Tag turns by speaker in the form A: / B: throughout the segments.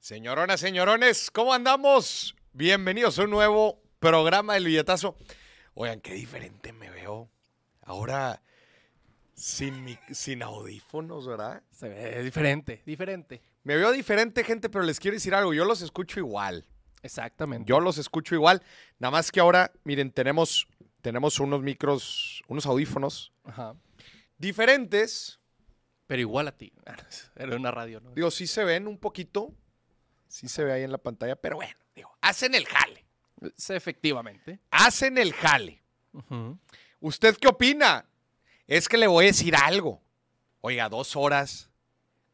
A: Señoronas, señorones, ¿cómo andamos? Bienvenidos a un nuevo programa del billetazo. Oigan, qué diferente me veo. Ahora sin, mi- sin audífonos, ¿verdad?
B: Se ve diferente, diferente.
A: Me veo diferente, gente, pero les quiero decir algo. Yo los escucho igual.
B: Exactamente.
A: Yo los escucho igual. Nada más que ahora, miren, tenemos, tenemos unos micros, unos audífonos
B: Ajá.
A: diferentes.
B: Pero igual a ti. Era una radio, ¿no?
A: Digo, sí se ven un poquito. Sí se ve ahí en la pantalla, pero bueno, digo, hacen el jale.
B: Sí, efectivamente.
A: Hacen el jale. ¿Usted qué opina? Es que le voy a decir algo. Oiga, dos horas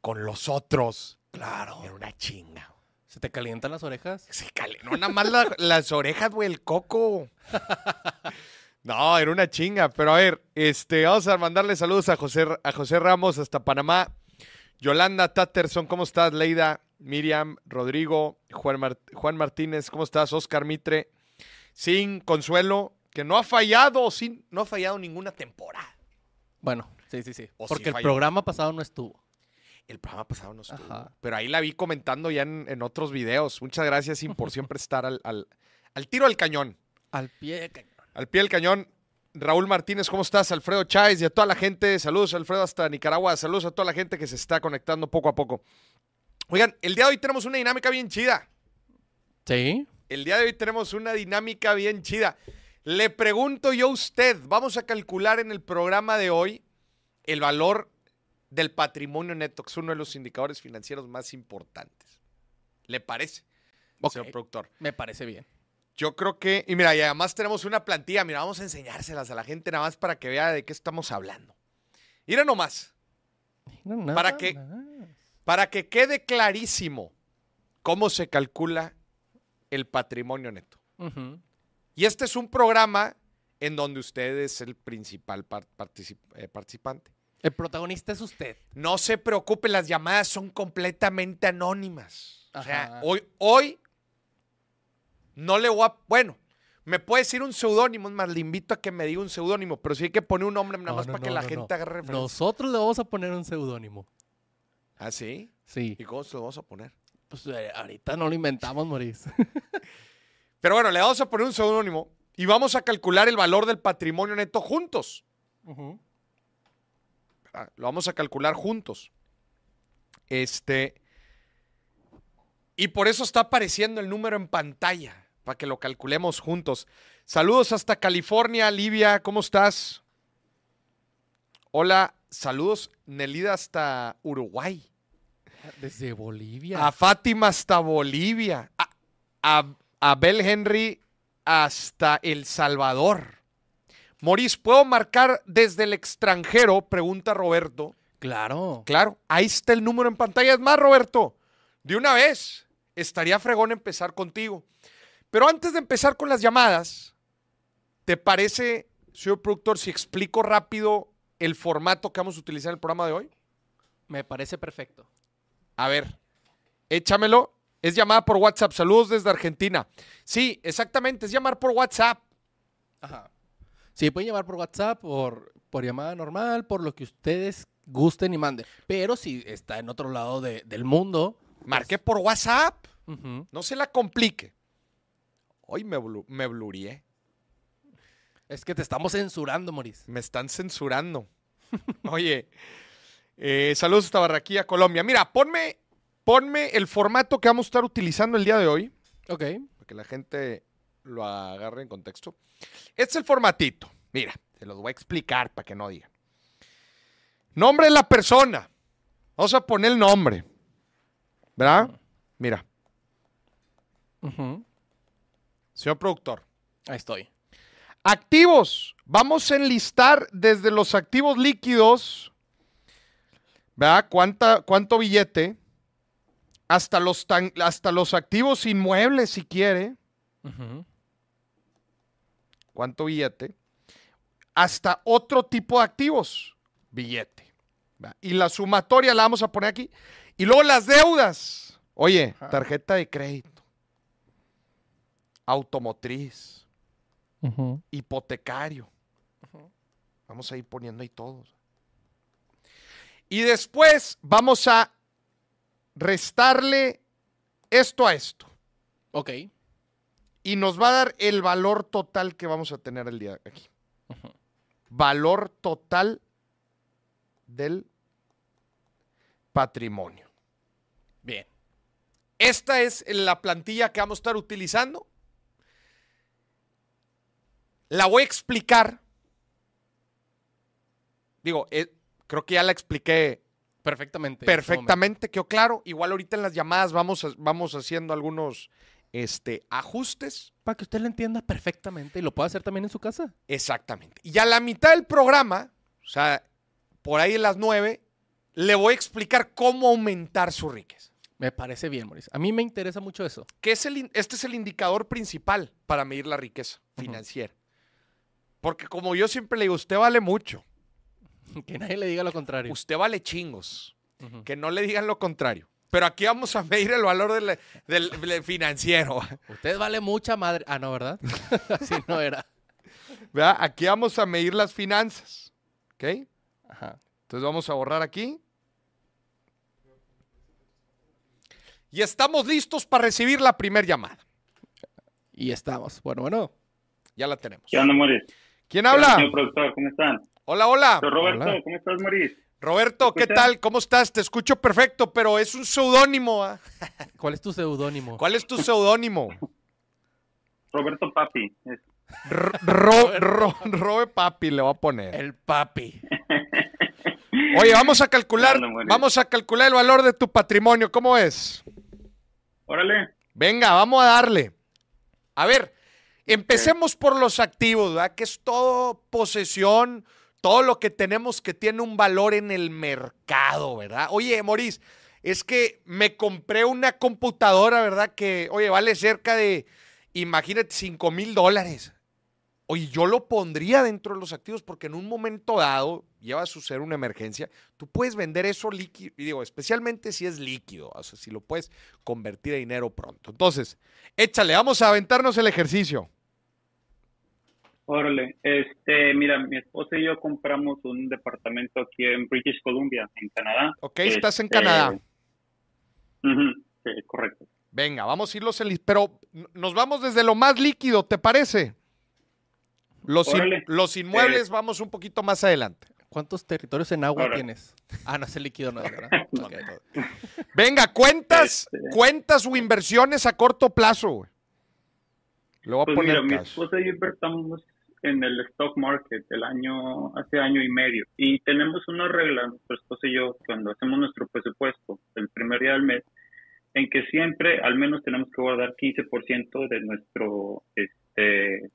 A: con los otros. Claro. Era una chinga.
B: ¿Se te calientan las orejas?
A: Se calentó nada más la- las orejas, güey, el coco. No, era una chinga. Pero a ver, este, vamos a mandarle saludos a José, a José Ramos hasta Panamá. Yolanda Tatterson, ¿cómo estás? Leida, Miriam, Rodrigo, Juan, Mar- Juan Martínez, ¿cómo estás? Oscar Mitre, Sin, Consuelo, que no ha fallado, Sin, no ha fallado ninguna temporada.
B: Bueno, sí, sí, sí.
A: O sí
B: Porque el
A: falló.
B: programa pasado no estuvo.
A: El programa pasado no estuvo.
B: Ajá.
A: Ah, Pero ahí la vi comentando ya en, en otros videos. Muchas gracias, Sin, por siempre estar al- al- al tiro al cañón.
B: Al pie de cañón.
A: Al pie del cañón, Raúl Martínez, ¿cómo estás? Alfredo Chávez y a toda la gente. Saludos, Alfredo, hasta Nicaragua. Saludos a toda la gente que se está conectando poco a poco. Oigan, el día de hoy tenemos una dinámica bien chida.
B: ¿Sí?
A: El día de hoy tenemos una dinámica bien chida. Le pregunto yo a usted, vamos a calcular en el programa de hoy el valor del patrimonio neto, que es uno de los indicadores financieros más importantes. ¿Le parece,
B: Ok,
A: señor productor?
B: Me parece bien.
A: Yo creo que, y mira, y además tenemos una plantilla, mira, vamos a enseñárselas a la gente nada más para que vea de qué estamos hablando. Mira nomás,
B: No, nada
A: ¿Para qué?
B: más.
A: para que quede clarísimo cómo se calcula el patrimonio neto.
B: Ujú.
A: Y este es un programa en donde usted es el principal par- particip- eh, participante.
B: El protagonista es usted.
A: No se preocupe, las llamadas son completamente anónimas. O sea,
B: Ajá.
A: hoy, hoy no le voy a. Bueno, me puede decir un seudónimo, es más, le invito a que me diga un seudónimo, pero sí hay que poner un nombre nada
B: No,
A: más
B: no,
A: para que
B: no,
A: la
B: no, no.
A: gente agarre referencia.
B: Nosotros le vamos a poner un seudónimo.
A: ¿Ah, sí?
B: Sí.
A: ¿Y cómo se lo vamos a poner?
B: Pues, eh, ahorita no lo inventamos, Maurice.
A: Pero bueno, le vamos a poner un seudónimo y vamos a calcular el valor del patrimonio neto juntos.
B: Ujú.
A: Ah, Lo vamos a calcular juntos. Este. Y por eso está apareciendo el número en pantalla, para que lo calculemos juntos. Saludos hasta California, Livia, ¿cómo estás? Hola, saludos Nelida hasta Uruguay.
B: Desde Bolivia.
A: A Fátima hasta Bolivia. A, a- a Bel Henry hasta El Salvador. Moris, ¿puedo marcar desde el extranjero? Pregunta Roberto.
B: Claro.
A: Claro, ahí está el número en pantalla. Es más, Roberto, de una vez estaría fregón empezar contigo. Pero antes de empezar con las llamadas, ¿te parece, señor productor, si explico rápido el formato que vamos a utilizar en el programa de hoy?
B: Me parece perfecto.
A: A ver, échamelo. Es llamada por WhatsApp. Saludos desde Argentina. Sí, exactamente, es llamar por WhatsApp.
B: Ajá. Sí, pueden llamar por WhatsApp, por, por llamada normal, por lo que ustedes gusten y manden. Pero si está en otro lado de- del mundo. pues
A: Marqué por WhatsApp.
B: ujú,
A: No se la complique. Hoy me, blu- me blurié.
B: Es que te estamos censurando, Moris.
A: Me están censurando. Oye, eh, saludos hasta Barraquilla, Colombia. Mira, ponme, ponme el formato que vamos a estar utilizando el día de hoy,
B: Ok.
A: para que la gente lo agarre en contexto. Este es el formatito. Mira, se los voy a explicar para que no digan. Nombre de la persona. Vamos a poner el nombre. ¿Verdad? Mira,
B: ujú,
A: señor productor.
B: Ahí estoy.
A: Activos. Vamos a enlistar desde los activos líquidos, ¿verdad? ¿Cuánta, ¿Cuánto billete? Hasta los, tan- hasta los activos inmuebles, si quiere.
B: ujú,
A: ¿Cuánto billete? Hasta otro tipo de activos. Billete. ¿verdad? Y la sumatoria la vamos a poner aquí. Y luego las deudas. Oye,
B: Ajá.
A: tarjeta de crédito. Automotriz.
B: ujú.
A: hipotecario.
B: Ujú.
A: Vamos a ir poniendo ahí todos. Y después vamos a restarle esto a esto.
B: Ok.
A: Y nos va a dar el valor total que vamos a tener el día aquí.
B: Ujú.
A: Valor total del patrimonio.
B: Bien.
A: Esta es la plantilla que vamos a estar utilizando. La voy a explicar. Digo, eh, creo que ya la expliqué
B: Perfectamente. en este
A: perfectamente, quedó claro. Igual ahorita en las llamadas vamos, a- vamos haciendo algunos este, ajustes.
B: momento. Para que usted lo entienda perfectamente y lo pueda hacer también en su casa.
A: Exactamente. Y a la mitad del programa, o sea, por ahí en las nueve, le voy a explicar cómo aumentar su riqueza.
B: Me parece bien, Maurice. A mí me interesa mucho eso.
A: que es el, in- este es el indicador principal para medir la riqueza
B: Ujú.
A: financiera. Porque como yo siempre le digo, usted vale mucho,
B: Que nadie le diga lo contrario.
A: usted vale chingos,
B: Ujú.
A: que no le digan lo contrario. Pero aquí vamos a medir el valor del, del- del financiero.
B: Usted vale mucha madre. Ah, no, ¿verdad? Así no era.
A: ¿verdad? Aquí vamos a medir las finanzas. ¿Ok? Entonces
B: Ajá.
A: vamos a borrar aquí. Y estamos listos para recibir la primera llamada.
B: Y estamos. Bueno, bueno.
A: Ya la tenemos.
C: ¿Qué onda, Moris?
A: ¿Quién
C: Hola,
A: habla?
C: Señor productor, ¿cómo están?
A: Hola, hola.
C: Soy Roberto,
B: Hola.
C: ¿cómo estás, Moris?
A: Roberto, ¿qué
C: escuchas?
A: tal? ¿Cómo estás? Te escucho perfecto, pero es un seudónimo. ¿ah?
B: ¿Cuál es tu seudónimo?
A: ¿Cuál es tu seudónimo?
C: Roberto Papi. es-
A: R- Ro- Ro- Robe Papi le voy a poner.
B: El papi.
A: Oye, vamos a calcular,
C: No, no, bueno.
A: vamos a calcular el valor de tu patrimonio. ¿Cómo es?
C: Órale,
A: Venga, vamos a darle. A ver, empecemos por los activos, ¿verdad? Que es todo posesión, todo lo que tenemos que tiene un valor en el mercado, ¿verdad? Oye, Moris, es que me compré una computadora, ¿verdad? Que, oye, vale cerca de, imagínate, 5 mil dólares. Oye, yo lo pondría dentro de los activos porque en un momento dado, lleva a suceder una emergencia, tú puedes vender eso líquido, y digo, especialmente si es líquido, o sea, si lo puedes convertir a dinero pronto. Entonces, échale, vamos a aventarnos el ejercicio.
C: órale. Este, mira, mi esposa y yo compramos un departamento aquí en British Columbia, en Canadá.
A: Ok, estás en
C: Este,
A: Canadá.
C: ujú, sí, correcto.
A: Venga, vamos a irlos en... lis- Pero n- nos vamos desde lo más líquido, ¿te parece? Los, in-
C: Órale. Eh,
A: los inmuebles vamos un poquito más adelante.
B: ¿Cuántos territorios en agua
C: Ahora.
B: tienes? Ah, no, es el líquido, no es verdad. Ok.
A: Venga, cuentas,
C: Este.
A: cuentas o inversiones a corto plazo. güey. Le voy a
C: Pues
A: poner
C: mira, mi
A: cash.
C: esposa y yo invertimos en el stock market el año, hace año y medio. Y tenemos una regla, nuestra esposa y yo, cuando hacemos nuestro presupuesto, el primer día del mes, en que siempre al menos tenemos que guardar 15% de nuestro, este,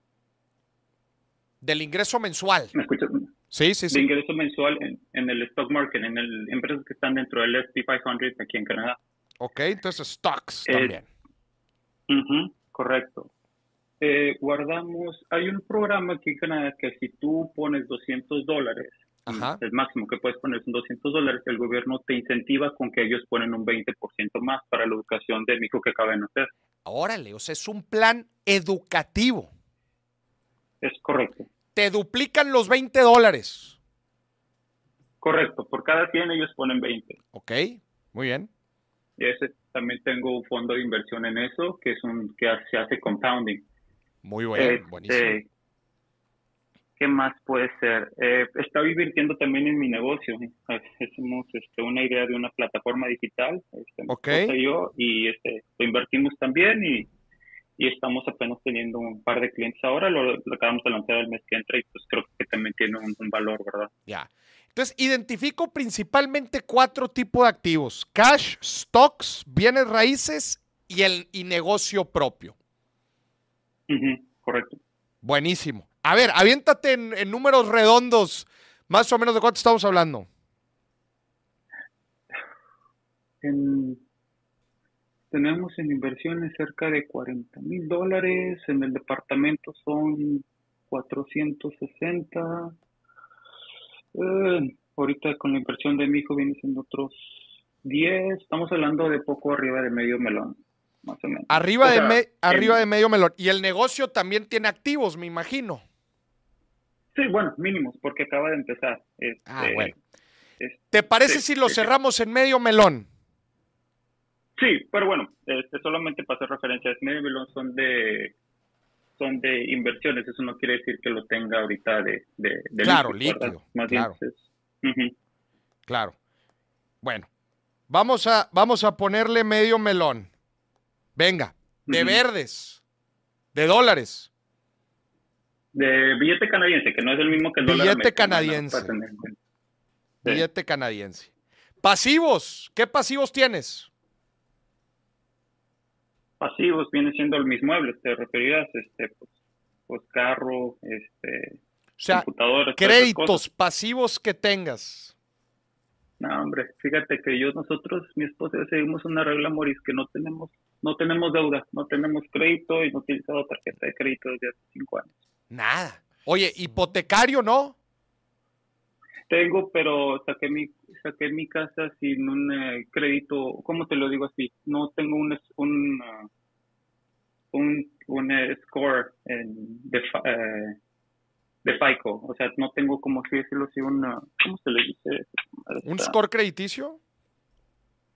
A: Del ingreso mensual.
C: ¿me escuchas?
A: Sí, sí,
C: De
A: sí.
C: ingreso mensual en, en el stock market, en el, empresas que están dentro del SP 500 aquí en Canadá.
A: Ok, entonces stocks
C: Eh,
A: también.
C: Ujú, correcto. Eh, guardamos, hay un programa aquí en Canadá que si tú pones 200 dólares,
D: Este,
A: Ajá.
C: el máximo que puedes poner son 200 dólares, el gobierno te incentiva con que ellos ponen un 20% más para la educación del hijo que acaba de nacer.
A: Órale, o sea, es un plan educativo.
C: Es correcto.
A: Te duplican los 20 dólares.
C: Correcto, por cada 100 ellos ponen 20.
A: Ok, muy bien.
C: Y ese, también tengo un fondo de inversión en eso, que es un que ha- se hace compounding.
A: Muy bueno,
C: Este,
A: buenísimo.
C: ¿Qué más puede ser? Eh, estaba invirtiendo también en mi negocio. Eh, Hicimos este, una idea de una plataforma digital. Este, mi
A: Ok.
C: esposa y yo, y este, lo invertimos también y, y estamos apenas teniendo un par de clientes ahora. Lo, lo acabamos de lanzar el mes que entra y pues creo que también tiene un, un valor, ¿verdad?
A: Ya. Entonces, identifico principalmente cuatro tipos de activos: cash, stocks, bienes raíces y, el, y negocio propio.
C: Ujú, correcto.
A: Buenísimo. A ver, aviéntate en, en números redondos, más o menos de cuánto estamos hablando.
C: En- tenemos en inversiones cerca de 40 mil dólares. En el departamento son 460. Eh, ahorita con la inversión de mi hijo viene siendo otros 10. Estamos hablando de poco arriba de medio melón, más o menos.
A: Arriba,
C: O
A: de,
C: sea,
A: me-
C: en-
A: arriba de medio melón. Y el negocio también tiene activos, me imagino.
C: Sí, bueno, mínimos, porque acaba de empezar.
A: Ah,
C: Este,
A: bueno.
C: es-
A: ¿Te parece
C: Sí, este,
A: si lo
C: sí, sí.
A: cerramos en medio melón?
C: Sí, pero bueno, este, solamente para hacer referencia, Smedivillon son de son de inversiones, eso no quiere decir que lo tenga ahorita de, de, de
A: Claro,
C: ¿verdad?
A: líquido,
C: Más bien,
A: claro.
C: es- ujú.
A: Claro. Bueno, vamos a, vamos a ponerle medio melón. Venga, de
C: Ujú.
A: verdes, de dólares.
C: De billete canadiense, que no es el mismo que el dólar
A: Billete
C: americano, ¿no?
A: canadiense.
C: Para tener en cuenta. Sí.
A: Billete canadiense. Pasivos, ¿qué pasivos tienes?
C: Pasivos viene siendo los mis muebles, te referirás, este, pues, pues, carro, este,
A: O sea,
C: computadoras, todas esas cosas.
A: créditos pasivos que tengas.
C: No, hombre, fíjate que yo, nosotros, mi esposa y yo seguimos una regla, Moris, que no tenemos, no tenemos deuda, no tenemos crédito y no he utilizado tarjeta de crédito desde hace cinco años.
A: Nada. Oye, hipotecario, ¿no?
C: Tengo, pero saqué mi, saqué mi casa sin un eh, crédito, ¿cómo te lo digo así? No tengo un, es- un, ah, un, un, eh, score en, de, fa- eh, de FICO, o sea, no tengo como si decirlo así, una, ¿cómo se le dice?
A: ¿Un
C: Esta-
A: score crediticio?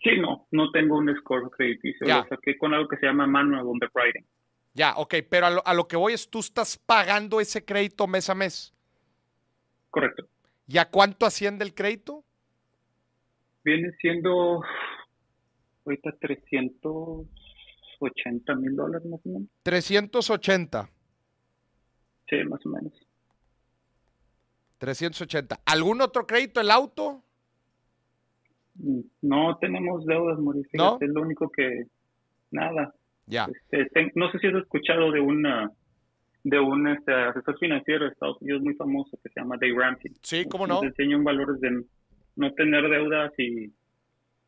C: Sí, no, no tengo un score crediticio,
A: Ya.
C: lo saqué con algo que se llama manual underwriting.
A: Ya, ok, pero a lo, a lo que voy es tú estás pagando ese crédito mes a mes.
C: Correcto.
A: ¿Y a cuánto asciende el crédito?
C: Viene siendo ahorita 380 mil dólares más o menos.
A: 380.
C: Sí, más o menos.
A: 380. ¿Algún otro crédito? ¿El auto?
C: Mm, No tenemos deudas, Mauricio.
A: ¿No?
C: Es lo único que... Nada.
A: Ya.
C: Este, ten- no sé si has escuchado de una de un este, asesor financiero de Estados Unidos muy famoso que se llama Dave Ramsey.
A: Sí, cómo no.
C: Nos enseña un valores de no tener deudas y,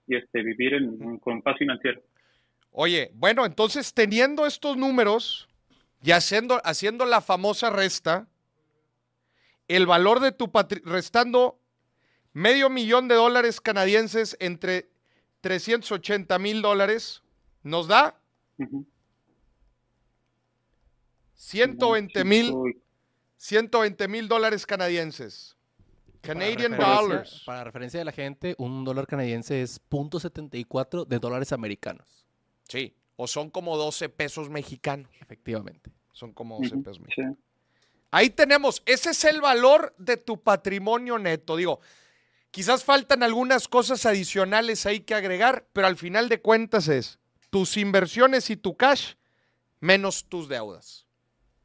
C: y este vivir en, en- con paz financiera.
A: Oye, bueno, entonces teniendo estos números y haciendo, haciendo la famosa resta, el valor de tu patrimonio, restando medio millón de dólares canadienses entre 380 mil dólares, nos da
C: Ujú.
A: 120 mil
C: Cinco y-
A: 120 mil dólares canadienses. Canadian
B: para referencia-
A: dollars.
B: Para referencia de la gente, un dólar canadiense es .74 de dólares americanos,
A: Sí, o son como 12 pesos mexicanos.
B: efectivamente.
A: Son como 12
C: Ujú,
A: pesos mexicanos.
C: sí.
A: Ahí tenemos, ese es el valor de tu patrimonio neto. Digo, quizás faltan algunas cosas adicionales ahí que agregar, pero al final de cuentas es tus inversiones y tu cash menos tus deudas.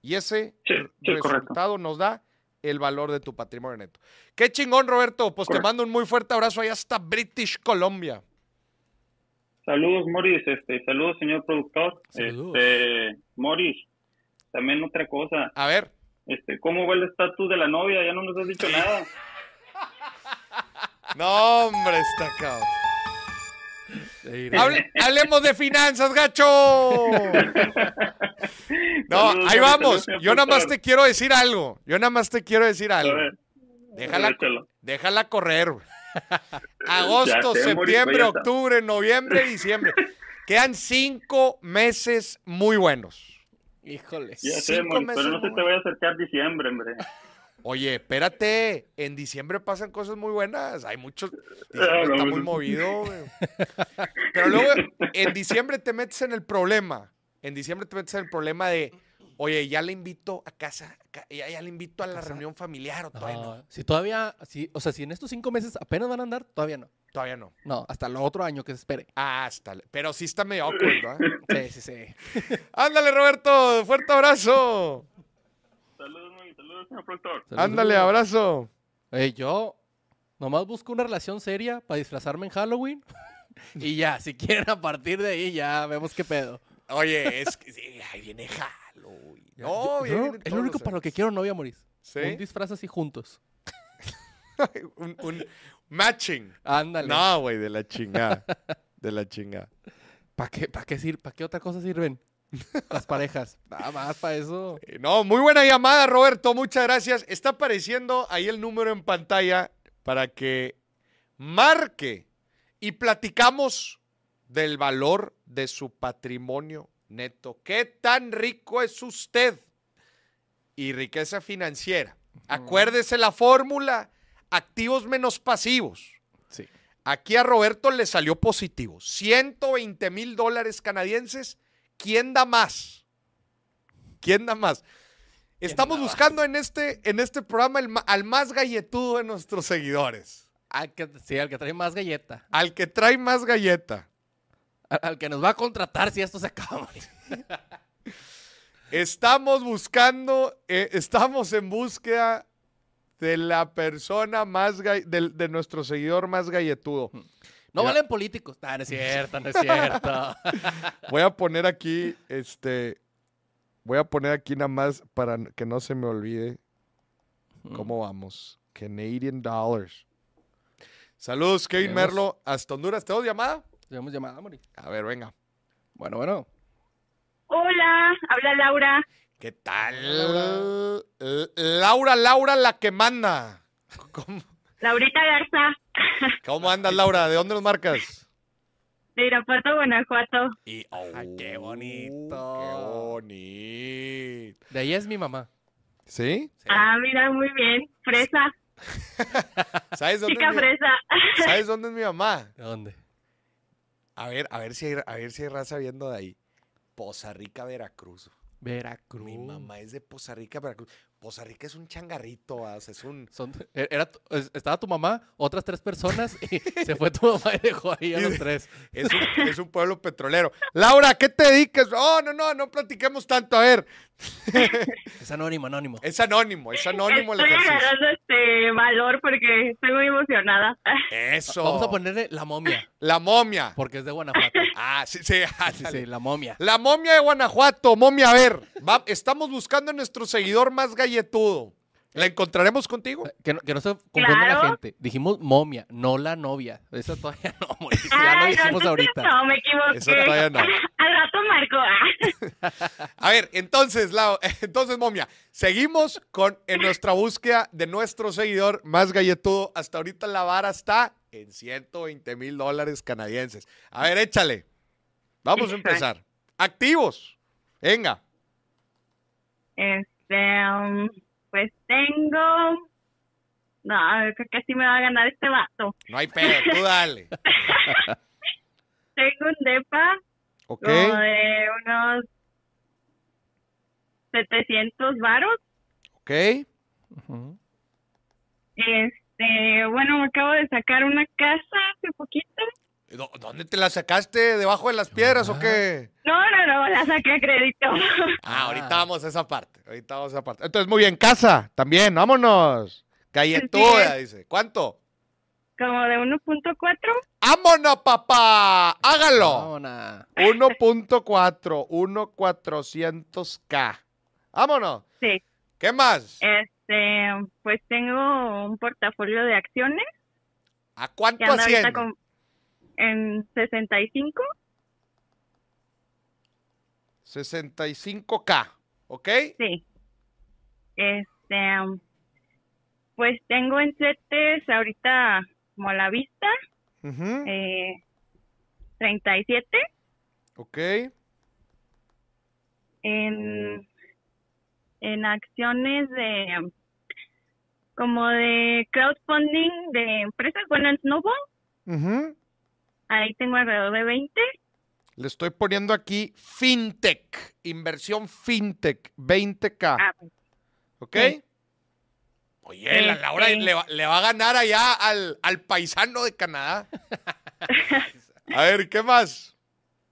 A: Y ese
C: Sí,
A: r-
C: sí, correcto.
A: resultado nos da el valor de tu patrimonio neto. Qué chingón, Roberto. Pues te
C: Correcto.
A: mando un muy fuerte abrazo allá hasta British Columbia.
C: Saludos, Moris. Este, saludos, señor productor.
B: Saludos.
C: Este, Moris, también otra cosa.
A: A ver,
C: Este, ¿cómo va el estatus de la novia? Ya no nos has dicho nada.
A: no, hombre, está cabrón.
B: Habla-
A: Hable- hablemos de finanzas, gacho. No,
C: Saludos,
A: ahí
C: Moris, saludos,
A: vamos.
C: señor
A: Yo nada más
C: productor.
A: te quiero decir algo. Yo nada más te quiero decir
C: A
A: algo.
C: ver,
A: Déjala,
C: échalo.
A: déjala correr. güey. Agosto,
C: sé, Mauricio,
A: septiembre,
C: ya está.
A: octubre, noviembre, diciembre. Quedan cinco meses muy buenos.
B: Híjoles.
C: Ya sé,
A: Cinco
C: Moris, pero no
A: meses,
C: se te
A: Moris.
C: vaya a acercar diciembre, hombre.
A: Oye, espérate. En diciembre pasan cosas muy buenas. Hay muchos.
C: Ah,
A: Diciembre
C: no,
A: está
C: pues,
A: muy
C: sí.
A: movido. güey. Pero luego en diciembre te metes en el problema. En diciembre te metes en el problema de, oye, ya le invito a casa. ca- Ya, ya le invito a la
B: casa?
A: reunión familiar o
B: No,
A: todavía no.
B: Ah, Si todavía, si, o sea, si en estos cinco meses apenas van a andar, todavía no.
A: Todavía no.
B: No, hasta el otro año que se espere.
A: Ah, Hasta. Pero sí está medio awkward, ¿verdad?
B: Sí, sí, sí.
A: Ándale, Roberto. Fuerte abrazo.
C: Saludos, Moris, saludos, señor productor.
A: Ándale,
B: Saludos.
A: abrazo.
B: Eh, yo nomás busco una relación seria para disfrazarme en Halloween. y ya, si quieren a partir de ahí, ya vemos qué pedo.
A: Oye, es que sí, ahí viene Halloween. No,
B: Yo-
A: bien.
B: yo es lo único para lo que quiero novia, Moris.
A: ¿Sí?
B: Un disfraz así juntos.
A: un, un matching.
B: Ándale.
A: No, güey, de la chingada. De la chingada.
B: ¿Para qué, para qué, sir- para qué otra cosa sirven las parejas? Nada más para eso.
A: Eh, No, muy buena llamada, Roberto. Muchas gracias. Está apareciendo ahí el número en pantalla para que marque y platicamos del valor de su patrimonio neto. ¿Qué tan rico es usted? Y riqueza financiera. Acuérdese la fórmula, activos menos pasivos.
B: Sí.
A: Aquí a Roberto le salió positivo. 120 mil dólares canadienses. ¿Quién da más? ¿Quién da más? Estamos
B: da más?
A: buscando en este, en este programa el ma- al más galletudo de nuestros seguidores.
B: Al que, sí, al que trae más galleta.
A: Al que trae más galleta.
B: Al, al que nos va a contratar si esto se acaba.
A: Estamos buscando, eh, estamos en búsqueda de la persona más, ga- del- de nuestro seguidor más galletudo.
B: No
A: Mira.
B: valen políticos. Ah, no es cierto, no es cierto.
A: Voy a poner aquí, este, voy a poner aquí nada más para n- que no se me olvide cómo vamos. Canadian Dollars. Saludos, Kevin
B: Tenemos-
A: Merlo, hasta Honduras. ¿Te llamada?
B: Tenemos llamada, Mori.
A: A ver, venga.
B: Bueno, bueno.
E: Hola, habla Laura.
A: ¿Qué tal? L- Laura, Laura, la que manda. ¿Cómo,
E: Laurita Garza,
A: cómo andas, Laura? ¿De dónde nos marcas?
E: de Irapuato, Guanajuato.
A: Y,
B: Ay, qué
A: oh,
B: bonito.
A: Qué bonito.
B: De ahí es mi mamá.
A: ¿Sí?
B: Sí.
E: Ah, mira, muy bien. Fresa,
A: ¿Sabes dónde,
E: chica
A: es mi,
E: fresa.
A: ¿Sabes dónde es mi mamá?
B: ¿De dónde?
A: A ver, a ver si hay, a ver si hay raza viendo de ahí. Poza Rica, Veracruz.
B: Veracruz.
A: Mi mamá es de Poza Rica, Veracruz. Poza Rica es un changarrito, ¿va? O sea, es un...
B: Son- e- era tu- es- estaba tu mamá, otras tres personas, y se fue tu mamá y dejó ahí a
A: Y
B: los
A: de-
B: tres.
A: Es un, es un pueblo petrolero. Laura, ¿qué te dedicas? Oh, no, no, no platiquemos tanto. A ver,
B: Es anónimo, anónimo.
A: es anónimo, es anónimo el
E: Estoy
A: ejercicio.
E: agarrando este valor porque estoy muy emocionada.
A: Eso.
B: Vamos a ponerle la momia,
A: La momia.
B: porque es de Guanajuato.
A: Ah, sí, sí.
B: Sí,
A: ándale.
B: sí, la momia.
A: La momia de Guanajuato, momia, a ver. va- estamos buscando a nuestro seguidor más galletudo. ¿La encontraremos contigo?
B: Que no, que no se confunda
E: Claro.
B: la gente. Dijimos momia, no la novia. Esa todavía no, Mori. Ya lo
E: Ay,
B: dijimos
E: no, entonces
B: ahorita.
E: no, me equivoqué.
A: Eso todavía no.
E: Al rato marco. ah.
A: A ver, entonces, Lau, entonces, momia, seguimos con en nuestra búsqueda de nuestro seguidor más galletudo. Hasta ahorita la vara está en 120 mil dólares canadienses. A ver, échale. Vamos a empezar. Activos. Venga.
E: Este, um, pues tengo... No, creo que sí me va a ganar este vato.
A: No hay pedo, tú dale.
E: Tengo un depa
A: Ok.
E: como de unos 700 varos.
A: Ok.
B: Ujú.
E: Este, bueno, me acabo de sacar una casa hace poquito.
A: ¿Dó- ¿Dónde te la sacaste? ¿Debajo de las piedras o qué?
E: No, no, no, la saqué a crédito.
A: Ah,
B: Ah.
A: ahorita vamos a esa parte. Ahorita vamos a esa parte. Entonces, muy bien, casa también, vámonos. Galletuda, dice. Este, ¿Cuánto?
E: Como de 1.4.
A: ¡Vámonos, papá! ¡Hágalo!
B: Vámona.
A: 1.4, 1.400k. ¡Vámonos!
E: Sí.
A: ¿Qué más?
E: Este, pues tengo un portafolio de acciones
A: ¿A cuánto
E: que anda ahorita
A: asciende?
E: con, en 65.
A: 65k, ¿ok?
E: Sí. Este, pues tengo en CETES ahorita como a la vista,
A: Ujú,
E: eh, 37.
A: Ok.
E: en, en acciones de como de crowdfunding de empresas. Bueno, en Snowball,
A: ujú.
E: ahí tengo alrededor de 20.
A: Le estoy poniendo aquí fintech, inversión fintech, 20k.
E: Ah, pues,
A: ¿Ok?
E: Sí.
A: Oye, la Laura
E: Este.
A: le, va- le va a ganar allá al, al paisano de Canadá. a ver, ¿qué más?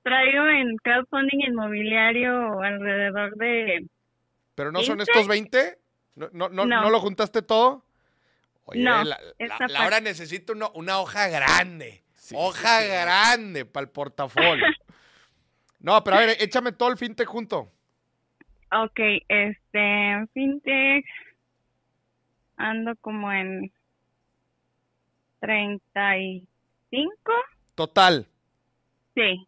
E: traigo en crowdfunding inmobiliario alrededor de...
A: ¿Pero no son
E: ¿Veinte?
A: estos 20? ¿No, no, no,
E: No.
A: no lo juntaste todo? Oye,
E: No,
A: la- la-
E: esta parte.
A: Laura necesita uno- una hoja grande.
B: Sí,
A: hoja
B: sí, sí.
A: grande para el portafolio. no, pero a ver, échame todo el fintech junto.
E: Ok, este, fintech, ando como en 35.
A: Total,
E: Sí.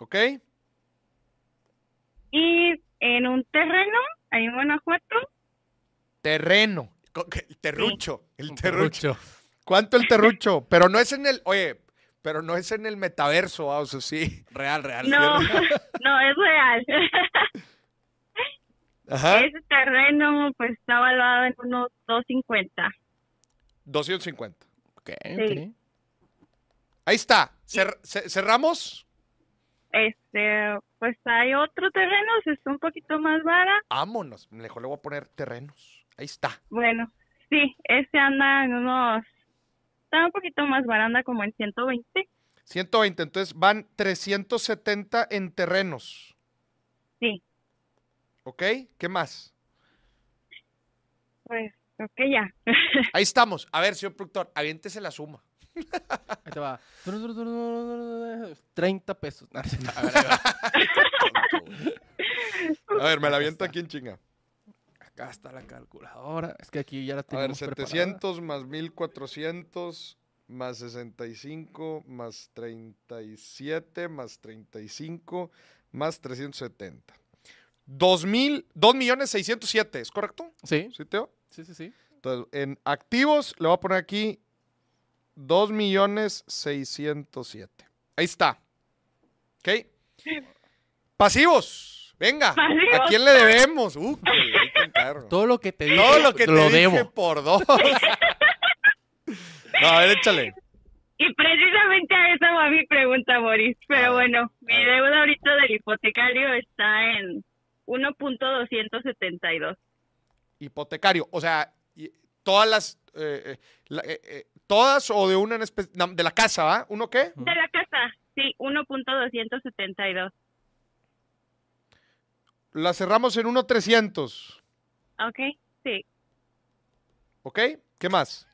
A: ¿ok?
E: Y en un terreno, ahí en Guanajuato,
A: Terreno. Co- que- El terrucho. El
B: Un
A: terrucho.
B: perrucho.
A: ¿Cuánto el terrucho? Pero no es en el. Oye, pero no es en el metaverso, ah, o sea, sí.
B: Real, real.
E: No, no, es real. ¿Ah?
A: Ajá.
E: Ese terreno pues está valuado en unos 250.
A: 250.
B: Ok,
E: Sí.
B: ok.
A: Ahí está. Cer- ce- ¿Cerramos?
E: Este, pues hay otro terreno, es un poquito más vara.
A: Vámonos. Mejor le voy a poner terrenos. Ahí está.
E: Bueno, sí, ese anda en unos, está un poquito más vara, anda como en 120.
A: 120. Entonces van 370 en terrenos.
E: Sí.
A: ¿Ok? ¿Qué más?
E: Pues, ok, ya.
A: Ahí estamos. A ver, señor productor, aviéntese la suma.
B: Ahí te va. 30 pesos. No, no,
A: A
B: a ver,
A: ver, me la aviento aquí en chinga.
B: acá está la calculadora. Es que aquí ya la
A: A ver,
B: tenemos preparada.
A: 700 más 1400 más 65 más 37 más 35 más 370. 2000, 2.607, ¿es correcto?
B: Sí,
A: ¿Sí, Teo?
B: sí, sí, sí.
A: Entonces, en activos le voy a poner aquí 2.607. Ahí está. ¿Ok? Pasivos. Venga. ¿A
E: Pasivos.
A: quién le debemos? Uh, que le di con cargo.
B: Todo lo que te dije,
A: Todo lo que te
B: lo
A: dije
B: debo.
A: por dos. No, a ver, échale.
E: Y precisamente a eso va mi pregunta, Boris. Pero
A: A ver,
E: bueno, mi
A: a ver.
E: deuda ahorita del hipotecario está en 1.272.
A: Hipotecario. O sea, y- todas las. eh, eh, la- eh, eh, todas o de una en espe- na- De la casa, ¿va? ¿Uno qué?
E: De la casa, sí, 1.272.
A: La cerramos en 1.300.
E: Ok, sí.
A: ¿Ok? ¿Qué más?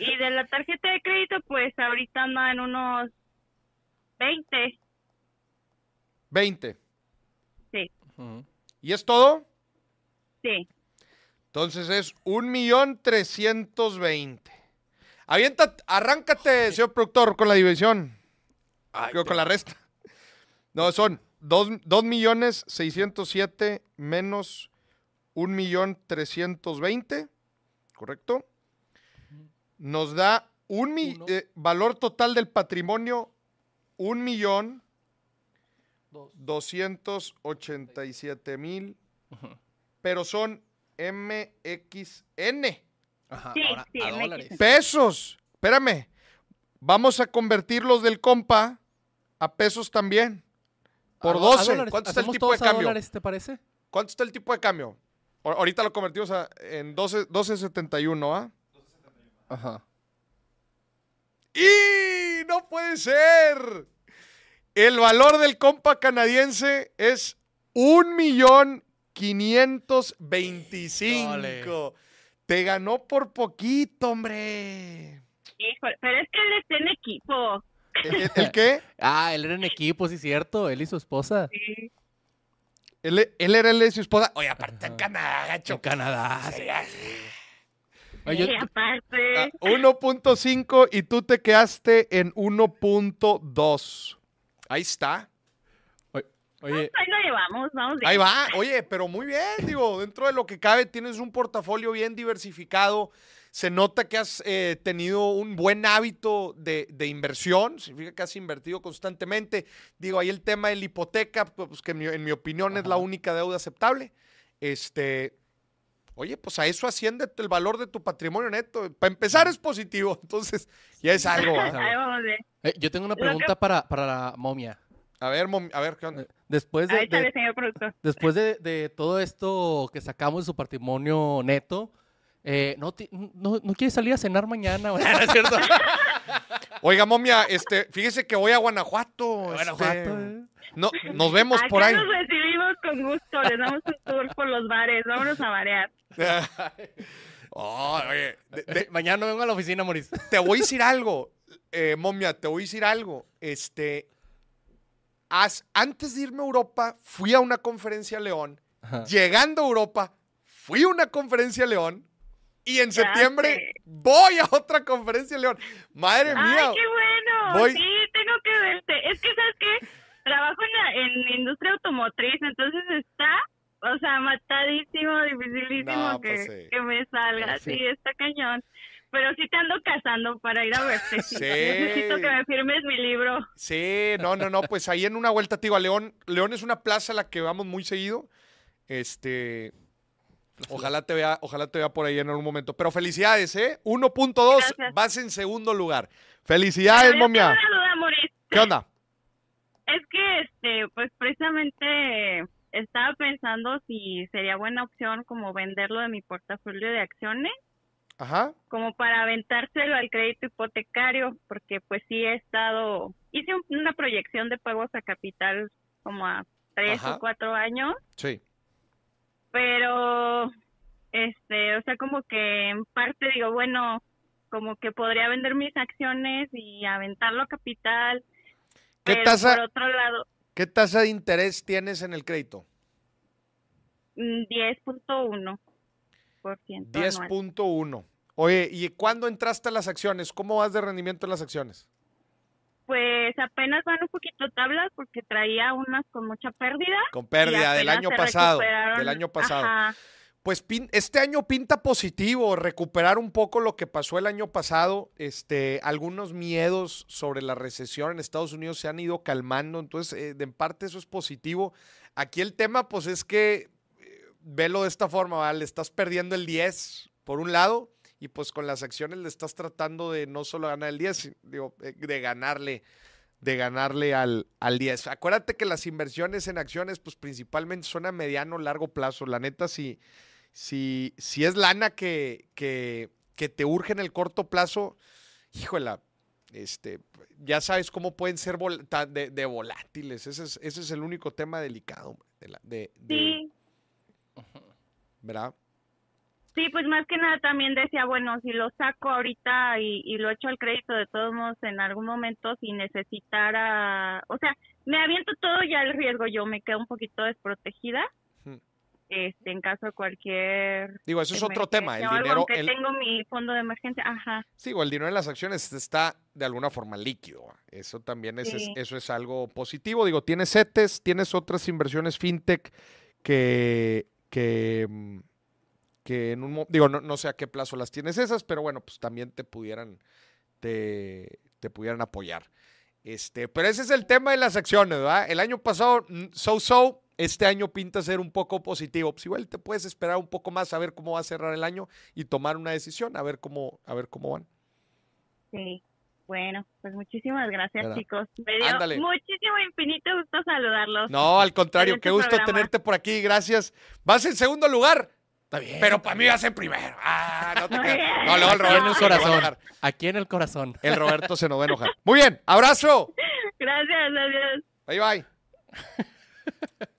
E: Y de la tarjeta de crédito, pues ahorita anda en unos 20.
A: 20.
B: Ujú.
A: ¿Y es todo?
E: Sí,
A: Entonces es 1.320. Avienta, arráncate, señor productor, con la división.
B: Ay,
A: Digo,
B: te-
A: con la resta. No, son 2.607 menos 1.320, ¿correcto? Nos da un mi-
B: Uno.
A: eh, valor total del patrimonio 1.287.000,
B: Ujú.
A: pero son MXN
B: Ajá,
E: Sí,
B: ahora,
E: sí,
B: a
E: me
B: dólares.
E: quise.
A: pesos. Espérame. Vamos a convertirlos del compa a pesos también. Por
B: A do- a
A: 12.
B: dólares.
A: ¿Cuánto está el
B: ¿Hacemos
A: tipo de
B: todos a
A: cambio?
B: dólares, te parece?
A: ¿Cuánto está el tipo de cambio? O- ahorita lo convertimos a- en 12 12.71, ¿ah?
B: Ajá.
A: ¡Y no puede ser! El valor del compa canadiense es un millón quinientos veinticinco.
B: Híjole.
A: Te ganó por poquito, hombre.
E: híjole, pero es que él está en equipo.
A: ¿El- el- el qué?
B: Ah, él era en equipo, sí, cierto. Él y su esposa.
E: Sí,
A: Él, él era el de su esposa. Oye, aparte está en
B: Ajá.
A: Canadá,
B: En
A: gacho.
B: Canadá.
A: Sí, ah,
B: Oye, yo-
E: y aparte,
A: ah, 1.5 y tú te quedaste en 1.2. Ahí está.
B: Oye,
E: ahí lo llevamos, vamos bien.
A: Ahí va. Oye, pero muy bien, digo, dentro de lo que cabe tienes un portafolio bien diversificado. Se nota que has eh, tenido un buen hábito de, de inversión, significa que has invertido constantemente. Digo, ahí el tema de la hipoteca, pues que en mi, en mi opinión es la
B: Ajá.
A: única deuda aceptable. Este, oye, pues a eso asciende el valor de tu patrimonio neto. Para empezar es positivo, entonces ya es algo. ¿ah?
E: Ahí vamos bien.
B: eh, yo tengo una
E: que-
B: pregunta para, para la momia.
A: A ver, mom- a ver, ¿qué onda?
B: Eh, Después de,
E: Ahí
B: de-
E: sale, señor productor.
B: después de, de todo esto que sacamos de su patrimonio neto, eh, ¿no, ti- no, no quieres salir a cenar mañana? ¿verdad? ¿No es cierto?
A: Oiga, momia, este, fíjese que voy a Guanajuato. este,
B: Guanajuato, eh.
A: No, nos vemos por
E: Acá
A: ahí.
E: nos recibimos con gusto, les damos un tour por los bares, vámonos a barear.
A: Oh, oye, de- de-
B: Mañana vengo a la oficina, Moris.
A: te voy a decir algo, eh, momia, te voy a decir algo. Este, haz- antes de irme a Europa, fui a una conferencia a León.
B: Ajá.
A: Llegando a Europa, fui a una conferencia a León. Y en
E: Ya
A: septiembre
E: sé.
A: voy a otra conferencia a León. Madre mía.
E: ¡Ay, qué bueno!
A: Voy-
E: Sí, tengo que verte. Es que, ¿sabes qué? Trabajo en la en industria automotriz, entonces está, o sea, matadísimo, dificilísimo
A: No,
E: que,
A: pues sí.
E: que me salga.
B: Sí.
E: Sí. está cañón. Pero sí te ando casando para ir a verte.
A: Sí.
E: Necesito que me firmes mi libro.
A: Sí, no, no, no, pues ahí en una vuelta, te digo, a León, León es una plaza a la que vamos muy seguido. Este, ojalá te vea, ojalá te vea por ahí en algún momento. Pero felicidades, ¿eh? 1.2,
E: Gracias.
A: vas en segundo lugar. Felicidades,
E: Yo tengo
A: momia.
E: una duda, Mor-
A: ¿Qué onda?
E: Es que, este, pues precisamente estaba pensando si sería buena opción como venderlo de mi portafolio de acciones,
A: Ajá.
E: como para aventárselo al crédito hipotecario, porque pues sí he estado, hice un- una proyección de pagos a capital como a tres
A: Ajá.
E: o cuatro años,
A: Sí.
E: pero, este, o sea, como que en parte digo, bueno, como que podría vender mis acciones y aventarlo a capital.
A: ¿Qué
E: pero
A: tasa-
E: Por otro lado,
A: ¿Qué tasa de interés tienes en el crédito?
E: mm, 10.1%. anual.
A: 10.1. Oye, ¿y cuándo entraste a las acciones? ¿Cómo vas de rendimiento en las acciones?
E: Pues apenas van un poquito tablas porque traía unas con mucha pérdida.
A: Con
E: y
A: pérdida del
E: apenas
A: año
E: se
A: pasado. Del
E: recuperaron.
A: año pasado.
E: Ajá.
A: Pues pin- este año pinta positivo, recuperar un poco lo que pasó el año pasado. Este, algunos miedos sobre la recesión en Estados Unidos se han ido calmando, entonces eh, de en parte eso es positivo. Aquí el tema, pues es que eh, velo de esta forma, ¿va? le estás perdiendo el 10 por un lado y pues con las acciones le estás tratando de no solo ganar el 10, si- digo, eh, de ganarle de ganarle al, al 10. Acuérdate que las inversiones en acciones, pues principalmente son a mediano, largo plazo. La neta, si, si, si es lana que, que, que te urge en el corto plazo, híjola, este, ya sabes cómo pueden ser vol- ta- de, de volátiles. Ese es, ese es el único tema delicado, hombre, de la- de- de-
E: Sí,
A: ¿verdad?
E: sí, pues más que nada también decía, bueno, si lo saco ahorita y, y lo echo al crédito de todos modos en algún momento si necesitara, o sea, me aviento todo ya el riesgo, yo me quedo un poquito desprotegida.
A: Ujú.
E: Este, en caso de cualquier
A: Hmm. Digo, eso es otro tema. El
E: emergencia o algo,
A: dinero,
E: aunque
A: el-
E: tengo mi fondo de emergencia, ajá.
A: Sí, o el dinero en las acciones está de alguna forma líquido. ¿va? Eso también es, es-
E: Sí.
A: eso es algo positivo. Digo, tienes CETES, tienes otras inversiones fintech que, que, mm, que en un mo- digo, no, no sé a qué plazo las tienes esas, pero bueno, pues también te pudieran, te, te pudieran apoyar. Este, pero ese es el tema de las acciones, ¿verdad? El año pasado, mm, so so, este año pinta ser un poco positivo. Pues igual te puedes esperar un poco más a ver cómo va a cerrar el año y tomar una decisión, a ver cómo, a ver cómo van.
E: Sí, bueno, pues muchísimas gracias,
A: ¿Verdad?
E: chicos. Me dio
A: Ándale.
E: muchísimo, infinito gusto saludarlos.
A: No, al contrario,
E: Excelente
A: qué gusto
E: programa.
A: tenerte por aquí, gracias. Vas en segundo lugar,
B: Está bien.
A: pero para mí vas en primero. Ah, no te
E: Muy
A: creas.
E: bien.
A: No, luego el
E: Aquí
A: Roberto
B: en el
A: se nos va a
B: corazón.
A: enojar.
B: Aquí en el corazón.
A: El Roberto se nos va a enojar. Muy bien, abrazo.
E: Gracias, adiós.
A: Bye bye.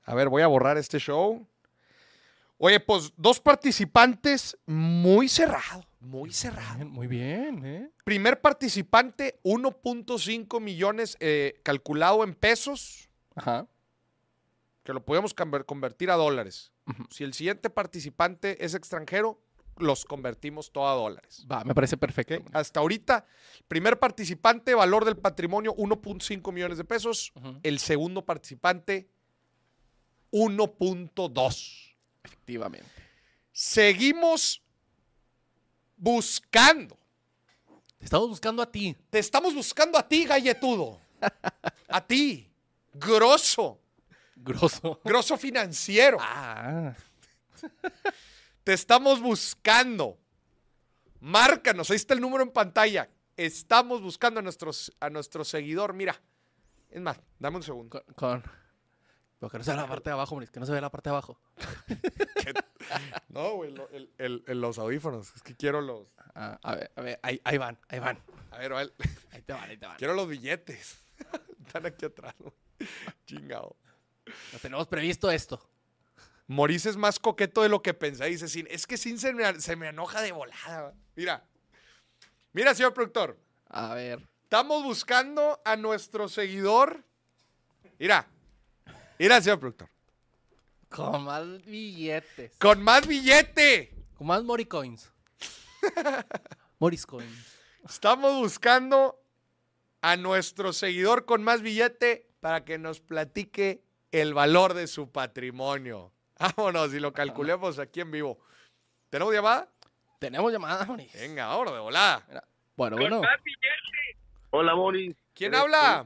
A: A ver, voy a borrar este show. Oye, pues dos participantes muy cerrado, muy cerrado.
B: Bien, Muy bien, ¿eh?
A: Primer participante, 1.5 millones eh, calculado en pesos.
B: Ajá.
A: que lo podíamos camber- convertir a dólares.
B: Ujú.
A: Si el siguiente participante es extranjero, los convertimos todo a dólares.
B: Va, me parece perfecto.
A: ¿ok? Hasta ahorita, primer participante, valor del patrimonio 1.5 millones de pesos.
B: Ujú.
A: El segundo participante, 1.2.
B: Efectivamente.
A: Seguimos buscando.
B: Te Estamos buscando a ti.
A: Te estamos buscando a ti, galletudo. A ti, grosso,
B: Grosso.
A: grosso financiero.
B: Ah.
A: Te estamos buscando. Márcanos, ahí está el número en pantalla. Estamos buscando a, nuestros, a nuestro seguidor. Mira, es más, dame un segundo.
B: Con. con... Pero que no se vea la parte de abajo, Maurice, que no se vea la parte de abajo.
A: No, güey, lo- el- el- el- los audífonos. Es que quiero los.
B: Ah, a ver, a ver, ahí, ahí van, ahí van.
A: A ver, vale,
B: Ahí te van, ahí te van.
A: quiero los billetes. Están aquí atrás, güey. Chingado.
B: No tenemos previsto esto.
A: Maurice es más coqueto de lo que pensé. Dice, "Sin- es que Sin se me, se me enoja de volada. Mira, mira, señor productor.
B: A ver.
A: Estamos buscando a nuestro seguidor. Mira, mira, señor productor.
B: Con más billetes.
A: Con más billete.
B: Con más Moricoins. Moriscoins.
A: Estamos buscando a nuestro seguidor con más billete para que nos platique el valor de su patrimonio. Vámonos y lo calculemos aquí en vivo. ¿Tenemos llamada?
B: Tenemos llamada, Maurice.
A: Venga, ahora de volada.
B: Mira, Bueno, bueno.
F: Hola, Boris.
A: ¿Quién
F: Eres
A: habla?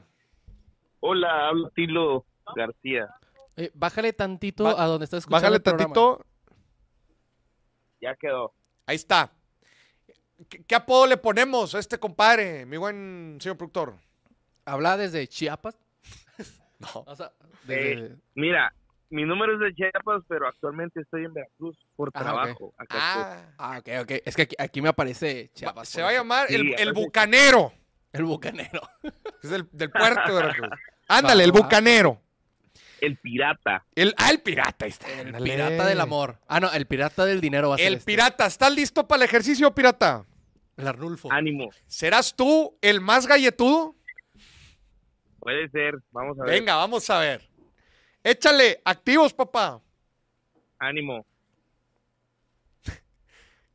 F: tú.
D: pues,
F: Hola, habla Tilo García.
B: Eh, bájale tantito
A: Ba-
B: a donde está escuchando.
A: Bájale
B: el programa.
A: tantito.
F: Ya quedó.
A: Ahí está. ¿Qué, qué apodo le ponemos a este compadre, mi buen señor productor?
B: Habla desde Chiapas.
A: No.
B: O sea, desde-
G: Eh, Mira, mi número es de Chiapas, pero actualmente estoy en Veracruz por
B: Ah, ok.
G: trabajo. acá estoy.
A: Ah,
B: Ah, ok, ok. Es que aquí, aquí me aparece
A: va-
B: Chiapas.
A: se
B: por
A: va a
B: eso.
A: llamar
G: Sí,
A: el, el
G: aparte-
A: bucanero.
B: El bucanero.
A: Es del, del puerto de Veracruz. Ándale, el
B: va.
A: bucanero.
G: El pirata.
A: El, ah, el pirata ahí está.
B: El
A: ándale.
B: pirata del amor. Ah, no, el pirata del dinero va a ser.
A: El
B: este.
A: pirata. ¿Estás listo para el ejercicio, pirata?
B: El Arnulfo.
G: Ánimo.
A: ¿Serás tú el más galletudo?
G: Puede ser. Vamos a ver.
A: Ah. Venga, vamos a ver. Échale, activos, papá.
G: Ánimo.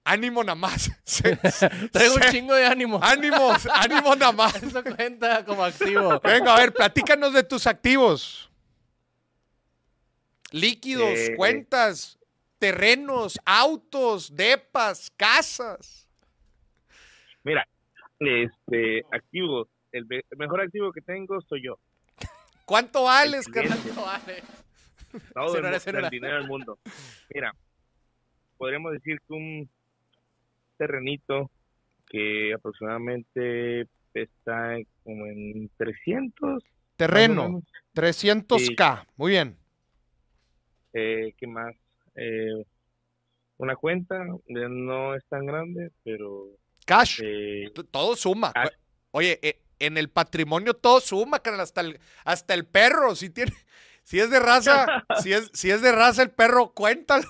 A: Ánimo nada más. Se- se-
B: Traigo un
A: se-
B: chingo de ánimo.
A: ánimo, ánimo nada más.
B: Eso cuenta como activo.
A: Venga, a ver, platícanos de tus activos. Líquidos,
G: Eh.
A: cuentas, terrenos, autos, depas, casas.
G: Este, activos. El, ve- el mejor activo que tengo soy yo.
A: ¿Cuánto vales,
G: El
A: carnal?
B: No, vale.
G: Todo el,
B: Cero
G: mu-
B: horas, cero
G: el
B: horas.
G: dinero del mundo. Mira, podríamos decir que un terrenito que aproximadamente está en- como en 300. más o
A: Terreno,
G: menos.
A: 300k. Muy bien.
G: Eh, ¿Qué más? Eh, una cuenta, eh, no es tan grande, pero...
A: Cash.
G: eh,
A: T- Todo suma.
G: Cash.
A: Oye, e- en el patrimonio todo suma, carnal. Hasta el, hasta el perro, si tiene. Si es de raza, si es, si es de raza el perro, cuéntalo.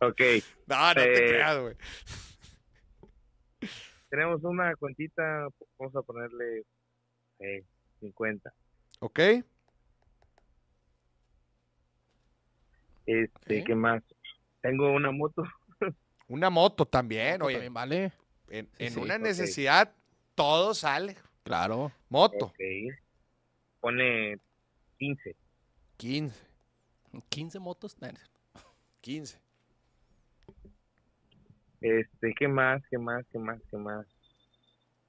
G: ok,
A: No, no te
G: Eh,
A: creas, güey.
G: tenemos una cuentita, vamos a ponerle eh, 50.
A: Ok.
G: Este,
B: Ok.
G: ¿Qué más? Tengo una moto.
A: Una moto también,
B: Pero
A: oye.
B: también vale.
A: En,
B: Sí,
A: en
B: sí,
A: una
G: ok.
A: necesidad, todo sale.
B: Claro.
A: Moto.
G: Ok. Pone 15.
A: 15,
B: 15 motos. nah,
A: 15.
G: Este, ¿qué más? ¿Qué más? ¿Qué más? ¿Qué más?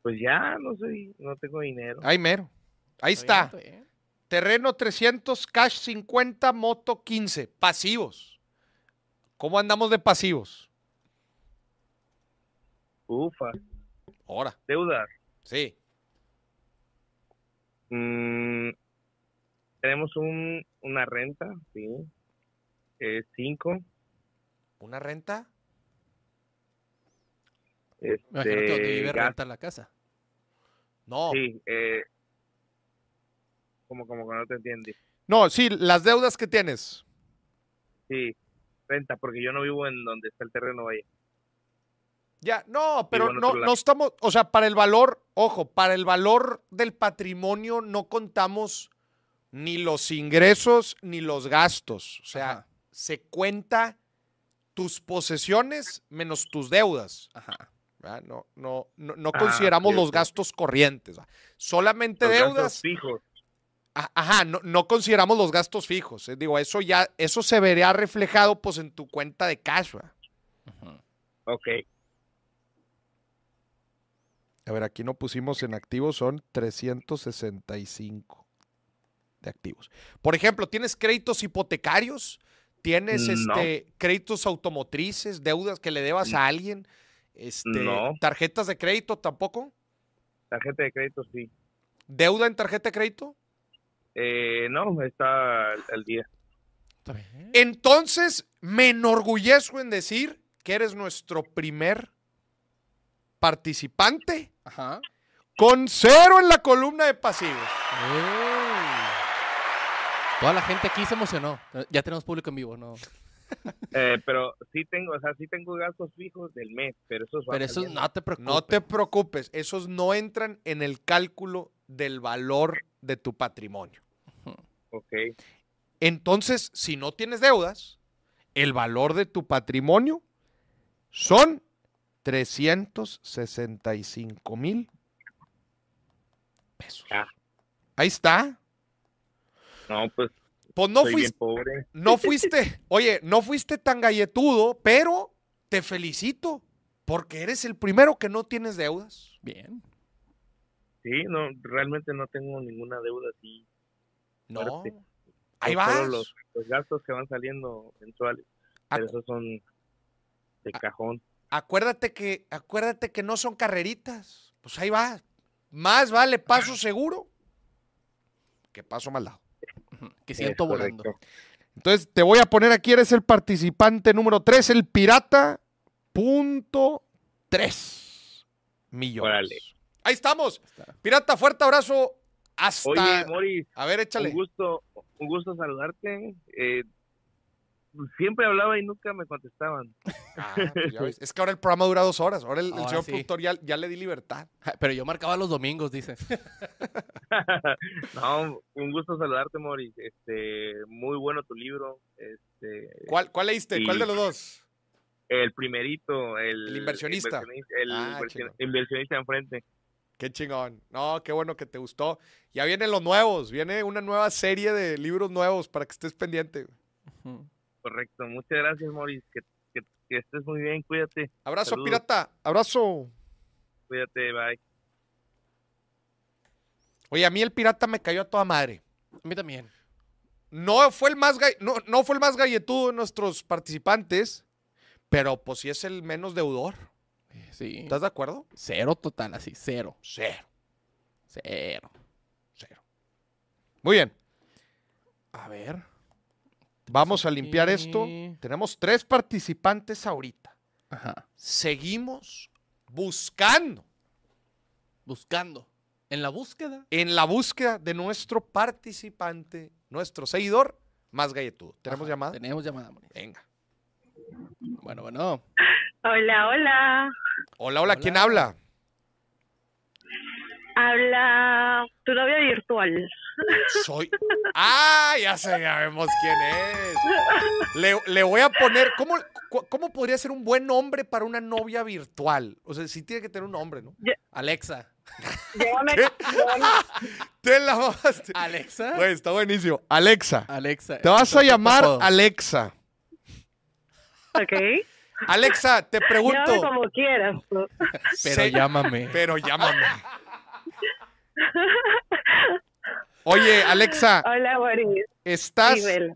G: Pues ya, no soy, no tengo dinero.
A: Ahí mero. Ahí
B: bien,
A: está.
B: bien.
A: Terreno 300, cash 50, moto 15. Pasivos. ¿Cómo andamos de pasivos?
G: Ufa,
A: Ahora.
G: deudas.
A: Sí.
G: Mm, tenemos un, una renta, sí. Eh, cinco.
A: ¿Una renta?
B: Me imagino que donde
G: Este,
B: vive
G: gas-
B: renta la casa.
A: No.
G: sí, eh, como, como que no te entiendes.
A: No, sí, las deudas que tienes.
G: Sí, renta, porque yo no vivo en donde está el terreno, vaya.
A: Ya, no, pero
G: en
A: no,
G: otro lado.
A: no estamos, o sea, para el valor, ojo, para el valor del patrimonio no contamos ni los ingresos ni los gastos. O sea,
B: Ajá,
A: se cuenta tus posesiones menos tus deudas.
B: Ajá.
A: ¿verdad? No, no, no, no
G: Ah,
A: consideramos
G: ok,
A: los
G: ok.
A: gastos corrientes. ¿verdad? Solamente
G: Los gastos
A: deudas.
G: fijos.
A: a- Ajá, no, no consideramos los gastos fijos. eh, Digo, eso ya, eso se verá reflejado pues en tu cuenta de cash. ah. ¿verdad? pues.
B: Ujú.
G: Ok,
A: A ver, aquí no pusimos en activos, son 365 de activos. Por ejemplo, ¿tienes créditos hipotecarios? ¿Tienes
G: No.
A: este créditos automotrices, deudas que le debas a alguien? Este,
G: No.
A: ¿Tarjetas de crédito tampoco?
G: tarjeta de crédito, sí.
A: ¿Deuda en tarjeta de crédito?
G: Eh, no, está al, al día.
B: Está bien.
A: Entonces, me enorgullezco en decir que eres nuestro primer participante
B: Ajá.
A: con cero en la columna de pasivos.
B: Ey. Toda la gente aquí se emocionó. Ya tenemos público en vivo, ¿no?
G: Eh, pero sí tengo, o sea, sí tengo gastos fijos del mes, pero esos van
B: Pero eso
G: saliendo.
B: no te preocupes.
A: No te preocupes, esos no entran en el cálculo del valor de tu patrimonio.
G: Ok,
A: Entonces, si no tienes deudas, el valor de tu patrimonio son 365 mil pesos.
G: Ah.
A: Ahí está.
G: no, pues
A: Pues no
G: soy bien
A: fuiste,
G: pobre.
A: no fuiste, oye, no fuiste tan galletudo, pero te felicito porque eres el primero que no tienes deudas.
B: Bien.
G: Sí, no, realmente este, no tengo ninguna deuda así.
A: No.
G: Fuerte.
A: Ahí
G: Son solo
A: vas.
G: Los, los gastos que van saliendo mensuales,
A: Ah,
G: pero esos son de
A: Ah.
G: cajón.
A: acuérdate que, acuérdate que no son carreritas. Pues ahí va. Más vale paso seguro que paso mal dado.
B: Que
G: Es
B: siento volando.
G: correcto.
A: Entonces te voy a poner aquí, eres el participante número 3, el pirata, punto 3 millones.
G: Órale.
A: Ahí estamos.
B: Está.
A: Pirata, fuerte abrazo. Hasta.
G: Oye, Moris,
A: a ver, échale.
G: Un gusto, un gusto saludarte. Eh, siempre hablaba y nunca me contestaban.
A: Ah, pues ya ves. Es que ahora el programa dura dos horas. Ahora el, el
B: Ahora
A: señor
B: sí.
A: productor ya, ya le di libertad.
B: Ja, Pero yo marcaba los domingos, dice.
G: No, un gusto saludarte, Moris. Este, muy bueno tu libro. Este,
A: ¿Cuál, cuál leíste?
G: Sí.
A: ¿Cuál de los dos?
G: el primerito, el,
A: El inversionista.
G: inversioni- El
A: Ah,
G: inversio-
A: chingón.
G: inversionista enfrente.
A: Qué chingón. No, qué bueno que te gustó. Ya vienen los nuevos. Viene una nueva serie de libros nuevos para que estés pendiente.
G: Correcto. Muchas gracias, Moris. Que, que- que estés muy bien. Cuídate,
A: Abrazo,
G: Saludos.
A: pirata. Abrazo.
G: cuídate. Bye.
A: Oye, a mí el pirata me cayó a toda madre.
B: A mí también.
A: No fue el más, gall- no, no fue el más galletudo de nuestros participantes, pero pues sí es el menos deudor.
B: Sí.
A: ¿Estás de acuerdo?
B: Cero total, así, cero.
A: Cero,
B: Cero.
A: cero. Muy bien.
B: A ver.
A: Vamos a limpiar esto.
B: aquí.
A: Tenemos tres participantes ahorita.
B: Ajá.
A: Seguimos buscando
B: Buscando. En la búsqueda.
A: en la búsqueda de nuestro participante, nuestro seguidor más galletudo. ¿Tenemos
B: Ajá,
A: llamada?
B: Tenemos llamada, Moni.
A: Venga.
B: Bueno, bueno.
H: Hola, hola.
A: Hola, hola, ¿quién
B: Hola.
A: habla?
H: Habla tu novia virtual.
A: Soy. ¡Ah! Ya sabemos quién es. Le, le voy a poner. ¿cómo, cu- cómo podría ser un buen nombre para una novia virtual? O sea, sí tiene que tener un nombre, ¿no?
B: Alexa.
H: Llévame,
A: ¿Qué?
H: llévame.
A: Te la mamaste.
B: Alexa.
A: Güey, está buenísimo. Alexa.
B: Alexa.
A: Te vas a llamar
B: Todo.
A: Alexa.
H: Ok.
A: Alexa, te
H: Llévame
A: pregunto.
H: como quieras.
B: Pero
A: se-
B: llámame.
A: Pero llámame. Oye, Alexa,
H: Hola, Boris.
A: ¿estás.
H: Nivel.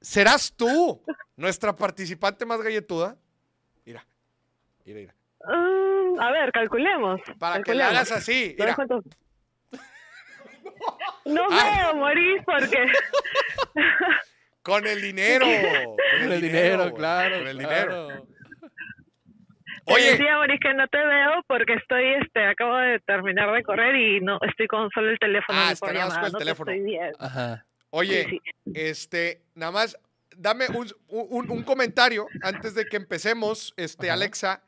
A: ¿Serás tú nuestra participante más galletuda? Mira. Mira, mira.
H: Mm, a ver, calculemos.
A: Para que le
H: calculemos.
A: hagas así.
H: A ver
A: Mira. Ah.
H: cuántos- No
A: Ay.
H: veo, Boris, porque...
A: Con el dinero.
B: Con el dinero,
A: güey,
B: claro.
A: Con el dinero.
B: claro.
H: Te
A: Oye,
H: decía, Boris, que no te veo porque estoy, este, acabo de terminar de correr y no estoy con solo el teléfono.
A: Ah,
H: no
A: está
H: por
A: nada más
H: llamada,
A: con el
H: no te
A: teléfono.
H: estoy viendo.
B: Ajá.
A: oye,
H: Sí,
A: este, nada más, dame un, un- un comentario antes de que empecemos, este,
B: Ajá.
A: Alexa.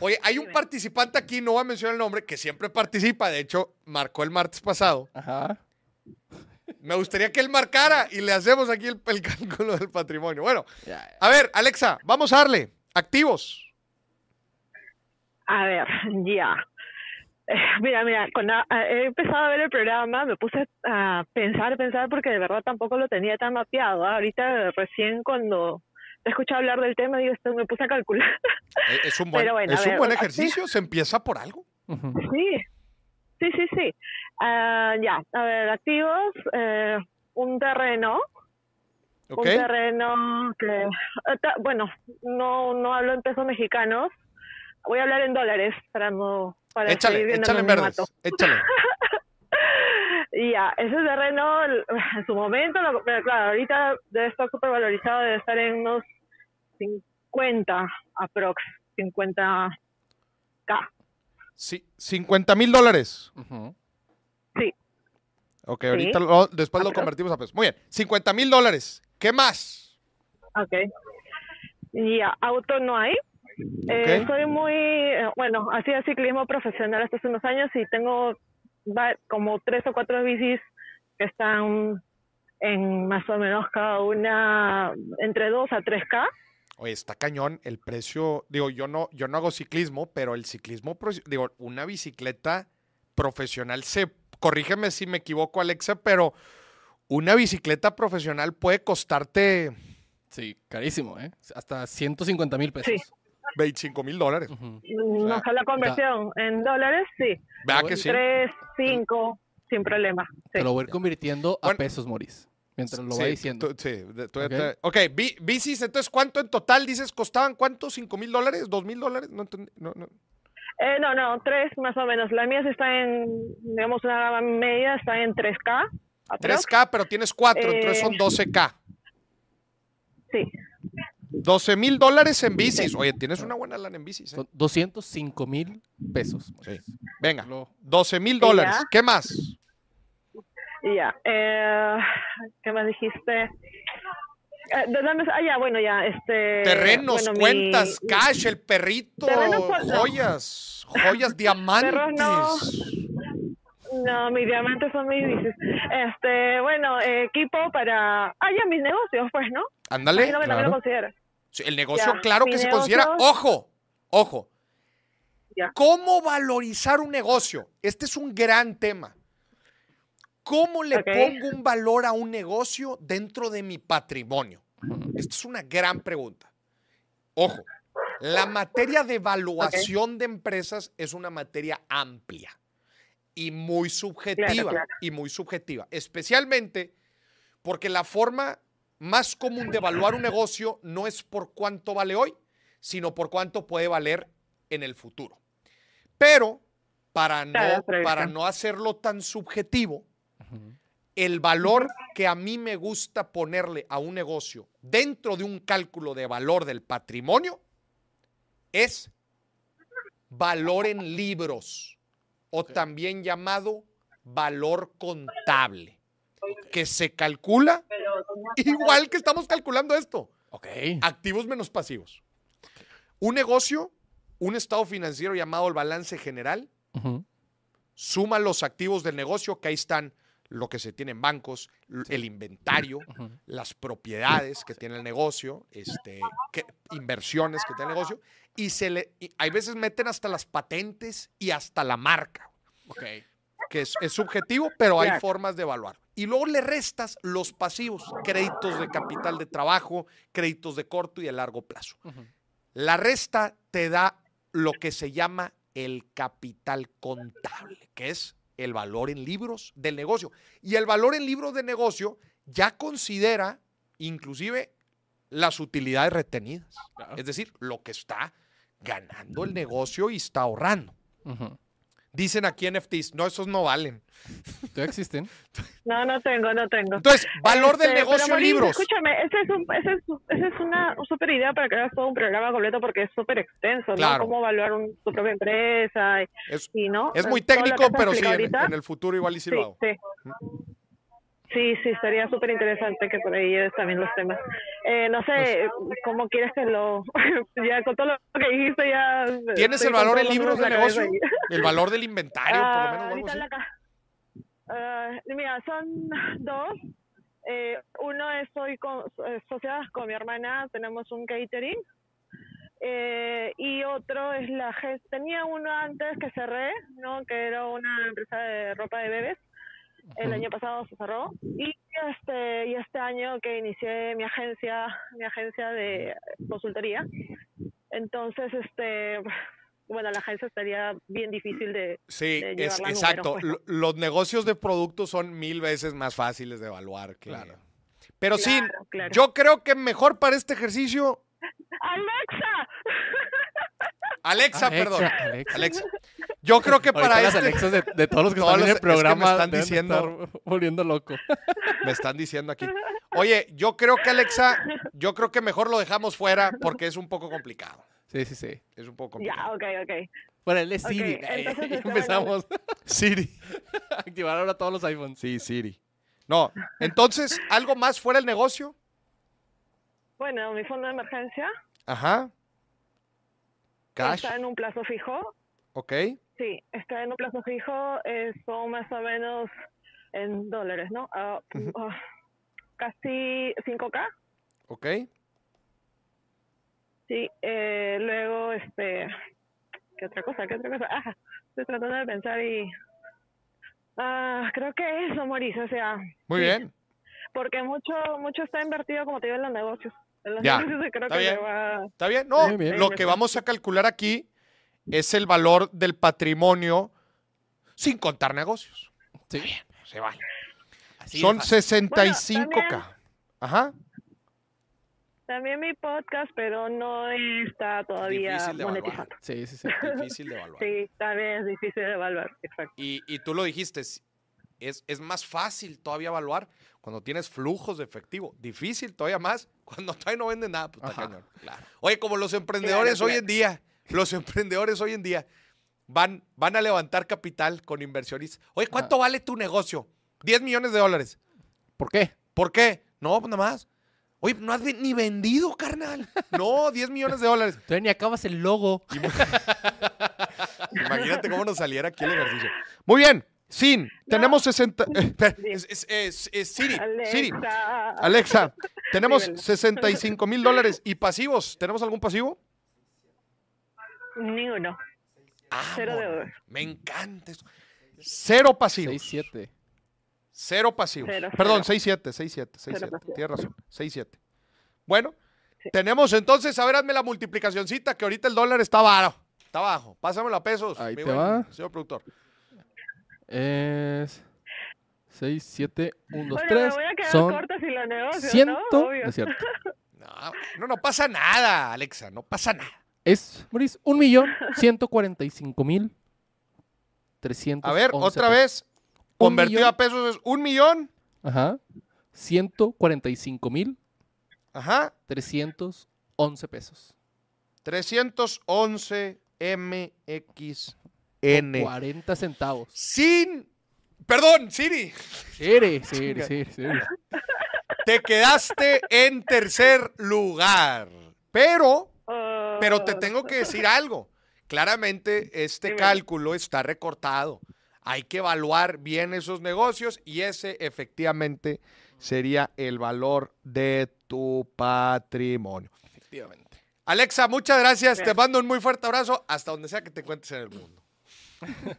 A: Oye, hay un
H: Dime.
A: participante aquí, no voy a mencionar el nombre, que siempre participa, de hecho, marcó el martes pasado.
B: Ajá.
A: Me gustaría que él marcara y le hacemos aquí el, el cálculo del patrimonio. Bueno,
B: Ya, ya.
A: a ver, Alexa, vamos a darle. Activos.
H: A ver, ya. Eh, Mira, mira, con la- ah, he empezado a ver el programa, me puse a pensar, pensar, porque de verdad tampoco lo tenía tan mapeado. ¿ah? Ahorita eh, recién cuando te escuché hablar del tema, digo, esto me puse a calcular.
A: Eh, Es un buen,
H: Pero bueno, a
A: es un
H: ver,
A: buen
H: o sea, sí.
A: ejercicio, se empieza por algo.
B: Ujú.
H: Sí, sí, sí, sí. Ah, ya, a ver, activos, eh, un terreno,
A: ¿Ok?
H: un terreno que, eh, ta- bueno, no, no hablo en pesos mexicanos, voy a hablar en dólares para no... Para seguir
A: Échale,
H: viendo
A: échale en
H: el
A: verdes.
H: anonimato.
A: Échale.
H: Y ya, ese terreno l- en su momento, lo- pero claro, ahorita debe estar súper valorizado, debe estar en unos 50 aprox, 50 K.
A: Sí, 50 mil dólares.
B: Ujú.
A: Ok, ahorita lo- después lo convertimos a pesos. Muy bien, 50 mil dólares. ¿Qué más?
H: Ok. Y ya, auto no hay. Eh,
A: Ok.
H: soy muy, eh, bueno, hacía ciclismo profesional hasta hace unos años y tengo va- como tres o cuatro bicis que están en más o menos cada una entre 2 a 3K.
A: Oye, está cañón el precio. Digo, yo no, yo no hago ciclismo, pero el ciclismo, pro- digo, una bicicleta profesional se, corrígeme si me equivoco, Alexa, pero una bicicleta profesional puede costarte
B: Sí, carísimo, ¿eh? Hasta 150 mil pesos.
A: 25 mil dólares.
B: Ujú.
H: No
A: sea,
H: sé la conversión en dólares, sí.
A: ¿Verdad que sí?
H: 3, 5, sin problema. Sí.
B: Te lo voy a ir convirtiendo a
A: Bueno.
B: pesos, Moris. Mientras lo
A: Sí,
B: va
A: tú-
B: diciendo.
A: tú- sí, de- tú-
B: Ok.
A: te- ok, bi- bicis, entonces, ¿cuánto en total dices costaban? ¿Cuánto? ¿Cinco mil dólares? ¿Dos mil dólares? No entendí. No, no.
H: Eh, no, no, tres más o menos. La mía sí está en, digamos, una gama media, está en 3K. aprox.
A: 3K, pero tienes 4, entonces son
H: Eh.
A: 12K.
H: Sí.
A: 12 mil dólares en bicis. Oye, tienes una buena lana en bicis. eh.
B: Son 205 mil pesos. muchachos.
A: Venga,
B: Lo-
A: 12 mil
H: Sí,
A: dólares.
H: ya.
A: ¿Qué más?
H: Y Ya. Eh, ¿Qué más dijiste? Eh, ¿de dónde es? Ah, ya, bueno, ya. Este,
A: Terrenos,
H: bueno, mi-
A: cuentas, cash, el perrito,
H: Terrenos, pues, no.
A: joyas, joyas, diamantes.
H: No, mis diamantes son mis bicis. Este, bueno, eh, equipo para. Ah, ya, mis negocios, pues, ¿no?
A: Ándale.
H: Imagino que también
B: claro.
H: lo consideras.
A: Sí, El negocio,
H: Ya,
A: claro que
H: mi
A: se considera.
H: negocio-
A: Ojo, ojo.
H: Ya.
A: ¿Cómo valorizar un negocio? Este es un gran tema. ¿Cómo le
H: Ok.
A: pongo un valor a un negocio dentro de mi patrimonio? Esta es una gran pregunta. Ojo, la materia de evaluación de empresas es una materia amplia y muy subjetiva.
H: claro.
A: Y muy subjetiva. Especialmente porque la forma más común de evaluar un negocio no es por cuánto vale hoy, sino por cuánto puede valer en el futuro. Pero para no,
H: Claro, correcto.
A: para no hacerlo tan subjetivo, el valor que a mí me gusta ponerle a un negocio dentro de un cálculo de valor del patrimonio es valor en libros o también llamado valor contable, que se calcula igual que estamos calculando esto,
B: Ok.
A: activos menos pasivos. Un negocio, un estado financiero llamado el balance general,
B: Ujú.
A: suma los activos del negocio, que ahí están lo que se tiene en bancos, l- el inventario,
B: Ujú.
A: las propiedades que tiene el negocio, este, que- inversiones que tiene el negocio, y se le, y hay veces meten hasta las patentes y hasta la marca,
B: Ok.
A: que es, es subjetivo, pero hay
H: Claro.
A: formas de evaluar. Y luego le restas los pasivos, créditos de capital de trabajo, créditos de corto y de largo plazo.
B: Ujú.
A: La resta te da lo que se llama el capital contable, que es el valor en libros del negocio. Y el valor en libros de negocio ya considera inclusive las utilidades retenidas,
B: Claro.
A: es decir, lo que está ganando el negocio y está ahorrando.
B: Ujú.
A: Dicen aquí NFTs, no, esos no valen.
B: ¿Todavía existen?
H: No, no tengo, no tengo.
A: Entonces, valor del
H: Este,
A: negocio
H: pero,
A: en
H: Mauricio,
A: libros.
H: Escúchame, esa es, un- esa es, esa es una super idea para crear todo un programa completo porque es súper extenso,
A: Claro.
H: ¿no? Cómo evaluar un- tu propia empresa y,
A: Es,
H: y, ¿no?
A: es muy
H: Todo lo que
A: técnico,
H: has
A: pero sí,
H: explicado
A: en,
H: ahorita.
A: en el futuro igual y sí lo hago.
H: sí, sí. Sí, sí, estaría súper interesante que por ahí lleves también los temas. Eh, no sé,
A: Pues
H: ¿cómo quieres que lo...? ya con todo lo que dijiste ya...
A: ¿Tienes
H: estoy
A: el valor
H: con
A: en
H: todos los
A: libros de
H: en la cabeza
A: negocio?
H: ahí.
A: El valor del inventario, por lo
H: Ah,
A: menos. o algo
H: ahorita
A: así.
H: la ca- Ah, mira, son dos. Eh, uno es soy con, eh, sociedad con mi hermana, tenemos un catering. Eh, y otro es la ges- tenía uno antes que cerré, ¿no? que era una empresa de ropa de bebés. El
B: Ujú.
H: año pasado se cerró y este y este año que inicié mi agencia, mi agencia de consultoría. Entonces, este bueno, la agencia estaría bien difícil de
A: Sí,
H: de
A: es
H: llevarla a números,
A: exacto.
H: pues.
A: Lo- Los negocios de productos son mil veces más fáciles de evaluar que.
B: Claro.
A: Pero sí,
H: Claro, claro.
A: yo creo que mejor para este ejercicio,
H: Alexa.
A: Alexa, perdón,
B: Alexa.
A: Alexa. Yo creo que
B: Ahorita
A: para
B: las
A: este
B: Alexas de, de todos los que
A: Todos
B: están
A: los-
B: en
A: es
B: el
A: que me
B: programa
A: están
B: deben de
A: diciendo-
B: estar volviendo loco.
A: me están diciendo aquí. Oye, yo creo que Alexa, yo creo que mejor lo dejamos fuera porque es un poco complicado.
B: Sí, sí, sí.
A: Es un poco
H: Ya,
A: complicado.
H: ok, ok.
B: Bueno, él es Siri.
H: Ok,
B: Ahí
H: entonces este, está
B: empezamos
A: Siri.
B: a activar ahora todos los iPhones.
A: Sí, Siri. No, entonces, ¿algo más fuera del negocio?
H: Bueno, mi fondo de emergencia
A: Ajá. Cash,
H: está en un plazo fijo.
A: ok.
H: Sí, está en un plazo fijo. eh, son más o menos en dólares, ¿no? Ah, ah, casi 5K.
A: Ok.
H: Sí, eh, luego, este. ¿Qué otra cosa? ¿Qué otra cosa? Ah, estoy tratando de pensar y. Ah, creo que eso, Mauricio. O sea,
A: Muy
H: Sí.
A: bien.
H: porque mucho mucho está invertido, como te digo, en los negocios. En los
A: Ya,
H: negocios y creo
A: está
H: que
A: bien.
H: le va.
A: ¿Está bien? No,
B: Bien, bien.
A: lo que vamos a calcular aquí es el valor del patrimonio sin contar negocios.
B: Sí.
A: Se vale.
B: Así de
A: Son
B: fácil.
A: 65K.
H: Bueno, también-
A: Ajá.
H: También mi podcast, pero no está todavía
G: Difícil de evaluar.
H: monetizado.
B: Sí, sí, sí.
G: Difícil de evaluar.
H: Sí, también es difícil de evaluar, exacto.
G: Y, y tú lo dijiste, es, es es más fácil todavía evaluar cuando tienes flujos de efectivo. Difícil todavía más cuando todavía no vendes nada, pues, está
B: Ajá,
G: cañón. Oye, como los emprendedores
H: Claro,
G: hoy en día, los emprendedores hoy en día van, van a levantar capital con inversionistas. Oye, ¿cuánto vale tu negocio? 10 millones de dólares.
B: ¿Por qué?
G: ¿Por qué? No, pues nada más. Oye, no has ve- ni vendido, carnal. No, 10 millones de dólares.
B: Todavía ni acabas el logo.
G: Imagínate cómo nos saliera aquí el ejercicio.
A: Muy bien. Sin, tenemos eh, 60.
G: Es, es- es- es Siri, Siri.
H: Alexa.
A: Alexa, tenemos
H: Dígalo.
A: 65 mil dólares y pasivos. ¿Tenemos algún pasivo?
H: Ninguno.
G: Ah,
H: Cero de
G: mon,
H: dólares.
G: Me encanta eso.
A: Cero pasivos.
B: 6, 7.
A: Cero pasivos.
H: Cero,
A: Perdón,
H: cero.
A: 6-7, 6-7, 6-7.
H: pasivos.
A: Tienes razón, 6-7. Bueno, tenemos entonces, a ver, hazme la multiplicacioncita, que ahorita el dólar está bajo. Está bajo. Pásamelo a pesos.
B: Ahí
A: mi
B: te
A: buen
B: va.
A: Señor productor.
B: Es 6, 7, 1, 2,
H: Bueno, me
B: 3.
H: voy a quedar
B: Son
H: corta si lo negocio,
B: 100.
H: ¿no?
B: No
H: Obvio.
B: es cierto.
G: No, no, no pasa nada, Alexa. No pasa nada.
B: Es, Maurice, 1.145.311.
A: A ver, otra vez,
B: Un
A: convertido
B: millón.
A: a pesos es un millón.
B: Ajá. 145.311
A: Ajá.
B: pesos.
A: 311
B: Oh,
A: MXN.
B: 40 centavos.
G: Sin. Perdón, Siri.
B: Siri, Siri, Siri, Siri.
G: Te quedaste en tercer lugar. Pero,
H: Oh,
G: pero te tengo que decir algo. Claramente, este
H: Dime.
G: cálculo está recortado. Hay que evaluar bien esos negocios y ese
A: Efectivamente, sería el valor de tu patrimonio.
B: Efectivamente.
G: Alexa, muchas gracias. Te
H: Gracias.
G: mando un muy fuerte abrazo hasta donde sea que te encuentres en el mundo.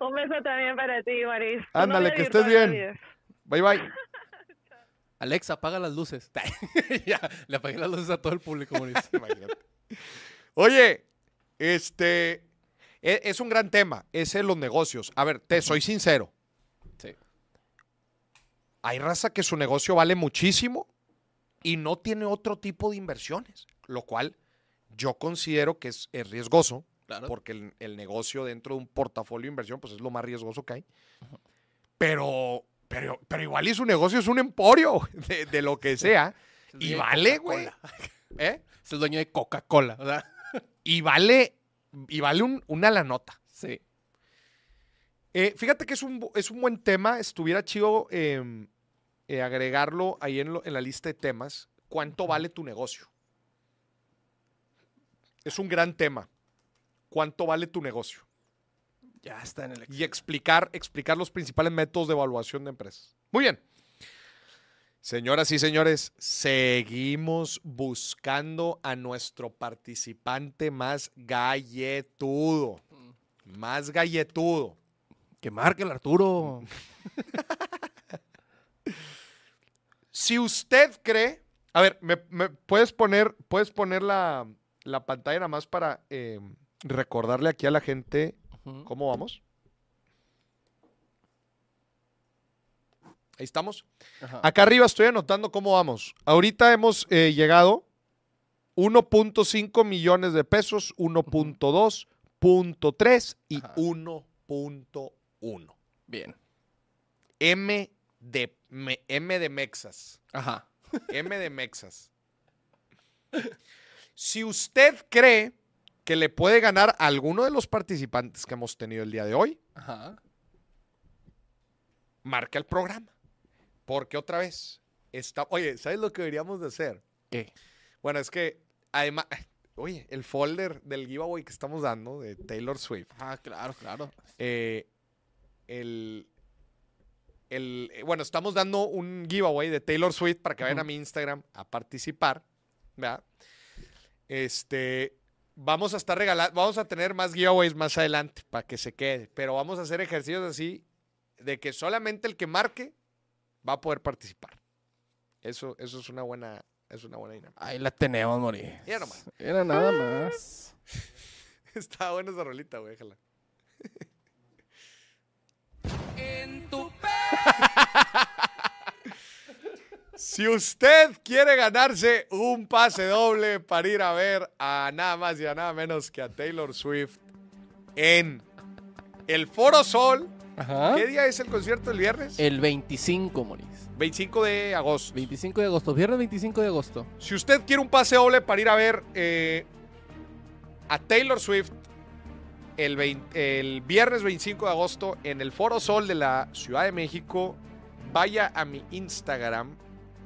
H: Un beso también para ti, Maris. Tu
A: Ándale,
H: novia
A: que estés
H: virtual,
A: bien.
H: Maris.
A: Bye, bye.
B: Alexa, apaga las luces. ya, le apagué las luces a todo el público, Maurice.
G: Imagínate.
A: Oye, este e- es un gran tema, ese de los negocios. A ver, te soy sincero.
B: Sí.
A: Hay raza que su negocio vale muchísimo y no tiene otro tipo de inversiones, lo cual yo considero que es, es riesgoso,
B: Claro.
A: porque el, el negocio dentro de un portafolio de inversión pues es lo más riesgoso que hay. Pero, pero, pero igual y su negocio es un emporio de, de lo que sea. Y vale, güey. ¿Eh?
B: Es el dueño de Coca-Cola. o sea,
A: Y vale, y vale un- una la nota.
B: Sí.
A: Eh, fíjate que es un, bu- es un buen tema. Estuviera chido em, eh, agregarlo ahí en, lo- en la lista de temas. ¿Cuánto vale tu negocio? Es un gran tema. ¿Cuánto vale tu negocio?
B: Ya está en el
A: Y explicar, explicar los principales métodos de evaluación de empresas. Muy bien. Señoras y señores, seguimos buscando a nuestro participante más galletudo. Más galletudo.
B: Que marque el Arturo.
A: Si usted cree. A ver, me, me- puedes poner, puedes poner la, la pantalla nada más para eh, recordarle aquí a la gente
B: Ujú.
A: cómo vamos. Ahí estamos.
B: Ajá.
A: Acá arriba estoy anotando cómo vamos. Ahorita hemos eh, llegado 1.5 millones de pesos, 1.2, 0.3 y
B: Ajá.
A: 1.1.
B: Bien.
A: M de, me- M de Mexas.
B: Ajá.
A: M de Mexas. Si usted cree que le puede ganar a alguno de los participantes que hemos tenido el día de hoy,
B: Ajá.
A: marca el programa. Porque otra vez, está... oye, ¿sabes lo que deberíamos de hacer?
B: ¿Qué?
A: Bueno, es que además, oye, el folder del giveaway que estamos dando de Taylor Swift,
B: Ah, claro, claro.
A: eh, el, el, eh, bueno, estamos dando un giveaway de Taylor Swift para que vayan a
B: Ujú.
A: mi Instagram a participar, ¿verdad? Este, vamos a estar regalando, vamos a tener más giveaways más adelante para que se quede, pero vamos a hacer ejercicios así de que solamente el que marque va a poder participar. Eso, eso es una buena, es una buena dinámica.
B: Ahí la tenemos, Mori.
A: Mira nomás.
B: Era nada más.
A: Está buena esa rolita, güey, déjala. Si usted quiere ganarse un pase doble para ir a ver a nada más y a nada menos que a Taylor Swift en el Foro Sol,
B: Ajá.
A: ¿qué día es el concierto? ¿El viernes?
B: El 25, Moniz.
A: 25 de agosto.
B: 25 de agosto, viernes 25 de agosto.
A: Si usted quiere un pase doble para ir a ver eh, a Taylor Swift el, vein- el viernes 25 de agosto en el Foro Sol de la Ciudad de México, vaya a mi Instagram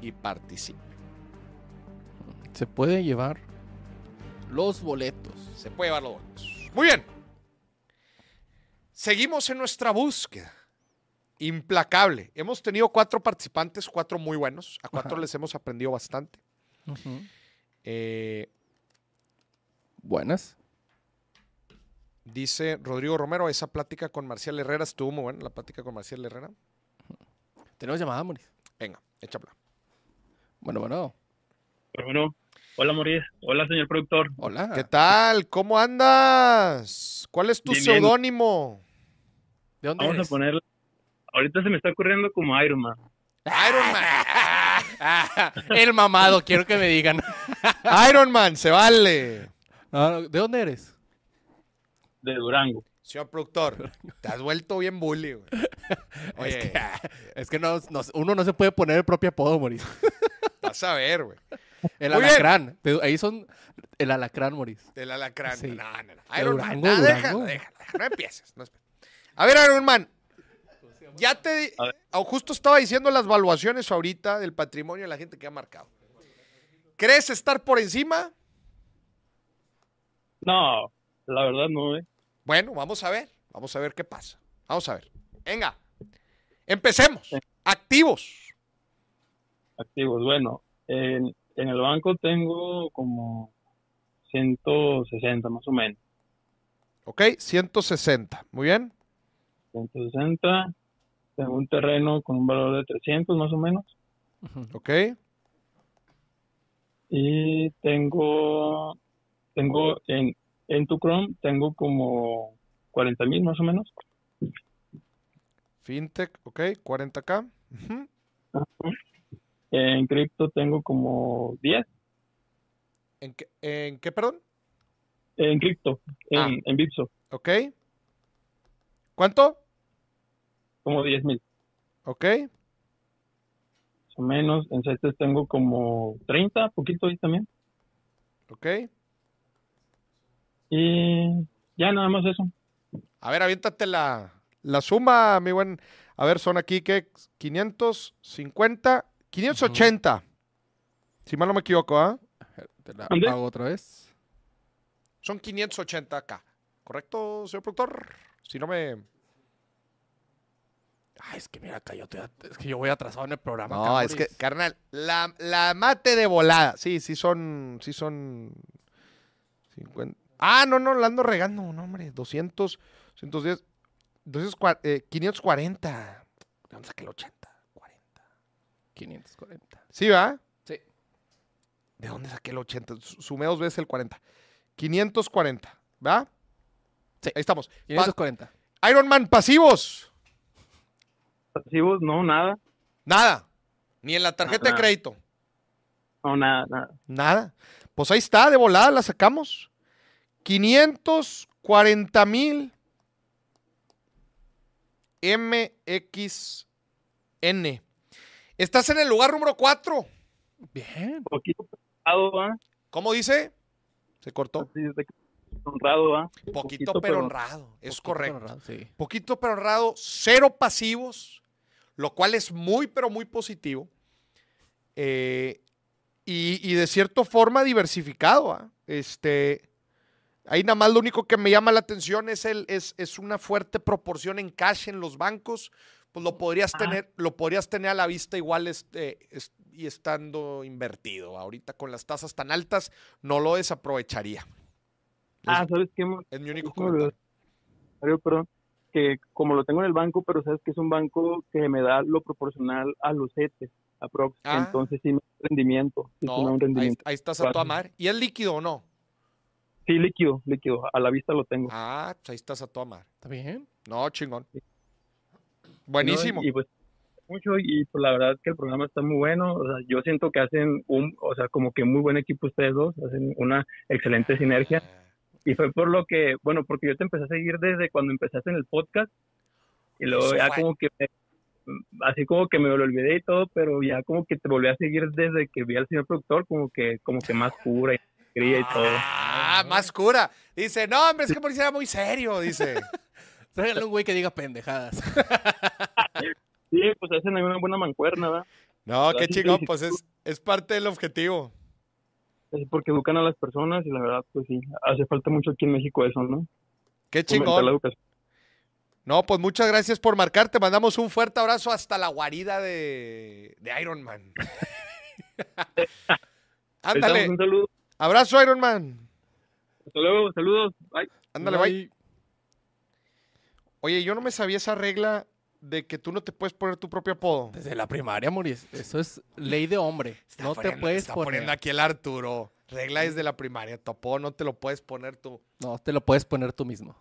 A: y participe.
B: Se puede llevar los boletos.
A: Se puede llevar los boletos. Muy bien. Seguimos en nuestra búsqueda. Implacable. Hemos tenido cuatro participantes, cuatro muy buenos. A cuatro
B: Ajá.
A: les hemos aprendido bastante. Eh,
B: Buenas.
A: Dice Rodrigo Romero, esa plática con Marcial Herrera estuvo muy buena, la plática con Marcial Herrera.
B: Tenemos llamada, Moniz.
A: Venga, échala.
B: Bueno, bueno.
D: Pero bueno, hola Moris, hola señor productor.
B: Hola.
A: ¿Qué tal? ¿Cómo andas? ¿Cuál es tu
D: Bien, bien.
A: seudónimo?
B: ¿De dónde
D: Vamos
B: eres?
D: a poner. Ahorita se me está ocurriendo como Iron Man.
A: Iron Man.
B: El mamado, quiero que me digan.
A: Iron Man, se vale.
B: Ah, ¿De dónde eres?
D: De Durango.
A: Señor productor, te has vuelto bien bully, güey. Oye,
B: Es que, es que no- no- uno no se puede poner el propio apodo, Moris.
A: vas a ver, güey.
B: El
A: Muy bien.
B: alacrán. Te- Ahí son el alacrán, Moris.
A: El alacrán.
B: Sí.
A: No, no, no.
B: ¿De
A: Iron
B: Durango,
A: Man. Ah,
B: Durango?
A: déjalo, déjalo, déjalo. No empieces. no empieces. a ver, Iron Man. Ya te. di-
D: A ver.
A: au- Justo estaba diciendo las valuaciones ahorita del patrimonio de la gente que ha marcado. ¿Crees estar por encima?
D: No, la verdad no, ¿eh?
A: Bueno, vamos a ver. Vamos a ver qué pasa. Vamos a ver. Venga. Empecemos. Activos.
D: Activos. Bueno, en, en el banco tengo como 160 más o menos.
A: Ok, 160. Muy bien.
D: 160. Tengo un terreno con un valor de 300 más o menos.
A: Ok.
D: Y tengo, tengo en, en tu Chrome, tengo como 40 mil más o menos.
A: Fintech. Ok, 40K. Ujú.
D: En cripto tengo como 10.
A: ¿En, qué, ¿En qué, perdón?
D: En cripto, en,
A: Ah.
D: en Bitso,
A: Ok. ¿Cuánto?
D: como 10 mil.
A: Ok.
D: Más o menos. En CETES tengo como 30, poquito ahí también.
A: Ok.
D: Y ya nada más eso.
A: A ver, aviéntate la, la suma, mi buen. A ver, son aquí que 550, 580. Si mal no me equivoco, ¿ah?
B: Te la
D: ¿Dónde?
B: hago otra vez.
A: Son 580 acá. ¿Correcto, señor productor? Si no me.
B: Ay, es que mira, acá yo te- es que yo voy atrasado en el programa.
A: No,
B: acá,
A: es que,
B: Moris.
A: carnal, la, la mate de volada. Sí, sí son. Sí son. 50. Ah, no, no, la ando regando, no, hombre. 200, 210. 240, eh, 540. ¿De dónde saqué el 80? 40.
B: 540.
A: ¿Sí, va?
B: Sí.
A: ¿De dónde saqué el 80? Su- Sumé dos veces el 40. 540, ¿va?
B: Sí.
A: Ahí estamos. Pa-
B: 540.
A: Iron Man, pasivos.
D: Pasivos, no, nada.
A: Nada. Ni en la tarjeta de
D: Nada.
A: crédito.
D: No, nada, nada.
A: Nada. Pues ahí está, de volada la sacamos. 540 mil MXN. Estás en el lugar número 4.
B: Bien.
D: Poquito honrado, ¿va?
A: ¿Cómo dice? Se cortó.
D: Así es de que honrado, ¿va?
A: Poquito,
D: Poquito,
A: pero,
D: pero-
A: honrado. Es
B: Poquito
A: correcto.
B: honrado, Sí.
A: Poquito pero honrado, cero pasivos, lo cual es muy pero muy positivo. Eh, y, y de cierta forma diversificado. ¿ah? Este, ahí nada más lo único que me llama la atención es, el, es, es una fuerte proporción en cash en los bancos. Pues lo podrías, tener, lo podrías tener a la vista igual este, es- y estando invertido. Ahorita con las tasas tan altas, no lo desaprovecharía.
D: Ah, ¿sabes qué? mo-
A: Es mi único
D: se me olvidó.
A: comentario.
D: Mario, perdón, que como lo tengo en el banco, pero sabes que es un banco que me da lo proporcional a los CETES, aprox.
A: Ah.
D: Entonces sí me da un rendimiento, sí, sí me da
A: No,
D: un
A: ahí,
D: rendimiento.
A: ahí estás a toda
D: Cuatro.
A: madre. ¿Y es líquido o no?
D: Sí, líquido, líquido, a la vista lo tengo.
A: Ah, pues ahí estás a toda madre.
B: ¿Está bien?
A: No, chingón. Buenísimo.
D: No, Y pues, mucho y pues la verdad es que el programa está muy bueno. O sea, yo siento que hacen un, o sea, como que muy buen equipo ustedes dos, hacen una excelente sinergia.
G: Ah.
D: Y fue por lo que, bueno, porque yo te empecé a seguir desde cuando empezaste en el podcast y luego
G: Eso
D: ya
G: fue.
D: como que, me- así como que me lo olvidé y todo, pero ya como que te volví a seguir desde que vi al señor productor, como que, como que más pura y alegría y todo.
G: Ah, más cura. Dice, no, hombre, es que policía era muy serio, dice.
B: Tráigale un güey que diga pendejadas.
D: Sí, pues hacen ahí una buena mancuerna, ¿verdad?
A: No, qué
D: Así
A: chingón,
D: que-
A: pues es, es parte del objetivo.
D: Eh, Porque educan a las personas y la verdad, pues sí, hace falta mucho aquí en México eso, ¿no?
A: Qué
D: Fomentar la
A: chingón.
D: educación.
A: No, pues muchas gracias por marcar. Te mandamos un fuerte abrazo hasta la guarida de, de Iron Man.
D: Les damos
A: Ándale,
D: Un saludo.
A: abrazo Iron Man.
D: Hasta luego, saludos. Bye.
A: Ándale, bye. Oye, yo no me sabía esa regla de que tú no te puedes poner tu propio apodo.
B: Desde la primaria, Moris. Eso es ley de hombre.
G: Está
B: no te
G: poniendo-
B: puedes
G: está
B: poner.
G: poniendo aquí el Arturo. Regla desde la primaria, tu apodo no te lo puedes poner tú.
B: No, te lo puedes poner tú mismo.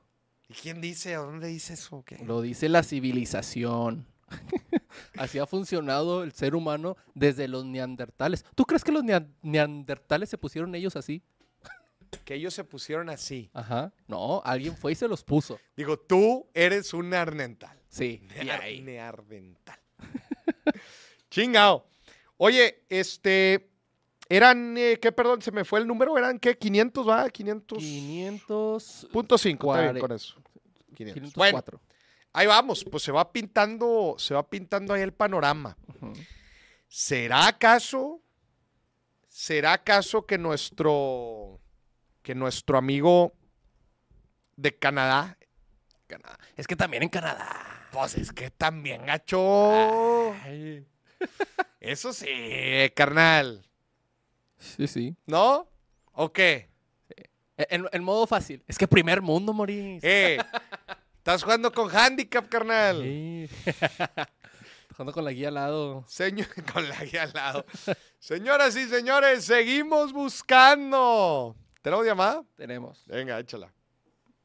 G: ¿Y quién dice? ¿A dónde dice eso? o qué?
B: Lo dice la civilización. Así ha funcionado el ser humano desde los neandertales. ¿Tú crees que los nea- neandertales se pusieron ellos así?
G: Que ellos se pusieron así.
B: Ajá. No, alguien fue y se los puso.
G: Digo, tú eres un arnental.
B: Sí. y ahí.
G: Neardental.
A: Chingao. Oye, este. Eran, eh, ¿qué? Perdón, se me fue el número. ¿Eran qué? 500, va, 500.
B: 500.
A: Punto cinco, está bien
B: Cuare-
A: con eso. 500. Bueno,
B: 504.
A: ahí vamos. Pues se va pintando, se va pintando ahí el panorama.
B: Ujú.
A: ¿Será acaso? ¿Será acaso que nuestro que nuestro amigo de Canadá? Canadá.
B: Es que también en Canadá.
A: Pues es que también gacho.
B: Ay.
A: Eso sí, carnal.
B: Sí, sí. Eh,
A: ¿No? ¿O qué?
B: E, En, en modo fácil. Es que primer mundo, Moris.
A: Eh, estás jugando con handicap, carnal.
B: Sí. Jugando con la guía al lado.
A: Señor, con la guía al lado. Señoras y señores, seguimos buscando. ¿Tenemos llamada?
B: Tenemos.
A: Venga, échala.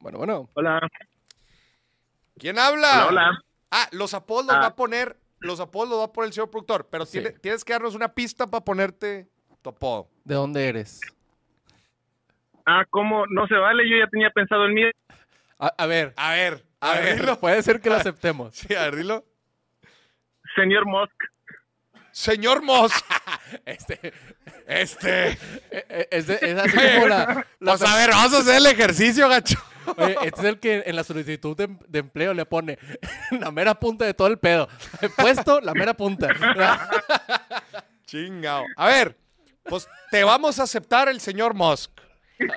B: Bueno, bueno.
D: Hola.
A: ¿Quién habla?
D: Hola, hola.
A: Ah, los apodos los
D: Ah.
A: va a poner, los apodos los va a poner el señor productor, pero
B: Sí.
A: tiene- tienes que darnos una pista para ponerte tu apodo.
B: ¿De dónde eres?
D: Ah, ¿cómo? No se vale, yo ya tenía pensado el mío.
B: A, a ver.
A: A ver, a,
B: a ver,
A: verlo.
B: Puede ser que lo aceptemos.
A: Sí, a ver, dilo.
D: Señor Musk.
A: Señor Moss,
B: Este,
A: este.
B: e- e- es, de- es así como la. la
A: Pues a ver, vamos a hacer el ejercicio, gacho.
B: Oye, este es el que en la solicitud de, em- de empleo le pone la mera punta de todo el pedo. Puesto, la mera punta.
A: Chingao. A ver, pues te vamos a aceptar el señor Musk.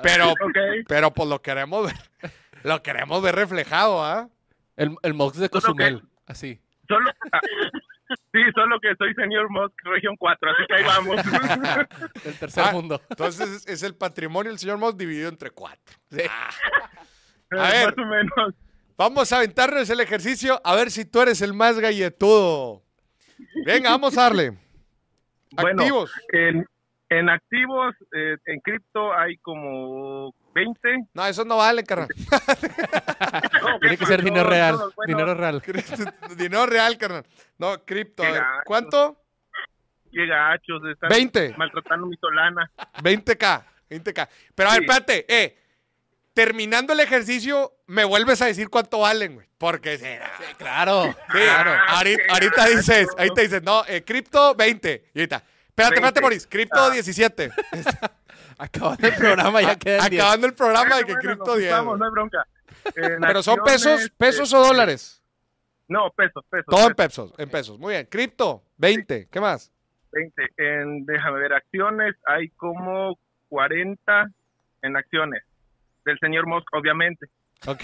A: Pero,
D: Ok.
A: pero pues lo queremos ver. Lo queremos ver reflejado, ¿ah?
B: El, el Mox de Cozumel. Así.
D: Pues, Solo... sí, solo que soy señor Musk, región 4, así que ahí vamos.
B: Del tercer
A: Ah.
B: mundo.
A: Entonces es- es el patrimonio del señor Musk dividido entre cuatro.
B: Sí.
A: Ah. A ver,
D: Eh, Más o menos.
A: vamos a aventarnos el ejercicio a ver si tú eres el más galletudo. Venga, vamos a darle.
D: Bueno.
A: Activos.
D: En, en activos, eh, en cripto hay como 20.
A: No, esos no valen, carnal.
B: Tiene que ser dinero real. Dinero real.
A: Dinero real, carnal. No, cripto. A ver,
D: Gacho.
A: ¿Cuánto?
D: Llega a hachos, están
A: 20.
D: maltratando mi solana.
A: 20k, 20k. Pero a ver,
D: Sí.
A: espérate, eh. Terminando el ejercicio, me vuelves a decir cuánto valen, güey. Porque será. Sí,
B: Claro.
A: claro.
D: Ah,
A: ahorita,
D: qué
A: ahorita
D: gacho.
A: dices, ahorita dices, no, eh, cripto 20. Y ahorita, espérate, espérate,
D: 20.
A: Moris, cripto
D: Ah.
A: 17.
B: Acabando el programa ya queda el
A: Acabando el programa de que
D: Bueno,
A: cripto
D: nos
A: 10.
D: Vamos, no hay bronca. En
A: Pero son
D: acciones,
A: pesos, pesos
D: eh,
A: o dólares.
D: No, pesos, pesos.
A: Todo en
D: pesos,
A: pesos, en pesos. Muy bien. Cripto 20. ¿Qué más?
D: 20. En, déjame ver, acciones hay como 40 en acciones. Del señor Musk, obviamente.
A: Ok.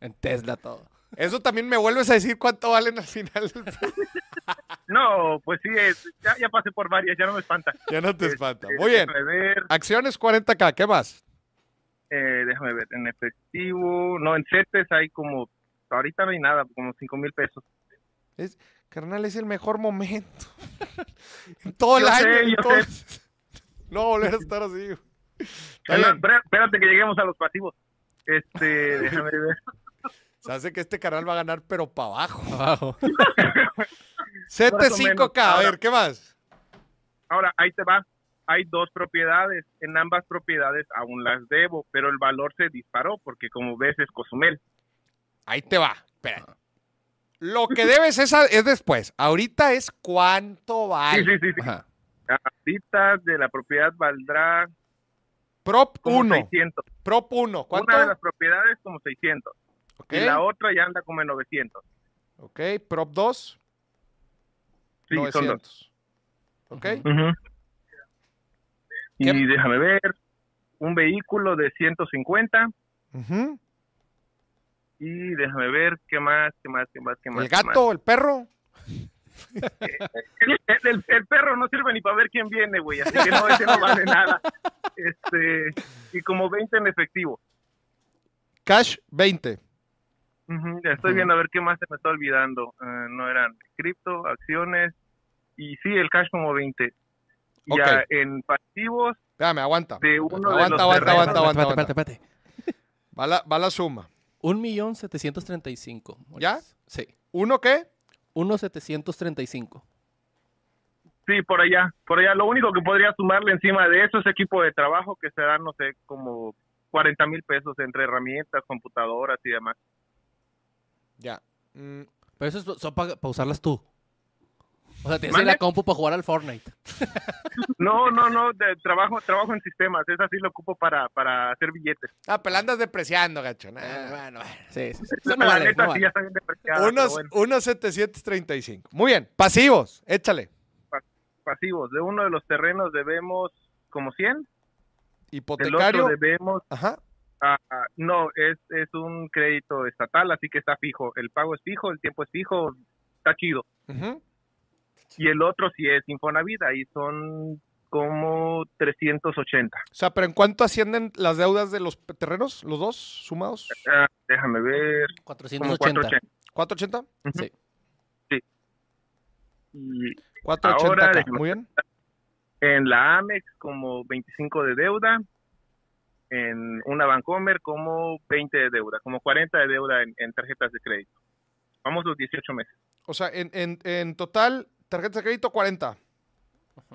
B: En Tesla todo.
A: Eso también me vuelves a decir cuánto valen al final. del-
D: No, pues sí, es- ya, ya pasé por varias, ya no me espanta.
A: ya no te
D: Este,
A: espanta. Muy bien.
D: Déjame ver,
A: Acciones 40k. ¿Qué más?
D: eh, déjame ver, en efectivo, no, en CETES hay como, ahorita no hay nada, como 5 mil pesos.
A: Carnal, es el mejor momento. en todo el
D: Yo sé,
A: año. en
D: yo
A: todo- No volver a estar así. güey. Está
D: Espera-
A: bien.
F: Eh,
D: espera- Espérate que lleguemos a los pasivos. Este, déjame ver.
A: Se hace que este canal va a ganar, pero para abajo.
B: Abajo.
A: ct 5 k a
F: Ahora-
A: ver, ¿qué más?
F: Ahora, ahí te va. Hay dos propiedades. En ambas propiedades aún las debo, pero el valor se disparó porque, como ves, es Cozumel. Ah.
A: Ahí te va. Espera. Lo que debes es, a- es después. Ahorita es cuánto
F: Sí,
A: vale.
F: sí, sí. sí.
B: Ajá.
F: Ahorita de la propiedad valdrá
A: Prop
F: como
A: 1.
F: 600.
A: Prop 1. ¿Cuánto?
F: Una de las propiedades como 600.
A: Ok.
F: Y la otra ya anda como en 900.
A: Ok. Prop 2.
F: Sí, son dos.
A: 900. Ok.
F: Ujú.
A: ¿Qué-
F: Y déjame ver. Un vehículo de 150.
A: Ujú.
F: Y déjame ver qué más, qué más, qué más, qué más.
A: El
F: qué más.
A: gato, el perro.
F: El, el- el perro no sirve ni para ver quién viene, güey, así que no, ese no vale nada. Este, y como 20 en efectivo.
A: Cash 20.
F: Ujú, ya estoy viendo a ver qué más se me está olvidando. Eh, no eran cripto, acciones y sí, el cash como 20. Ya
A: Ok.
F: en pasivos
A: Espérame, aguanta.
F: de uno de
A: Aguanta,
F: los
A: aguanta,
F: terrenos.
A: aguanta, aguanta,
B: Espérate, espérate, espérate.
A: Va la, va la suma.
B: Un millón setecientos treinta y cinco.
A: ¿Ya?
B: Sí.
A: ¿Uno qué?
B: Uno setecientos treinta y cinco.
F: Sí, por allá, por allá. Lo único que podría sumarle encima de eso es equipo de trabajo que será, no sé, como 40 mil pesos entre herramientas, computadoras y demás.
A: Ya. Mm,
B: Pero eso es, son para usarlas tú. O sea, tienes
F: ¿Mande?
B: en la compu para jugar al Fortnite.
F: No, no, no, de trabajo, trabajo en sistemas, esa sí lo ocupo para, para hacer billetes.
A: Ah, pero la andas depreciando, gacho. Nah,
B: bueno, bueno. Sí, sí. sí. Eso
F: La
B: no vale,
F: neta
B: no
F: sí
B: vale.
F: ya está bien depreciada, pero
A: Unos,
F: bueno,
A: unos 735. Muy bien. Pasivos. Échale.
F: pasivos. De uno de los terrenos debemos como 100, del
A: Hipotecario.
F: otro debemos,
A: Ajá.
F: ah, ah, no, es, es un crédito estatal, así que está fijo. El pago es fijo, el tiempo es fijo, está chido.
A: ujú.
F: Y el otro sí es Infonavit, ahí son como 380.
A: O sea, pero ¿en cuánto ascienden las deudas de los terrenos? ¿Los dos sumados?
F: Ah, déjame ver, como
B: 480.
F: 480.
A: ¿480?
B: Sí.
F: Y
A: 480. acá.
F: déjame-
A: Muy bien.
F: en la Amex como 25 de deuda, en una Bancomer como 20 de deuda, como 40 de deuda en, en tarjetas de crédito. Vamos los 18 meses.
A: O sea, en, en- en total, tarjetas de crédito 40.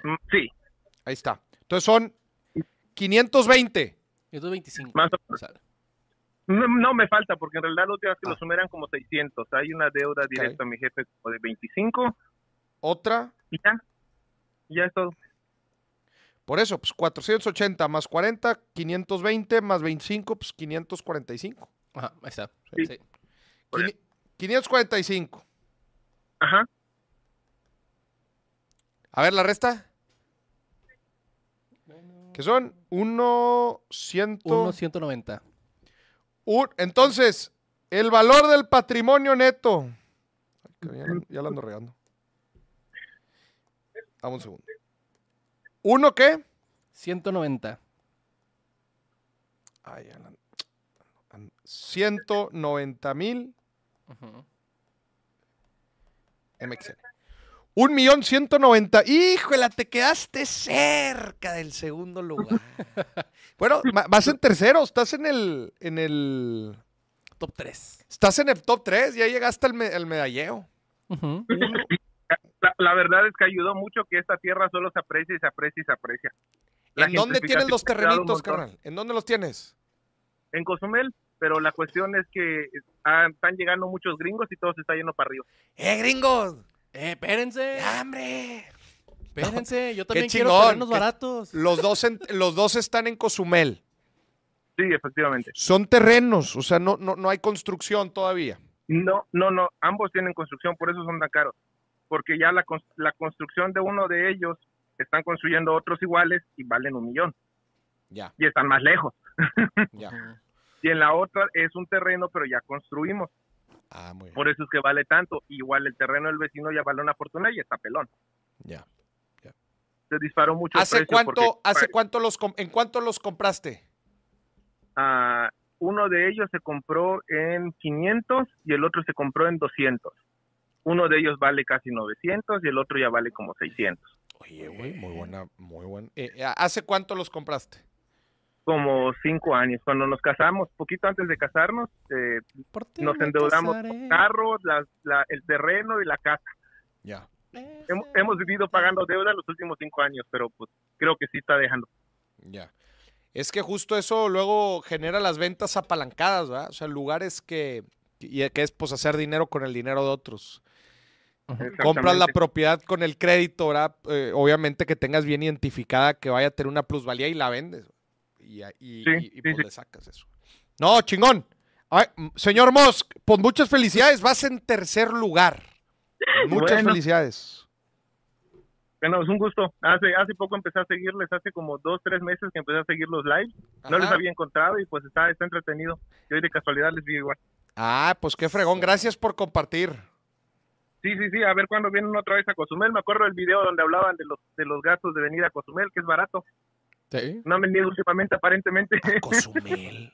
F: Mm, Sí,
A: Ahí está. Entonces son 520.
B: 125.
F: Más o
B: O sea,
F: no, no me falta porque en realidad los días
A: Ah.
F: que lo sumeran como 600. Hay una deuda directa a mi jefe como de 25
A: Otra.
F: y ya, y ya es todo.
A: Por eso, pues 480 más 40, 520 más 25, pues 545.
B: Ajá, ahí está.
F: Sí.
B: Sí.
F: Por
A: Quini- 545.
F: Ajá.
A: A ver, la resta. Que son 1, 100.
B: Uno 190.
A: un- entonces, el valor del patrimonio neto. Ay, cabrón, Ya, la- ya la ando regando. Dame un segundo. ¿Uno qué?
B: 190.
A: Ay, ya la- an- 190 mil
B: Ujú.
A: MXN. Un millón ciento noventa. Híjole, te quedaste cerca del segundo lugar. bueno, ma- vas en tercero, estás en el, en el,
B: Top 3.
A: estás en el top 3, ya llegaste al, me- al medalleo. Uno-
F: La, la verdad es que ayudó mucho que esta tierra solo se aprecia y se aprecia y se aprecia. La
A: ¿En dónde tienes los
F: gentrificación ha ayudado un
A: terrenitos,
F: montón.
A: carnal? ¿En dónde los tienes?
F: en Cozumel, pero la cuestión es que ah, están llegando muchos gringos y todo se está yendo para arriba.
A: ¡Eh, gringos!
B: Eh, espérense.
A: ¡Hambre!
B: Espérense. Yo también
A: chingón,
B: quiero terrenos
A: qué-
B: baratos.
A: Los dos, en- los dos están en Cozumel.
F: Sí, efectivamente.
A: Son terrenos, o sea, no, no, no hay construcción todavía.
F: No, no, no, ambos tienen construcción, por eso son tan caros. Porque ya la, cons- la construcción de uno de ellos están construyendo otros iguales y valen un millón.
A: Ya,
F: Y están más lejos.
A: ya.
F: Y en la otra es un terreno, pero ya construimos.
A: Ah, muy bien.
F: Por eso es que vale tanto. Igual el terreno del vecino ya vale una fortuna y está pelón.
A: Ya.
F: Se disparó mucho. el
A: ¿Hace
F: precio porque-
A: cuánto, hace cuánto los, com- en cuánto los compraste?
F: Ah, uno de ellos se compró en 500 y el otro se compró en 200. Uno de ellos vale casi 900 y el otro ya vale como 600.
A: Eh. Oye, güey, muy buena, muy buena. ¿Hace cuánto los compraste?
F: como cinco años. Cuando nos casamos, poquito antes de casarnos, eh,
B: Por ti
F: nos
B: me
F: endeudamos
B: casaré.
F: con carros, las- la- el terreno y la casa.
I: Ya.
F: Hemos, hemos vivido pagando deuda los últimos cinco años, pero pues creo que sí está dejando.
A: Ya. Es que justo eso luego genera las ventas apalancadas, ¿verdad? O sea, lugares que, y que es pues hacer dinero con el dinero de otros. Compras la
F: Exactamente.
A: propiedad con el crédito, ¿verdad? Eh, obviamente que tengas bien identificada que vaya a tener una plusvalía y la vendes. Y, a- y-
F: Sí,
A: y- y,
F: sí,
A: pues
F: sí.
A: le sacas eso. No, chingón. Ay, m- señor Mosk, pues muchas felicidades. Vas en tercer lugar. Muchas
F: Bueno.
A: felicidades.
F: Bueno, es un gusto. Hace, hace poco empecé a seguirles, hace como dos, tres meses que empecé a seguir los lives. No les
A: Ajá.
F: había encontrado y pues está, está entretenido. Y hoy de casualidad les vi igual.
A: Ah, pues qué fregón. Gracias por compartir.
F: Sí, sí, sí, a ver cuándo vienen otra vez a Cozumel. Me acuerdo del video donde hablaban de los, de los gastos de venir a Cozumel, que es barato.
B: Sí.
F: No han venido últimamente, aparentemente.
A: Cozumel.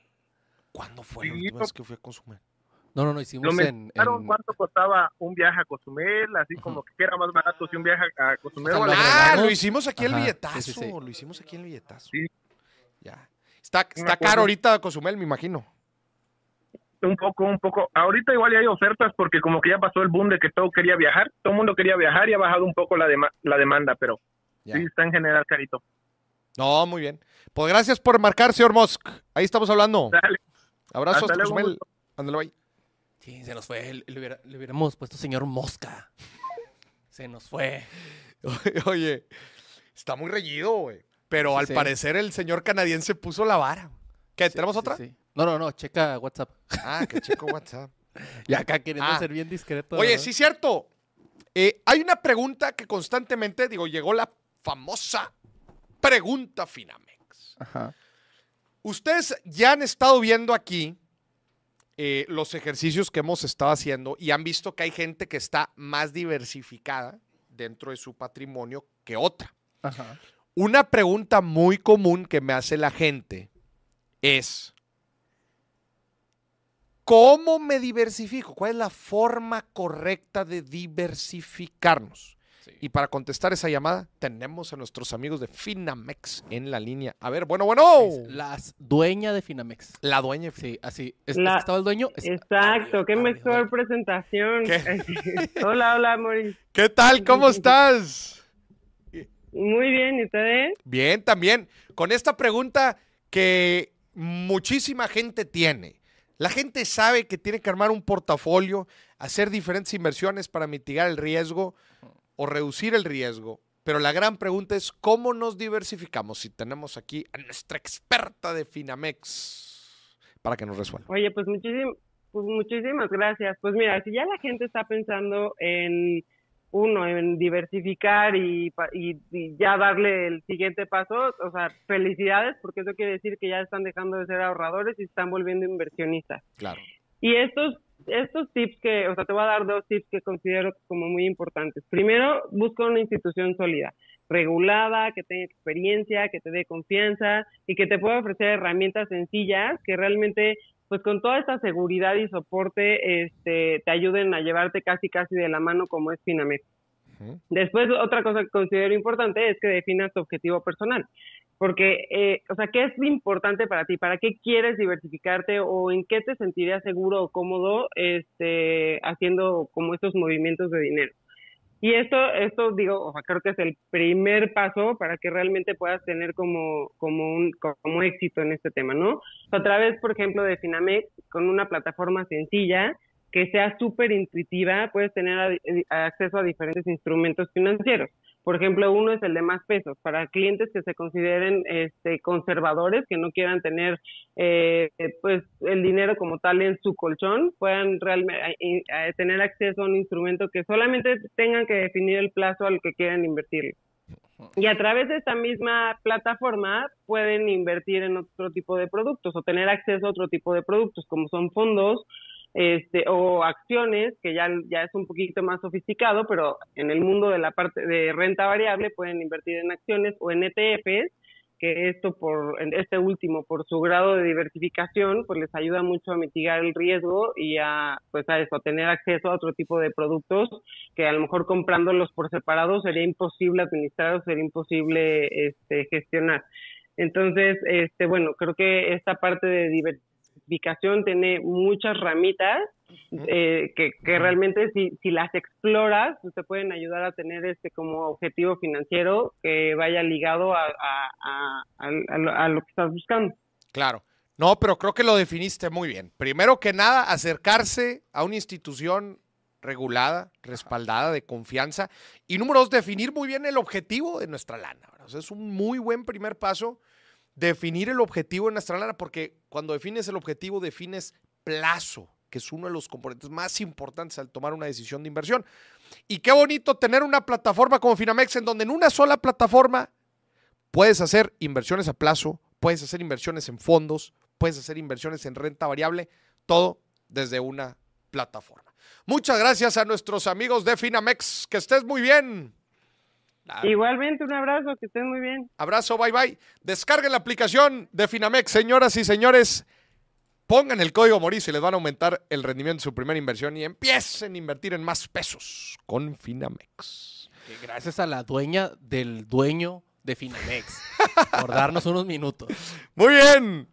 A: ¿Cuándo fue la
F: Sí,
A: última
F: no-
A: vez que fui a Cozumel?
B: No, no, no,
F: Lo
B: hicimos en,
F: mencionaron
B: en-
F: cuánto costaba un viaje a Cozumel, así como que era más barato si un viaje a Cozumel.
B: San
F: o a la-
B: Luis.
A: Ah,
B: regalamos.
A: lo hicimos aquí el
B: Ajá,
A: billetazo.
B: sí, sí, sí.
A: Lo hicimos aquí el billetazo.
F: Sí.
A: Ya. Está,
F: me
A: está
F: acuerdo.
A: caro ahorita Cozumel, me imagino.
F: Un poco, un poco. Ahorita igual ya hay ofertas porque como que ya pasó el boom de que todo quería viajar, todo el mundo quería viajar y ha bajado un poco la, dema- la demanda, pero
A: Ya.
F: sí está en general carito.
A: No, muy bien. Pues gracias por marcar, señor Mosk. Ahí estamos hablando.
F: Dale,
A: Abrazos
F: Hasta
A: hasta
F: luego,
A: Cozumel.
F: gusto.
A: Ándale, bye.
B: Sí, se nos fue. Le, le hubiera- le hubiéramos puesto señor Mosca. se nos fue.
A: Oye, está muy reñido, güey. Pero
B: Sí,
A: al
B: sí.
A: parecer el señor canadiense puso la vara. ¿Qué? ¿Tenemos
B: Sí,
A: otra?
B: sí. No, no, no, checa WhatsApp.
A: Ah, que checo WhatsApp.
B: Y acá queriendo
A: Ah.
B: ser bien discreto.
A: Oye,
B: ¿verdad?
A: sí, cierto. Eh, hay una pregunta que constantemente, digo, llegó la famosa pregunta Finamex.
B: Ajá.
A: Ustedes ya han estado viendo aquí eh, los ejercicios que hemos estado haciendo y han visto que hay gente que está más diversificada dentro de su patrimonio que otra.
B: Ajá.
A: Una pregunta muy común que me hace la gente es, ¿cómo me diversifico? ¿Cuál es la forma correcta de diversificarnos? Y para contestar esa llamada, tenemos a nuestros amigos de Finamex en la línea. A ver, bueno, bueno.
B: Las dueñas de Finamex.
A: La dueña de
B: Sí, así. Es- es
J: La-
B: que estaba el dueño. es-
J: Exacto,
B: adiós,
J: qué
B: adiós,
J: mejor
B: adiós.
A: ¿Qué?
J: presentación. hola, hola, Mori.
A: ¿Qué tal? ¿Cómo estás?
J: Muy bien, ¿y ustedes?
A: Bien, también. Con esta pregunta que muchísima gente tiene. La gente sabe que tiene que armar un portafolio, hacer diferentes inversiones para mitigar el riesgo o reducir el riesgo. Pero la gran pregunta es, ¿cómo nos diversificamos? Si tenemos aquí a nuestra experta de Finamex para que nos resuelva.
J: Oye, pues, muchísim- pues muchísimas gracias. Pues mira, si ya la gente está pensando en uno, en diversificar y, pa- y- y ya darle el siguiente paso, o sea, felicidades, porque eso quiere decir que ya están dejando de ser ahorradores y se están volviendo inversionistas.
A: Claro.
J: Y estos, estos tips que, o sea, te voy a dar dos tips que considero como muy importantes. Primero, busca una institución sólida, regulada, que tenga experiencia, que te dé confianza y que te pueda ofrecer herramientas sencillas que realmente, pues con toda esta seguridad y soporte, este, te ayuden a llevarte casi, casi de la mano como es Finamex.
A: Ujú.
J: Después, otra cosa que considero importante es que definas tu objetivo personal. Porque, eh, o sea, ¿qué es importante para ti? ¿Para qué quieres diversificarte o en qué te sentirías seguro o cómodo este, haciendo como estos movimientos de dinero? Y esto, esto digo, o sea, creo que es el primer paso para que realmente puedas tener como, como un como éxito en este tema, ¿no? A través, por ejemplo, de Finamex, con una plataforma sencilla que sea súper intuitiva, puedes tener a- acceso a diferentes instrumentos financieros. Por ejemplo, uno es el de más pesos, para clientes que se consideren este, conservadores, que no quieran tener eh, eh, pues el dinero como tal en su colchón, puedan realmente tener acceso a un instrumento que solamente tengan que definir el plazo al que quieran invertirlo. Y a través de esta misma plataforma pueden invertir en otro tipo de productos o tener acceso a otro tipo de productos, como son fondos este, o acciones, que ya, ya es un poquito más sofisticado, pero en el mundo de la parte de renta variable pueden invertir en acciones o en ETFs, que esto por en este último, por su grado de diversificación, pues les ayuda mucho a mitigar el riesgo y a, pues a eso, a tener acceso a otro tipo de productos que a lo mejor comprándolos por separado sería imposible administrar o sería imposible este, gestionar. Entonces, este, bueno, creo que esta parte de diversificación tiene muchas ramitas eh, que, que realmente si, si las exploras, pues te pueden ayudar a tener este como objetivo financiero que vaya ligado a, a- a- a- a lo- a lo que estás buscando.
A: Claro. No, pero creo que lo definiste muy bien. Primero que nada, acercarse a una institución regulada, respaldada, de confianza. Y número dos, definir muy bien el objetivo de nuestra lana. ¿verdad? O sea, es un muy buen primer paso definir el objetivo de nuestra lana, porque cuando defines el objetivo, defines plazo, que es uno de los componentes más importantes al tomar una decisión de inversión. Y qué bonito tener una plataforma como Finamex, en donde en una sola plataforma Puedes hacer inversiones a plazo, puedes hacer inversiones en fondos, puedes hacer inversiones en renta variable, todo desde una plataforma. Muchas gracias a nuestros amigos de Finamex. Que estés muy bien. Ah.
J: Igualmente, un abrazo, que estén muy bien.
A: Abrazo, bye bye. Descarguen la aplicación de Finamex, señoras y señores. Pongan el código Mauricio y les van a aumentar el rendimiento de su primera inversión y empiecen a invertir en más pesos con Finamex.
B: Que Gracias a la dueña del dueño de Finamex por darnos unos minutos.
A: Muy bien.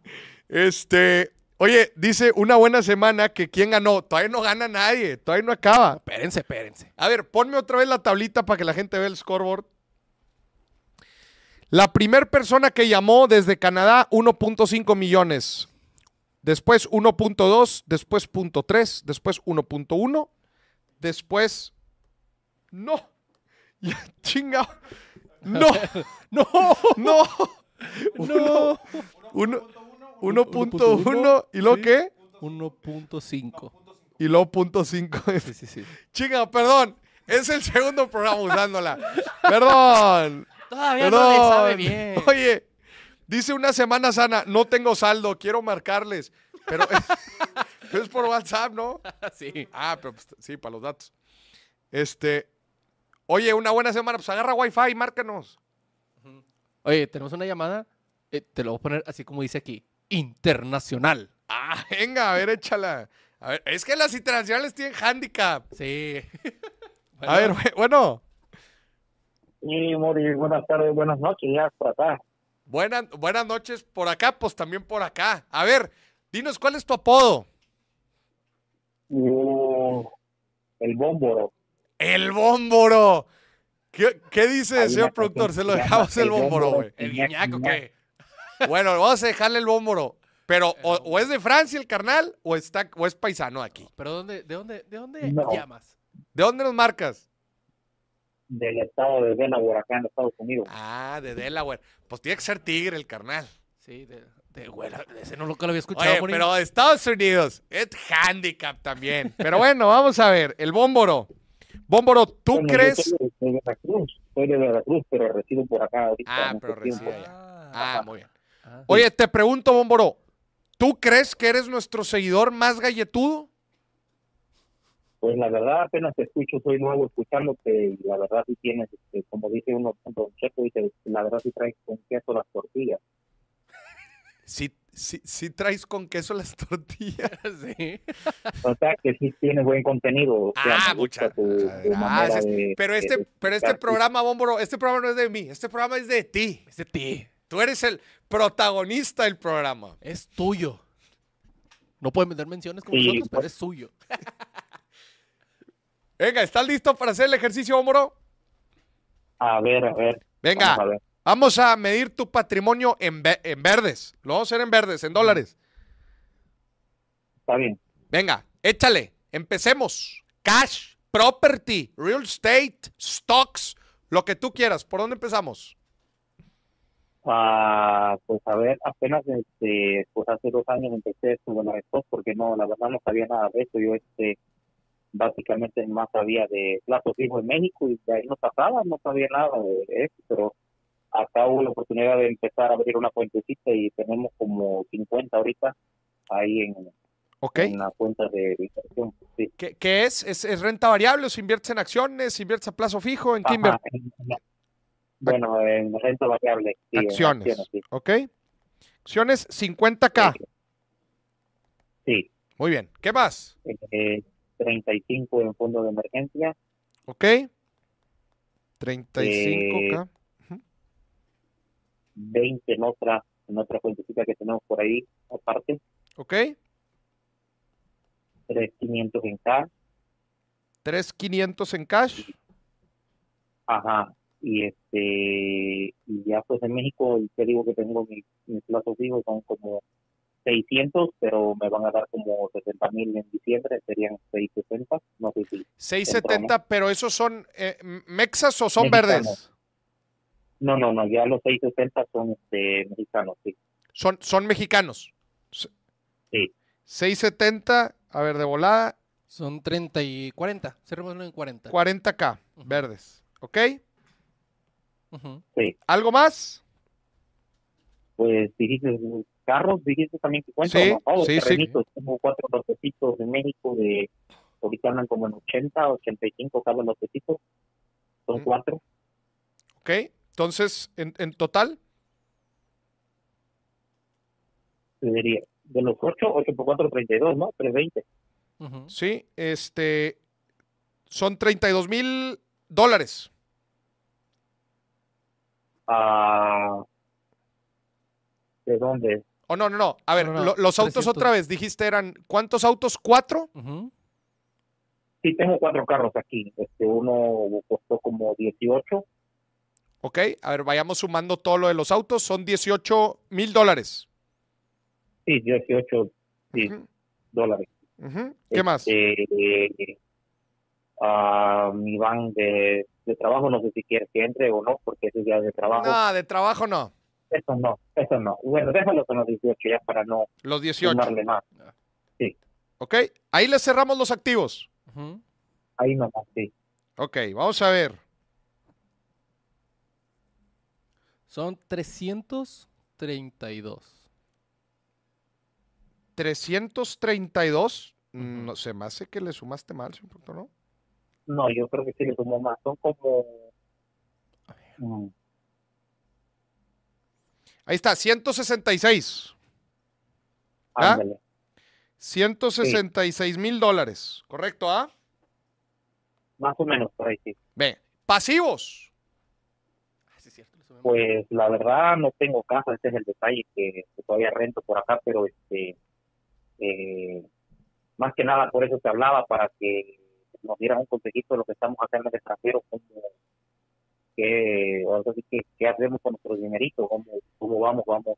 A: Este, oye, dice una buena semana que quién ganó. Todavía no gana nadie, todavía no acaba.
B: Espérense, espérense.
A: A ver, ponme otra vez la tablita para que la gente vea el scoreboard. La primer persona que llamó desde Canadá, 1.5 millones. Después 1.2, después 0.3, después 1.1, después... No. Ya, chingado. No.
B: No,
A: No.
B: no.
A: Uno- 1.1 y luego
B: sí.
A: qué?
B: 1.5.
A: Y luego 0.5.
B: Sí, sí, sí.
A: Chinga, perdón. Es el segundo programa usándola. Perdón.
B: Todavía
A: Perdón.
B: no le sabe bien.
A: Oye, dice una semana sana, no tengo saldo, quiero marcarles. Pero es, pero es por WhatsApp, ¿no?
B: Sí.
A: Ah, pero pues, sí, para los datos. Este, oye, una buena semana, pues agarra Wi-Fi, márcanos.
B: Oye, tenemos una llamada. Eh, te lo voy a poner así como dice aquí. Internacional.
A: Ah, venga, a ver, échala. Ah, A ver, es que las internacionales tienen handicap.
B: Sí.
A: A ver, bu- bueno.
K: Y Mori, buenas tardes, buenas noches, ya por acá.
A: Buenas, buenas noches por acá, pues también por acá. A ver, dinos cuál es tu apodo.
K: Yo, Uh, el bómboro.
A: El bómboro. ¿Qué, qué dice,
K: Hay
A: señor
K: una
A: productor? Se
K: canción
A: lo
K: que se
A: dejamos
K: llama
A: el
K: El
A: bómboro,
K: Bómboro.
A: güey.
B: ¿El guiñaco qué?
A: Bueno, vamos a dejarle el bómboro. Pero o, o es de Francia el carnal o, está, o es paisano de aquí.
B: ¿Pero dónde, de dónde, de dónde
K: No.
B: llamas?
A: ¿De dónde nos marcas?
K: Del estado de Delaware, acá en Estados Unidos.
A: Ah, de Delaware. Pues tiene que ser tigre el carnal.
B: Sí, de, de Huela. Ese no lo que lo había escuchado.
A: Oye,
B: Mori.
A: pero de Estados Unidos. Es handicap también. Pero bueno, vamos a ver. El bómboro. Bómboro, ¿tú
K: Bueno, yo
A: crees?
K: Soy de, soy de Veracruz, soy de Veracruz, pero resido por acá ahorita.
A: Ah,
K: en
A: pero
K: este tiempo.
A: reside allá. Ah, muy bien.
B: Ah.
A: Oye, te pregunto, Bomboro, ¿tú crees que eres nuestro seguidor más galletudo?
K: Pues la verdad, apenas te escucho, soy nuevo escuchándote y la verdad sí tienes, este, como dice uno, don Checo, dice, la verdad sí traes con queso las tortillas.
A: Sí, sí, sí traes con queso las tortillas.
B: Sí.
K: O sea que sí tienes buen contenido. o sea,
A: Ah,
K: me gusta
A: muchas
K: tu- tu manera
A: gracias.
K: de-
A: Pero
K: de-
A: este,
K: de
A: pero este
K: explicar.
A: programa, Bomboro, este programa no es de mí, este programa es de ti.
B: Es de ti.
A: Tú eres el protagonista del programa.
B: Es tuyo. No pueden vender menciones con
K: Sí,
B: nosotros, pero
K: pues.
B: es suyo.
A: Venga, ¿estás listo para hacer el ejercicio, Bomboro?
K: A ver, a ver.
A: Venga,
K: vamos a ver.
A: vamos a medir tu patrimonio en, ve- en verdes. Lo vamos a hacer en verdes, en dólares.
K: Está bien.
A: Venga, échale. Empecemos. Cash, property, real estate, stocks, lo que tú quieras. ¿Por dónde empezamos?
K: Ah, pues a ver, apenas este, pues hace dos años empecé sobre la stock porque no, la verdad no sabía nada de eso. Yo este, básicamente más sabía de plazos fijos en México y de ahí no pasaba, no sabía nada de eso, pero acá hubo la oportunidad de empezar a abrir una cuentecita y tenemos como 50 ahorita ahí en,
A: Ok.
K: en la cuenta de inversión. Sí.
A: ¿Qué, qué es? es? es renta variable? o ¿Se inviertes en acciones? ¿Inviertes a plazo fijo? ¿En qué
K: Ajá,
A: inviertes?
K: en- en la- bueno, en renta variable. sí, en
A: Acciones.
K: sí.
A: Ok. Acciones 50K.
K: Sí.
A: Muy bien. ¿Qué más?
K: eh, 35 en fondo de emergencia,
A: Ok. 35K.
K: 20 en otra, en otra cuentecita que tenemos por ahí, aparte.
A: ¿Ok?
K: 3,500 en cash.
A: 3,500 en cash.
K: Ajá. Y este y ya pues en México, te digo que tengo mis, mis plazos fijos, son como 600, pero me van a dar como 60 mil en diciembre, serían 660, no sé si.
A: 670, pero esos son eh, mexas o son
K: Mexicanos.
A: verdes?
K: No, no, no, ya los 660 son este, mexicanos, sí.
A: Son, son mexicanos. S-
K: Sí.
A: 670, a ver, de volada,
B: Son 30 y 40. Cerrémoslo en 40.
A: 40k,
B: Ujú.
A: verdes. ¿Ok?
B: Ujú.
A: ¿Algo más?
K: Pues dijiste carros, dijiste también que cuentan,
A: Sí,
K: ¿no? Oh,
A: sí, sí.
K: terrenitos, tengo cuatro lotecitos de México de, ahorita andan como en 80, 85 cada lotecito, son
A: Mm.
K: cuatro,
A: ¿Ok? Entonces, en, en total,
K: te diría, de los ocho, ocho por cuatro, 32, ¿no? 320,
B: Ujú.
A: sí, este, son 32 mil dólares.
K: ah, ¿de dónde?
A: O Oh, no, no, no. A ver,
B: No, no,
A: lo- los autos
B: 300.
A: otra vez, dijiste eran, ¿cuántos autos? ¿Cuatro?
B: Ujú.
K: Sí, tengo cuatro carros aquí, este uno costó como 18,
A: ¿Ok? A ver, vayamos sumando todo lo de los autos, son 18 mil dólares.
K: sí, 18 Sí.
A: Ujú,
K: dólares.
A: ujú. ¿Qué más?
K: Este, ah, mi van de, de trabajo, no sé si quieres que entre o no, porque ese día de trabajo,
A: Nada, de trabajo no.
K: Ah, eso no, eso no. Bueno, déjalo con los 18 ya para no
A: Los 18.
K: sumarle más.
A: ¿Ok? Ahí les cerramos los activos.
B: Ujú.
K: Ahí nomás, sí.
A: Ok, vamos a ver.
B: Son 332.
A: 332.
B: Ujú.
A: mm, No sé, más sé que le sumaste mal, señor productor, ¿no?
K: No, yo creo que sí le sumo más. Son como... mm,
A: Ahí está, 166. ¿Ah?
K: ándale.
A: 166 mil dólares. ¿Correcto, ah?
K: Más o menos por ahí, sí.
A: Ve. Pasivos.
B: Ah, sí, es cierto. le sumé mal.
K: Pues la verdad no tengo casa, ese es el detalle que, que todavía rento por acá, pero este eh, más que nada por eso te hablaba, para que nos dieras un consejito de lo que estamos acá en el extranjero, cómo, qué, ahora sí que- qué hacemos con nuestro dinerito, cómo, cómo vamos, vamos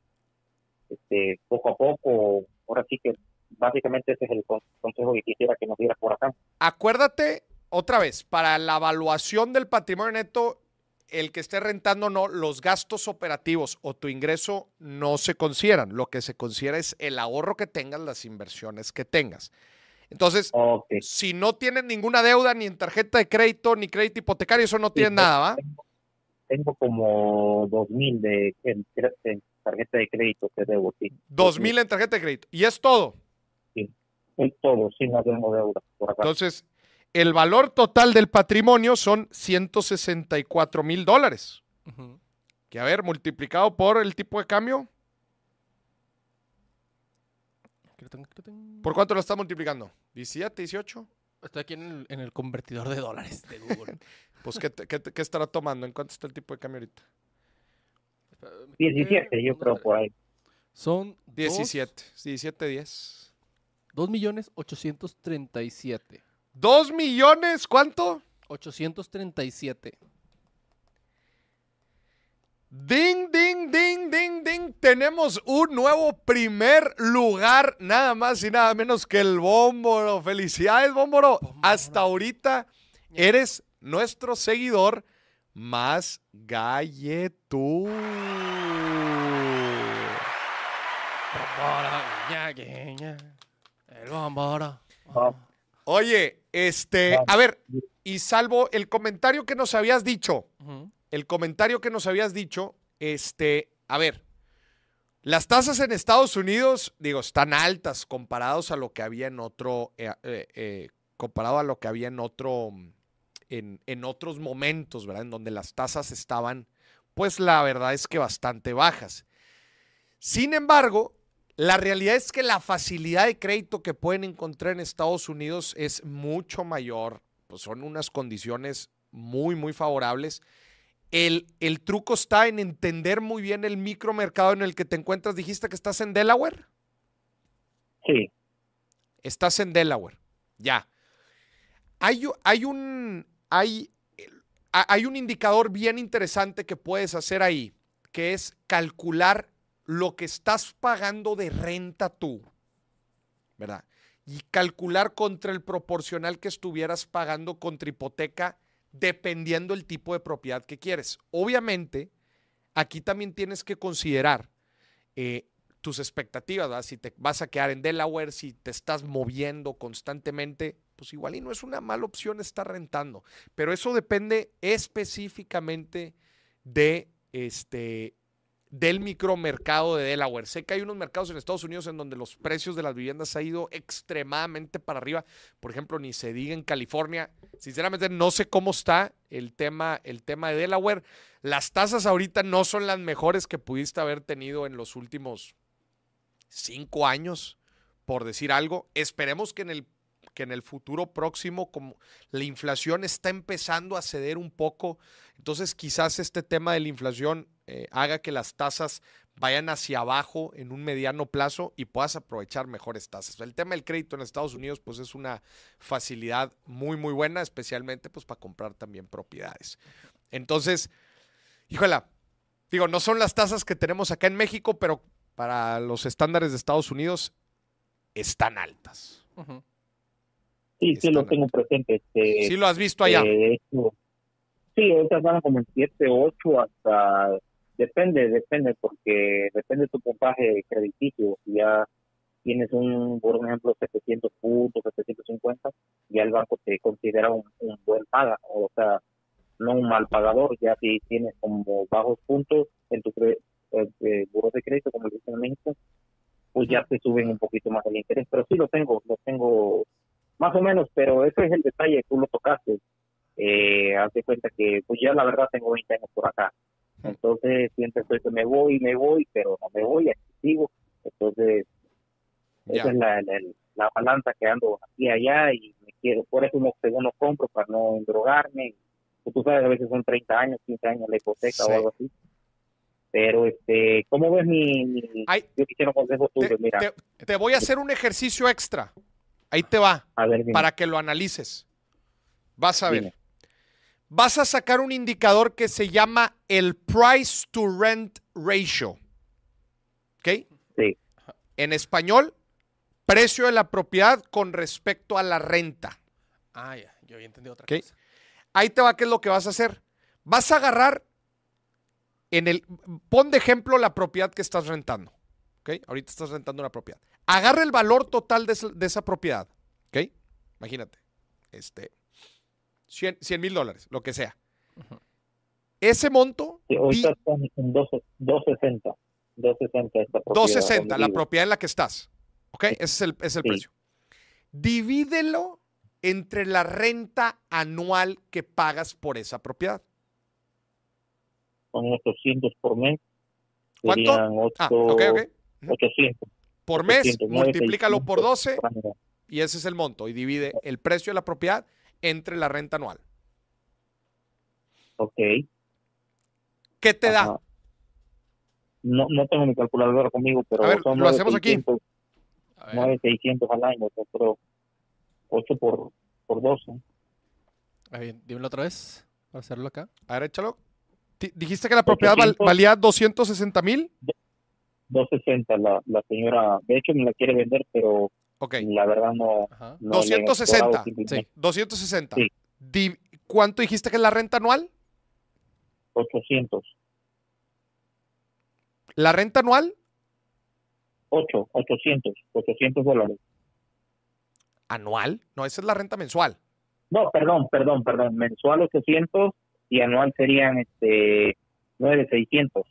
K: este, poco a poco, ahora sí que básicamente ese es el con- consejo que quisiera que nos dieras por acá.
A: Acuérdate, otra vez, para la evaluación del patrimonio neto, el que esté rentando no, los gastos operativos o tu ingreso no se consideran. Lo que se considera es el ahorro que tengas, las inversiones que tengas. Entonces,
K: Ok,
A: si no tienen ninguna deuda, ni en tarjeta de crédito, ni crédito hipotecario, eso no tienen
K: no.
A: nada, ¿va?
K: tengo como dos mil de en, en tarjeta de crédito que debo, sí.
A: Dos mil en tarjeta de crédito. Y es todo.
K: en todo, sí, no tengo deuda por acá.
A: Entonces, el valor total del patrimonio son 164 mil dólares.
B: Ujú.
A: Que a ver, multiplicado por el tipo de cambio,
B: Aquí lo tengo, aquí lo tengo.
A: ¿por cuánto lo está multiplicando? ¿17, 18?
B: Estoy aquí en el, en el convertidor de dólares de Google.
A: Pues, ¿qué, te- qué te- qué estará tomando? ¿En cuánto está el tipo de cambio ahorita?
B: Espera, me equivoqué.
K: 17, yo
B: Vamos a
K: creo
B: ver.
K: por ahí.
B: Son
A: 17, 17, 10.
B: 2 millones 837.
A: ¿Dos millones? ¿Cuánto?
B: 837.
A: Ding, ding, ding, ding, ding. Tenemos un nuevo primer lugar, nada más y nada menos que el Bómboro. Felicidades, Bómboro. Hasta ahorita eres nuestro seguidor más galletú.
B: Bombora, ña, que, ña. El bombora.
K: Ah.
A: Oye, este, a ver, y salvo el comentario que nos habías dicho,
B: Ujú.
A: el comentario que nos habías dicho, este, a ver, las tasas en Estados Unidos, digo, están altas comparados a lo que había en otro, eh, eh, eh, comparado a lo que había en otro, mm, en, en otros momentos, ¿verdad? En donde las tasas estaban, pues la verdad es que bastante bajas. Sin embargo, la realidad es que la facilidad de crédito que pueden encontrar en Estados Unidos es mucho mayor, pues son unas condiciones muy, muy favorables el, el truco está en entender muy bien el micromercado en el que te encuentras. Dijiste que estás en Delaware.
K: Sí,
A: Estás en Delaware. Ya. Hay, u- hay un. Hay, a- hay un indicador bien interesante que puedes hacer ahí, que es calcular lo que estás pagando de renta tú. ¿Verdad? Y calcular contra el proporcional que estuvieras pagando contra hipoteca, dependiendo el tipo de propiedad que quieres. Obviamente, aquí también tienes que considerar eh, tus expectativas, ¿verdad? Si te vas a quedar en Delaware, si te estás moviendo constantemente, pues igual y no es una mala opción estar rentando. Pero eso depende específicamente de este del micromercado de Delaware. Sé que hay unos mercados en Estados Unidos en donde los precios de las viviendas ha ido extremadamente para arriba. Por ejemplo, ni se diga en California. Sinceramente, no sé cómo está el tema, el tema de Delaware. Las tasas ahorita no son las mejores que pudiste haber tenido en los últimos cinco años, por decir algo. Esperemos que en el, que en el futuro próximo, como la inflación está empezando a ceder un poco, entonces quizás este tema de la inflación eh, haga que las tasas vayan hacia abajo en un mediano plazo y puedas aprovechar mejores tasas. El tema del crédito en Estados Unidos pues es una facilidad muy muy buena, especialmente pues para comprar también propiedades. Entonces, híjola, digo, no son las tasas que tenemos acá en México, pero para los estándares de Estados Unidos están altas.
B: Ujú.
K: sí, sí, lo
A: Están
K: tengo presente. Este,
A: Sí lo has visto allá.
K: Eh, de hecho, sí, ahorita van como en 7, 8 hasta... Depende, depende, porque depende de tu puntaje crediticio. Si ya tienes un, por ejemplo, 700 puntos, 750, ya el banco te considera un, un buen paga, o sea, no un mal pagador. Ya si tienes como bajos puntos en tu cre- eh, eh, buró de crédito, como le dicen en México, pues ya te suben un poquito más el interés. Pero sí lo tengo, lo tengo más o menos, pero ese es el detalle, tú lo tocaste. Eh, haz de cuenta que, pues ya la verdad tengo 20 años por acá. Entonces siempre estoy que me voy, me voy, pero no me voy, aquí sigo. Entonces,
A: Ya.
K: esa es la, la, la balanza que ando aquí y allá y me quiero, por eso no, según no compro, para no endrogarme. Pues tú sabes, a veces son 30 años, 15 años la hipoteca
A: Sí.
K: o algo así. Pero, este, ¿cómo ves mi...? mi-
A: Ay,
K: yo quisiera un consejo
A: Te,
K: tuyo, mira.
A: te- te voy a hacer un ejercicio extra. Ahí te va,
K: a ver, dime.
A: para que lo analices. Vas a ver.
K: Dime.
A: Vas a sacar un indicador que se llama el price to rent ratio. ¿Ok?
K: Sí.
A: En español, precio de la propiedad con respecto a la renta.
B: Ah, ya. Yo había entendido otra
A: ¿Qué?
B: cosa.
A: Ahí te va qué es lo que vas a hacer. Vas a agarrar en el. Pon de ejemplo la propiedad que estás rentando. ¿Ok? Ahorita estás rentando una propiedad. Agarra el valor total de, esa- de esa propiedad. ¿Ok? Imagínate. Este. 100 mil dólares, lo que sea. Ese monto,
K: Sí, ahorita están en 12 260. 260 esta propiedad.
A: 260, la
K: donde vivo.
A: propiedad en la que estás. ¿Ok? Ese es el, es el
K: Sí.
A: precio. Divídelo entre la renta anual que pagas por esa propiedad.
K: Son 800 por mes.
A: ¿Cuánto?
K: Serían
A: Ah,
K: ocho-
A: ok, ok.
K: 800.
A: por mes,
K: 800, nueve,
A: multiplícalo por 12
K: seiscientos, cuatro.
A: y ese es el monto y divide el precio de la propiedad entre la renta anual.
K: Ok.
A: ¿Qué te da?
K: ajá. No, no tengo mi calculadora conmigo, pero
A: A ver,
K: son
A: lo hacemos aquí.
K: 9,600,
B: A ver.
K: 9,600 al año, yo creo. 8 por, por 12.
B: Ah, bien, dímelo otra vez para hacerlo acá.
A: A ver, échalo. Ti- Dijiste que la propiedad val-
K: 800.
A: valía 260 mil.
K: 260 la, la señora. De hecho, me la quiere vender, pero
A: Ok,
K: la verdad no.
B: Ajá.
K: no le han
A: 260.
K: explorado simplemente.
B: Sí.
A: 260.
K: Sí.
A: Di- ¿Cuánto dijiste que es la renta anual?
K: 800.
A: La renta anual
K: 8, 800, 800 dólares.
A: anual, no, esa es la renta mensual.
K: No, perdón, perdón, perdón. Mensual 800 y anual serían este 9600,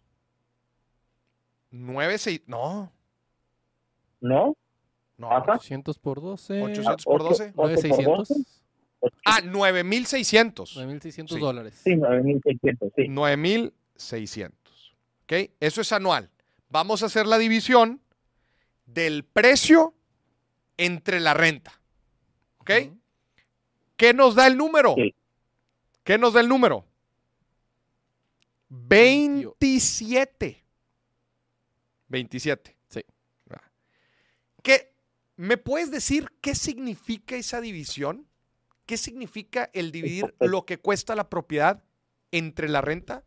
A: 9 6, no,
K: ¿no?
A: no.
K: Ajá.
B: 800 por 12.
A: 800. por 12?
K: 8 por
B: 9600.
K: 12.
A: Ah, 9600.
B: 9600
A: Sí.
B: dólares.
K: Sí, 9600, sí.
A: 9,600. ¿Ok? Eso es anual. Vamos a hacer la división del precio entre la renta. ¿Ok?
B: Ujú.
A: ¿Qué nos da el número?
K: Sí.
A: ¿Qué nos da el número? 27. 27.
B: Sí.
A: Ah. ¿Qué, ¿Me puedes decir qué significa esa división? ¿Qué significa el dividir lo que cuesta la propiedad entre la renta?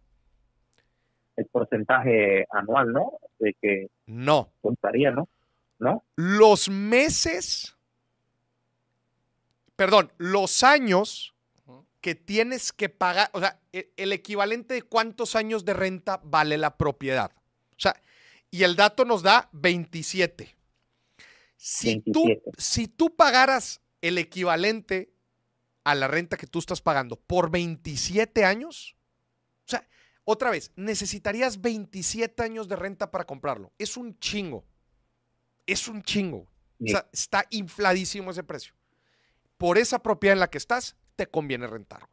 K: El porcentaje anual, ¿no? De que
A: No.
K: contaría, ¿no? ¿No?
A: Los meses, perdón, los años que tienes que pagar, o sea, e- el equivalente de cuántos años de renta vale la propiedad. O sea, y el dato nos da 27. Si, Tú,
K: 27.
A: si tú pagaras el equivalente a la renta que tú estás pagando por 27 años, o sea, otra vez, necesitarías 27 años de renta para comprarlo. Es un chingo. Es un chingo. O sea, está infladísimo ese precio. Por esa propiedad en la que estás, te conviene rentar.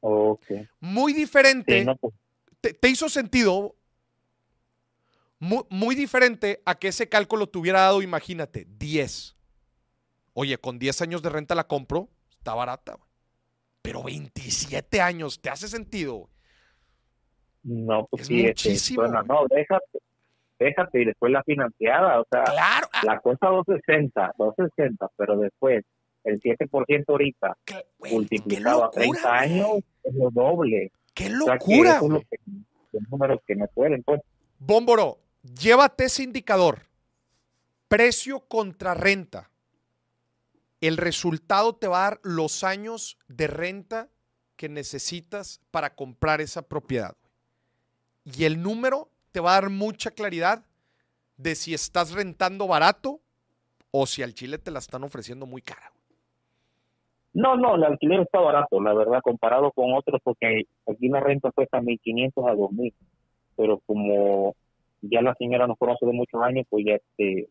K: Ok.
A: Muy diferente.
K: Sí, no, pues,
A: te, te hizo sentido mu- muy, diferente a que ese cálculo te hubiera dado, imagínate, 10. Oye, con 10 años de renta la compro, está barata, güey. Pero 27 años, ¿te hace sentido? güey?
K: no, pues
A: Es
K: sí, este,
A: muchísimo,
K: bueno,
A: güey.
K: no, déjate, déjate y después la financiada, o sea,
A: Claro, ah,
K: la cuesta 260, 260, pero después el 7% ahorita
A: cl- güey, qué
K: multiplicado a 30
A: locura,
K: años
A: güey,
K: es lo doble.
A: qué
K: O sea, que
A: locura.
K: eso es lo
A: güey.
K: que- los números que no pueden, pues.
A: Bómboro, llévate ese indicador. Precio contra renta. El resultado te va a dar los años de renta que necesitas para comprar esa propiedad. Y el número te va a dar mucha claridad de si estás rentando barato o si al chile te la están ofreciendo muy cara.
K: No, no, el alquiler está barato, la verdad, comparado con otros, porque aquí la renta cuesta 1.500 a 2.000, pero como ya la señora nos conoce de muchos años, pues ya este,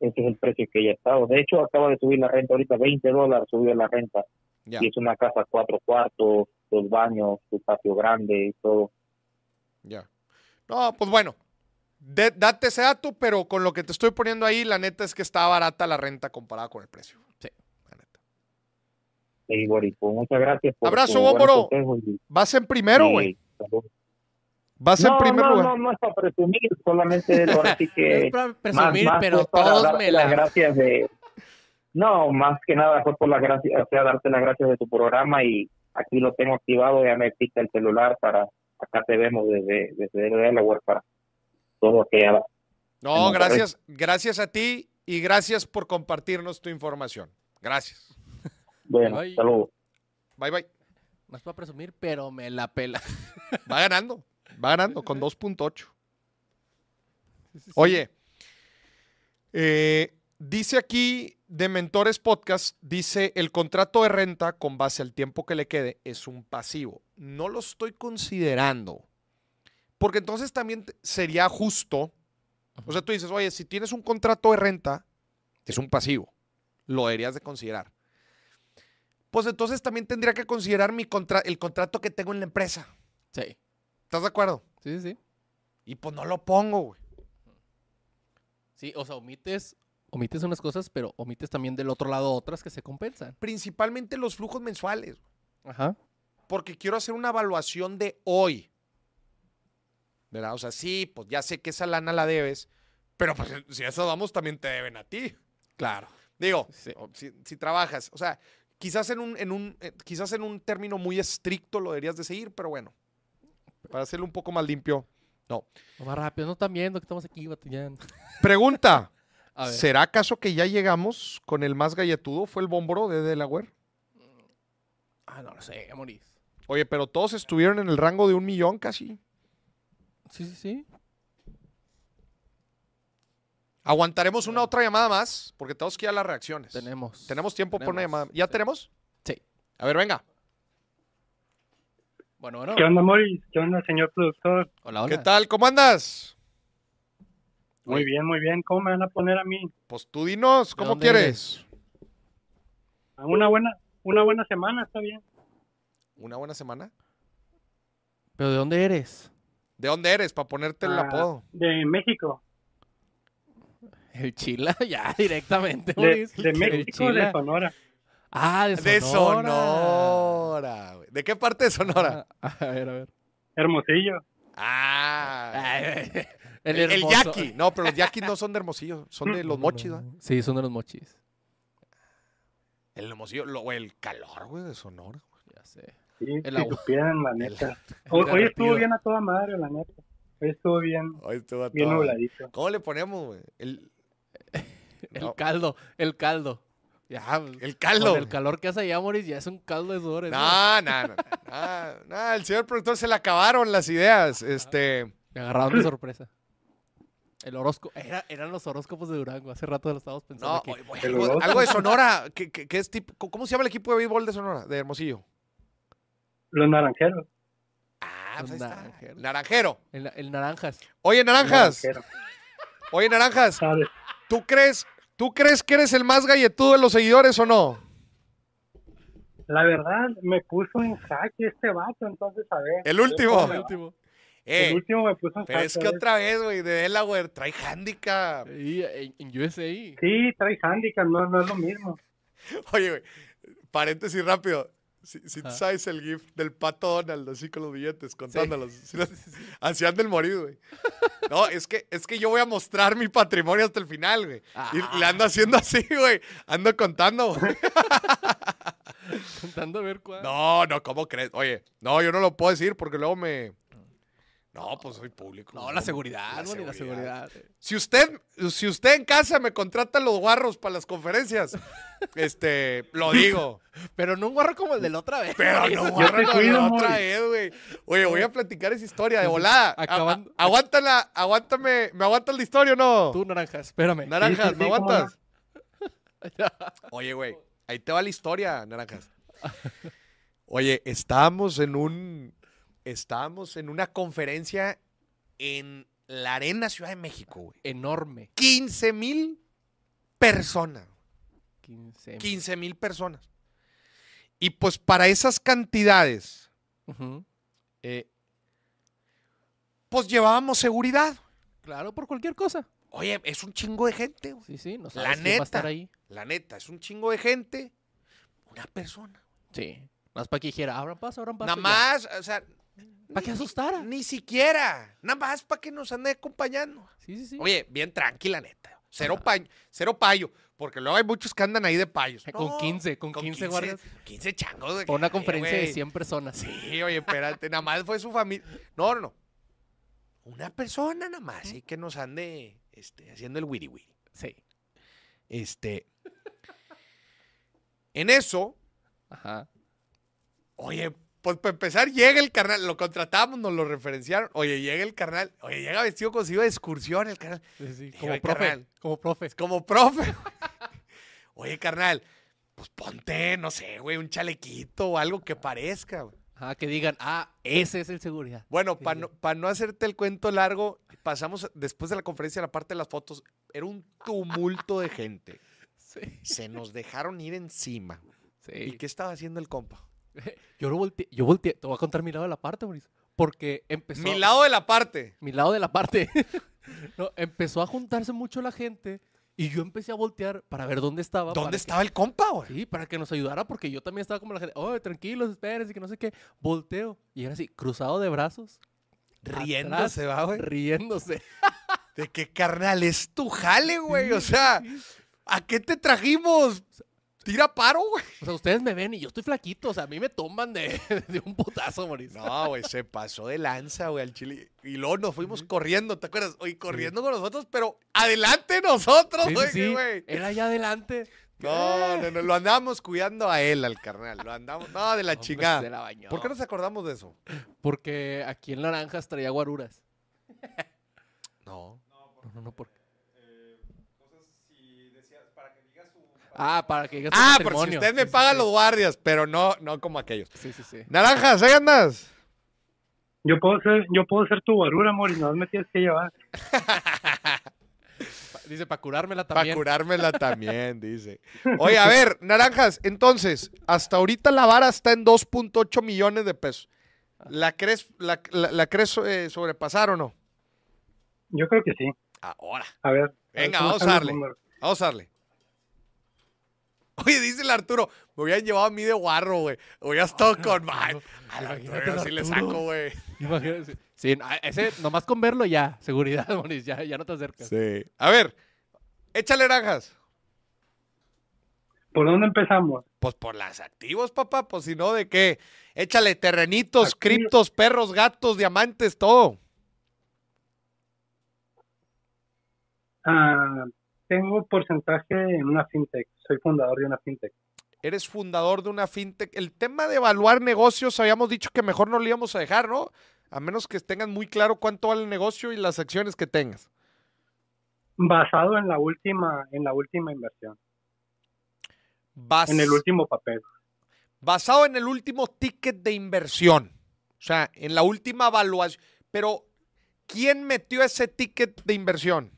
K: ese es el precio que ella ha estado. De hecho, acaba de subir la renta ahorita, 20 dólares subió la renta,
A: Ya.
K: y es una casa cuatro cuartos, dos baños, un patio grande y todo.
A: Ya. No, pues bueno, de- date ese dato, pero con lo que te estoy poniendo ahí, la neta es que está barata la renta comparada con el precio.
B: Sí.
A: La neta.
K: Y Boris, pues muchas gracias por
A: Abrazo,
K: tus buenos
A: Bómboro.
K: consejos y-
A: Vas en primero,
K: y-
A: güey. Vas en
K: No,
A: primer
K: no,
A: lugar.
K: no, no es para presumir, solamente ahora sí que...
B: Es para presumir,
K: más, más
B: pero
K: fue para
B: todos
K: darte
B: me
K: las
B: la...
K: gracias de no más que nada fue por las gracias o sea darte las gracias de tu programa y aquí lo tengo activado ya me pica el celular para acá te vemos desde desde Delaware para todo que ya
A: No,
K: en Monterrey.
A: gracias, gracias a ti y gracias por compartirnos tu información. Gracias.
K: bueno
B: Ay.
K: saludos
A: Bye, bye.
B: No es para presumir, pero me la pela.
A: Va ganando, va ganando con 2.8. Oye, eh, dice aquí de Mentores Podcast, dice el contrato de renta con base al tiempo que le quede es un pasivo. No lo estoy considerando, porque entonces también te- sería justo. O sea, tú dices, oye, si tienes un contrato de renta, es un pasivo, lo deberías de considerar. Pues entonces también tendría que considerar mi contra- el contrato que tengo en la empresa.
B: Sí,
A: ¿Estás de acuerdo?
B: sí, sí. sí.
A: Y pues no lo pongo, güey.
B: Sí, o sea, omites, omites unas cosas, pero omites también del otro lado otras que se compensan.
A: Principalmente los flujos mensuales,
B: Ajá.
A: porque quiero hacer una evaluación de hoy. ¿Verdad? O sea, sí, pues ya sé que esa lana la debes, pero pues si a esas vamos también te deben a ti.
B: Claro.
A: Digo,
B: Sí.
A: o si, si trabajas, o sea, quizás en un, en un, eh, quizás en un término muy estricto lo deberías de seguir, pero bueno, para hacerlo un poco más limpio.
B: No más rápido, no están viendo que estamos aquí batallando.
A: Pregunta,
B: A ver.
A: ¿será acaso que ya llegamos con el más galletudo? ¿Fue el bomboro de Delaware?
B: Ah, no lo sé, ya morís.
A: Oye, pero todos estuvieron en el rango de un millón casi.
B: Sí, sí, sí.
A: Aguantaremos una otra llamada más, porque tenemos que ir a las reacciones. Tenemos,
B: Tenemos.
A: tiempo por una
B: tenemos.
A: llamada. ¿Ya tenemos?
B: Sí.
A: A ver, venga.
B: Bueno, bueno.
D: ¿Qué onda, Moris? ¿Qué onda, señor productor?
B: Hola, hola.
A: ¿Qué tal? ¿Cómo andas?
D: Muy bien, muy bien. ¿Cómo me van a poner a mí?
A: Pues tú dinos, ¿cómo
B: dónde
A: quieres?
D: A Una buena, una buena semana, está bien.
A: ¿Una buena semana?
B: ¿Pero de dónde eres?
A: ¿De dónde eres para ponerte el
D: Ah,
A: apodo?
D: De México.
B: El Chila, ya directamente,
D: De,
B: Moris.
D: de
B: El
D: México, de
B: Chila.
D: Sonora.
B: Ah, de Sonora.
A: De Sonora, güey. ¿De qué parte de Sonora?
B: Ah, a ver, a ver.
L: Hermosillo.
A: Ah.
B: El,
A: El, el
B: hermoso-
A: yaqui. No, pero los yaquis no son de Hermosillo, son de los mochis, ¿no?
B: Sí, son de los mochis.
A: El Hermosillo, lo- güey, el calor, güey, de Sonora.
B: Ya sé.
L: Sí,
B: El
L: si
B: agua.
L: supieran, la
A: El-
L: neta. Hoy, hoy
B: Garrotillo.
L: estuvo bien a toda madre, la neta. Hoy estuvo bien,
A: Hoy estuvo a
L: bien
A: todo.
L: nubladito.
A: ¿Cómo le ponemos, güey? El,
B: El
A: No.
B: caldo, el caldo. Ya, pues,
A: el
B: con
A: caldo.
B: el calor que hace allá, Moris, ya es un caldo de sudores. ¿no?
A: No, no, no, no, no, no, el señor productor se le acabaron las ideas. Este,
B: Me agarraron de sorpresa. El horóscopo. Era, eran los horóscopos de Durango. Hace rato lo estábamos pensando
A: no,
B: aquí.
A: oye, güey,
L: El
A: algo,
L: olor.
A: algo de Sonora, que, que- que es tipo, ¿cómo se llama el equipo de béisbol de Sonora? De Hermosillo.
L: Los naranjeros.
A: Ah, pues ahí está.
B: Naranjero.
A: Naranjero.
B: El, na- el naranjas.
A: Oye, Naranjas,
L: Naranjeros,
A: oye, Naranjas,
L: ¿sabes?
A: ¿tú crees, tú crees que eres el más galletudo de los seguidores o no?
L: La verdad, me puso en jaque este vato, entonces, a ver.
A: El último.
L: El último,
B: Último.
A: Eh,
L: el último me puso en jaque.
A: pero es que
L: ¿ves?
A: otra vez, güey, de Delaware trae handicap.
B: Y en, en USA.
L: Sí, trae handicap, no, no es lo mismo.
A: Oye, güey, paréntesis rápido. Si, si tú
B: Ajá.
A: sabes el GIF del pato Donald, así con los billetes, contándolos. Sí, los- Así anda el morido, güey. No, es que, es que yo voy a mostrar mi patrimonio hasta el final, güey. Y
B: Ah.
A: le ando haciendo así, güey. Ando contando, güey.
B: Contando a ver cuál.
A: No, no, ¿cómo crees? Oye, no, yo no lo puedo decir porque luego me. No, pues soy público.
B: No,
A: güey.
B: la seguridad, Moni, la
A: seguridad.
B: seguridad.
A: Si usted, si usted en casa me contrata los guarros para las conferencias, este, lo digo.
B: Pero no un guarro como el de la otra vez.
A: Pero
B: Moris.
A: no,
L: Yo
A: guarda,
L: te
A: no,
L: cuido,
A: no,
L: amor.
A: otra vez, güey. Oye, voy a platicar esa historia de volada. A- a-
B: Acabando-
A: aguántala, aguántame. ¿Me aguantas la historia o no?
B: Tú, naranjas, espérame.
A: Naranjas,
L: Sí, sí,
A: ¿me
L: sí, cómo
A: aguantas? Oye, güey, ahí te va la historia, Naranjas. Oye, estábamos en un... Estábamos en una conferencia en la Arena Ciudad de México, güey.
B: Enorme.
A: 15 mil personas.
B: 15.
A: 15 mil personas. Y pues para esas cantidades...
B: Ujú.
A: eh, pues llevábamos seguridad.
B: Claro, por cualquier cosa.
A: Oye, es un chingo de gente, güey.
B: Sí, sí, no
A: La
B: sabes quién va
A: neta.
B: a estar ahí.
A: La neta, es un chingo de gente. Una persona.
B: Sí. Más para que dijera, abran paso, abran paso.
A: Nada
B: y ya.
A: más, o sea,
B: Para que asustara.
A: ni siquiera. Nada más para que nos ande acompañando.
B: Sí, sí, Ah. sí.
A: Oye, bien tranquila, neta. Cero, paño, cero payo. Porque luego hay muchos que andan ahí de payos.
B: Con
A: No,
B: 15, con 15 guardias.
A: 15 changos. de
B: Para una
A: que,
B: conferencia de
A: güey.
B: 100 personas.
A: Sí, oye, espérate, nada más fue su familia. No, no, no. Una persona nada más, sí, que nos ande este, haciendo el wiri wiri.
B: Sí.
A: Este. En eso,
B: Ajá.
A: oye, pues para empezar, llega el carnal, lo contratamos, nos lo referenciaron. Oye, llega el carnal, oye, llega vestido como si iba de excursión el carnal.
B: Sí, sí,
A: Digo, "Ay,
B: Como profe.
A: carnal".
B: Como profe.
A: Como profe. oye, carnal, pues ponte, no sé, güey, un chalequito o algo que parezca. güey.
B: Ajá, que digan, ah, ese es el seguridad.
A: Bueno,
B: Sí,
A: para
B: sí.
A: no, pa' no hacerte el cuento largo, pasamos después de la conferencia a la parte de las fotos. Era un tumulto de gente.
B: Sí.
A: Se nos dejaron ir encima. ¿Y
B: sí.
A: qué estaba haciendo el compa?
B: Yo lo volteé, yo volteé. Te voy a contar mi lado de la parte, Mauricio. Porque empezó.
A: Mi lado de la parte.
B: mi lado de la parte. No, empezó a juntarse mucho la gente y yo empecé a voltear para ver dónde estaba. para
A: ¿Dónde
B: que-
A: estaba el compa, güey?
B: Sí, para que nos ayudara, porque yo también estaba como la gente, oh, tranquilos, espérense, que no sé qué. Volteo. Y era así, cruzado de brazos,
A: Riéndose, va, güey.
B: riéndose.
A: De que carnal es tu jale, güey. O sea, ¿a qué te trajimos? Tira paro, güey.
B: O sea, ustedes me ven y yo estoy flaquito, o sea, a mí me toman de, de un putazo, Mauricio.
A: No, güey, se pasó de lanza, güey, al chile. Y luego nos fuimos corriendo, ¿te acuerdas? Oye, corriendo con nosotros, pero adelante de nosotros,
B: Sí, sí,
A: güey.
B: sí,
A: güey.
B: Él allá adelante.
A: No, no, no, lo andamos cuidando a él, al carnal. Lo andamos. No, de la
B: Hombre,
A: chingada.
B: se la bañó.
A: ¿Por qué nos acordamos de eso?
B: Porque aquí en Naranjas traía guaruras.
A: No.
B: No, no, no, ¿por qué? Ah, para que digas tu
A: Ah, por si
B: matrimonio.
A: usted me
B: Sí, sí,
A: paga
B: sí.
A: los guardias, pero no, no como aquellos.
B: Sí, sí, sí.
A: Naranjas, ahí andas.
L: Yo puedo ser, yo puedo ser tu guarura, amor, y no me tienes que llevar.
B: Pa- Dice, para curármela
A: Para
B: también.
A: curármela también, dice. Oye, a ver, naranjas, entonces, hasta ahorita la vara está en 2.8 millones de pesos. ¿La crees, la, la- la crees eh, sobrepasar o no?
L: Yo creo que sí.
A: Ahora.
L: A ver. a ver
A: Venga,
L: cómo
A: vamos a
L: están los
A: darle.
L: números.
A: Vamos a darle. Oye, dice el Arturo, me hubieran llevado a mí de guarro, güey. Hubiera estado con mal. Al Arturo yo sí le saco, güey.
B: Imagínate. Sí, no, ese, nomás con verlo ya, seguridad, Moniz, ya, ya no te acercas.
A: Sí. A ver, échale naranjas.
L: ¿Por dónde empezamos?
A: Pues por las activos, papá. Pues si no, ¿de qué? Échale terrenitos, criptos, perros, gatos, diamantes, todo.
L: Ah, tengo porcentaje en una fintech. Soy fundador de una fintech.
A: Eres fundador de una fintech. El tema de evaluar negocios, habíamos dicho que mejor no lo íbamos a dejar, ¿no? A menos que tengan muy claro cuánto vale el negocio y las acciones que tengas.
L: Basado en la última, en la última inversión.
A: Bas-
L: En el último papel.
A: Basado en el último ticket de inversión. O sea, en la última evaluación. Pero, ¿quién metió ese ticket de inversión?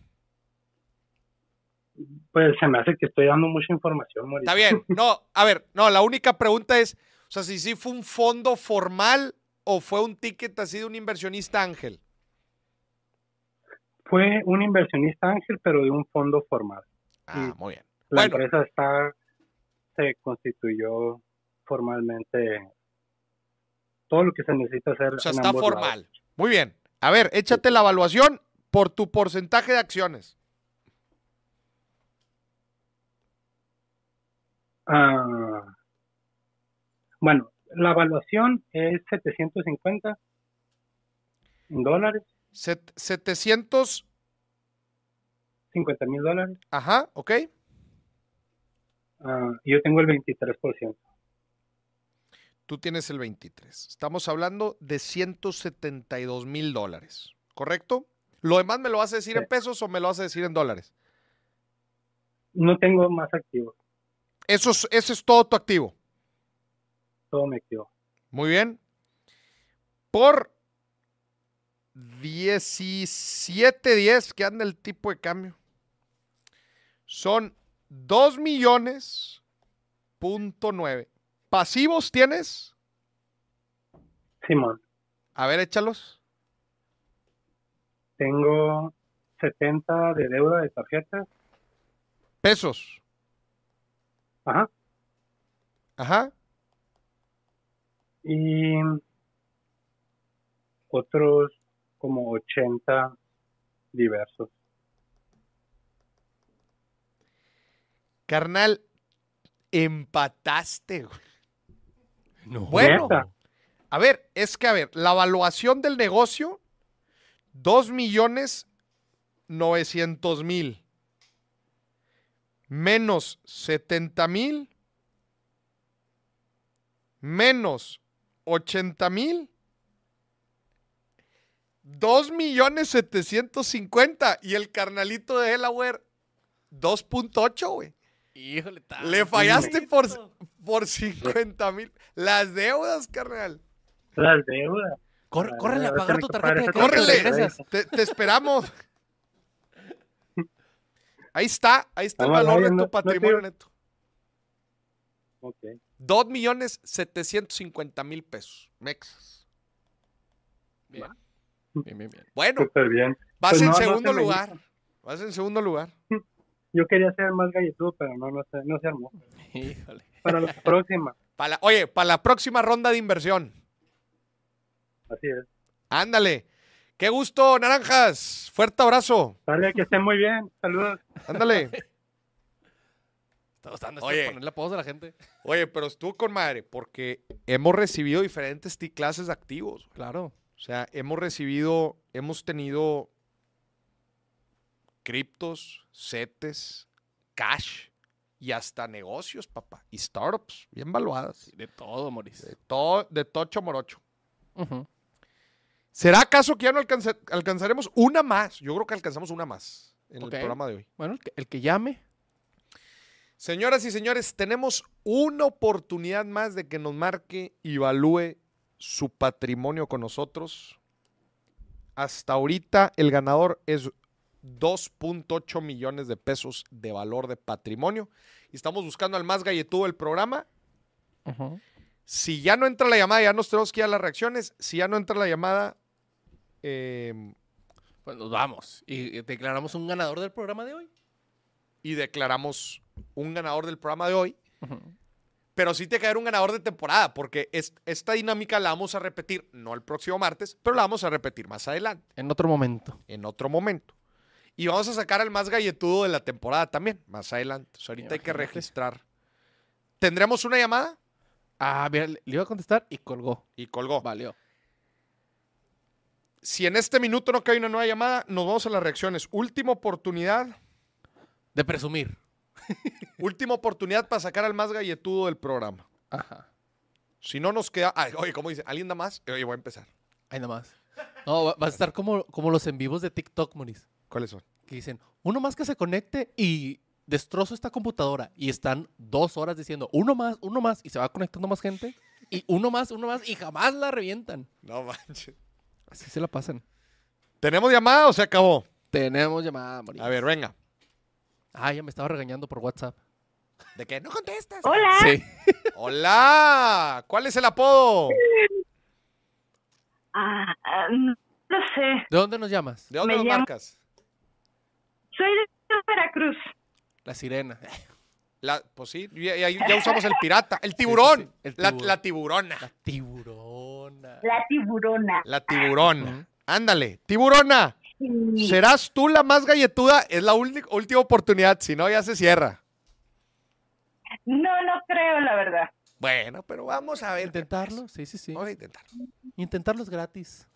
L: Pues se me hace que estoy dando mucha información, Mauricio.
A: Está bien. No, a ver, no, la única pregunta es, o sea, si sí fue un fondo formal o fue un ticket así de un inversionista ángel.
L: Fue un inversionista ángel, pero de un fondo formal.
A: Ah, muy bien.
L: La
A: Bueno.
L: empresa está, se constituyó formalmente todo lo que se necesita hacer.
A: O sea,
L: en
A: está
L: ambos lados.
A: formal. Muy bien. A ver, échate la evaluación por tu porcentaje de acciones.
L: Ah, bueno, la evaluación es 750 en dólares,
A: Set- 700,
L: 50 mil dólares.
A: ajá, ok.
L: Ah, y yo tengo el 23%.
A: Tú tienes el 23. Estamos hablando de 172 mil dólares, ¿correcto? ¿Lo demás me lo vas a decir
L: Sí.
A: en pesos o me lo vas a decir en dólares?
L: No tengo más activos,
A: Eso es- ese es todo tu activo.
L: todo me activo.
A: Muy bien. Por 17.10 que anda el tipo de cambio. Son 2 millones punto nueve. ¿Pasivos tienes?
L: Simón,
A: A ver, échalos.
L: tengo 70 de deuda de tarjetas.
A: Pesos.
L: Ajá.
A: Ajá.
L: Y otros como 80 diversos.
A: Carnal, empataste. güey.
B: No.
A: Bueno.
L: Neta.
A: A ver, es que, a ver, la evaluación del negocio, 2 millones 900 mil. Menos 70 mil. Menos 80 mil. 2 millones 750. Y el carnalito de Delaware, 2.8, güey.
B: Híjole, tan-
A: Le fallaste por, por 50 mil. Las deudas, carnal.
L: Las deudas.
B: Cor- córrele a
L: Ahorita
B: pagar
L: mi
B: tu tarjeta
L: compadre
B: de crédito.
L: está tratando de
A: ¡Córrele!
B: Regresas.
A: Te, te esperamos. Ahí está, ahí está el
L: Vamos,
A: valor de
L: Brian, no-
A: tu
L: no te
A: patrimonio
L: digo-
A: neto.
L: Ok.
A: 2 millones 750 mil pesos. Mexas.
B: Bien, bien, bien.
A: Bueno,
L: Súper bien.
A: vas
L: Pues
A: en
L: no, no se
A: segundo
L: me
A: lugar. Vas en segundo lugar.
L: Yo quería ser más galletudo, pero no, no, se, no se armó.
B: Híjole.
L: Para la próxima.
A: Pa' la- oye, para la próxima ronda de inversión.
L: Así es.
A: Ándale. Qué gusto, naranjas. Fuerte abrazo.
L: Sale, que estén muy bien. Saludos.
A: Ándale.
B: Está gustando
A: Oye.
B: esto ponerle apodos a la gente.
A: Oye, pero estuvo con madre porque hemos recibido diferentes ti- clases de activos.
B: Claro.
A: O sea, hemos recibido, hemos tenido criptos, setes, cash y hasta negocios, papá. Y startups bien valuadas.
B: De todo, Moris.
A: De, todo, de tocho morocho. ¿Será acaso que ya no alcanza- alcanzaremos una más? Yo creo que alcanzamos una más en
B: Ok.
A: el programa de hoy.
B: Bueno, el que, el que llame.
A: Señoras y señores, tenemos una oportunidad más de que nos marque y evalúe su patrimonio con nosotros. Hasta ahorita el ganador es 2.8 millones de pesos de valor de patrimonio. Y estamos buscando al más galletudo del programa. Si ya no entra la llamada, ya nos tenemos que ir a las reacciones. Si ya no entra la llamada, eh,
B: Pues nos vamos. Y eh, declaramos un ganador del programa de hoy.
A: y declaramos un ganador del programa de hoy. Pero sí te caer un ganador de temporada, porque es, esta dinámica la vamos a repetir, no el próximo martes, pero la vamos a repetir más adelante,
B: En otro momento.
A: en otro momento. Y vamos a sacar al más galletudo de la temporada también, más adelante. O sea, ahorita hay que
B: Imagínate.
A: registrar. ¿Tendremos una llamada?
B: Ah, mira, le le iba a contestar y colgó.
A: Y colgó.
B: Valió.
A: Si en este minuto no cae una nueva llamada, nos vamos a las reacciones. Última oportunidad.
B: De presumir.
A: Última oportunidad para sacar al más galletudo del programa.
B: Ajá.
A: Si no nos queda. ay, oye, ¿cómo dice? ¿Alguien da más? Oye, voy a empezar.
B: Ahí nomás. No, va- vas a estar como, como los en vivos de TikTok, Moniz.
A: ¿Cuáles son?
B: Que dicen, uno más que se conecte y destrozo esta computadora. Y están dos horas diciendo, uno más, uno más. Y se va conectando más gente. Y uno más, uno más. Y jamás la revientan.
A: No manches.
B: Así se la pasan.
A: ¿Tenemos llamada o se acabó?
B: Tenemos llamada, Moniz.
A: A ver, venga.
B: Ah, ya me estaba regañando por WhatsApp.
A: ¿De qué? No contestas.
M: Hola.
B: Sí.
A: Hola. ¿Cuál es el apodo?
M: Ah, ah, no sé.
B: ¿De dónde nos llamas?
A: ¿De dónde
M: Me
A: nos
M: llamo-
A: marcas?
M: Soy de Veracruz.
B: La sirena.
A: La, pues sí, ya, ya- ya usamos el pirata. El tiburón.
B: sí, el
A: La-
B: tiburón.
A: La, tiburona.
B: La tiburona.
M: La tiburona.
A: La tiburona. Ándale, tiburona. ¿Serás tú la más galletuda? Es la ulti- última oportunidad, si no ya se cierra.
M: No, no creo, la verdad.
A: Bueno, pero vamos a ver. qué
B: Intentarlo, sí, sí, sí.
A: pasa. Vamos a intentar.
B: Intentarlo es gratis.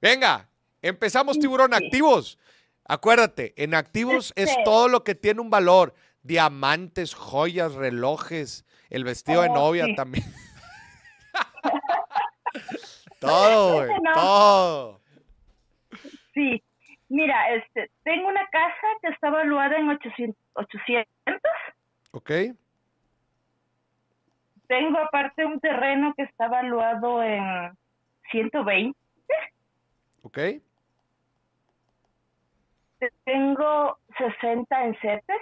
A: Venga, empezamos tiburón activos. Acuérdate, en activos es todo lo que tiene un valor. Diamantes, joyas, relojes, el vestido de
M: Oh,
A: novia
M: sí.
A: también. todo, güey,
M: No.
A: todo.
M: Sí. Mira, este, tengo una casa que está evaluada en 800, 800.
A: ¿Ok?
M: Tengo aparte un terreno que está evaluado en 120.
A: ¿Ok?
M: Tengo 60 en CETES.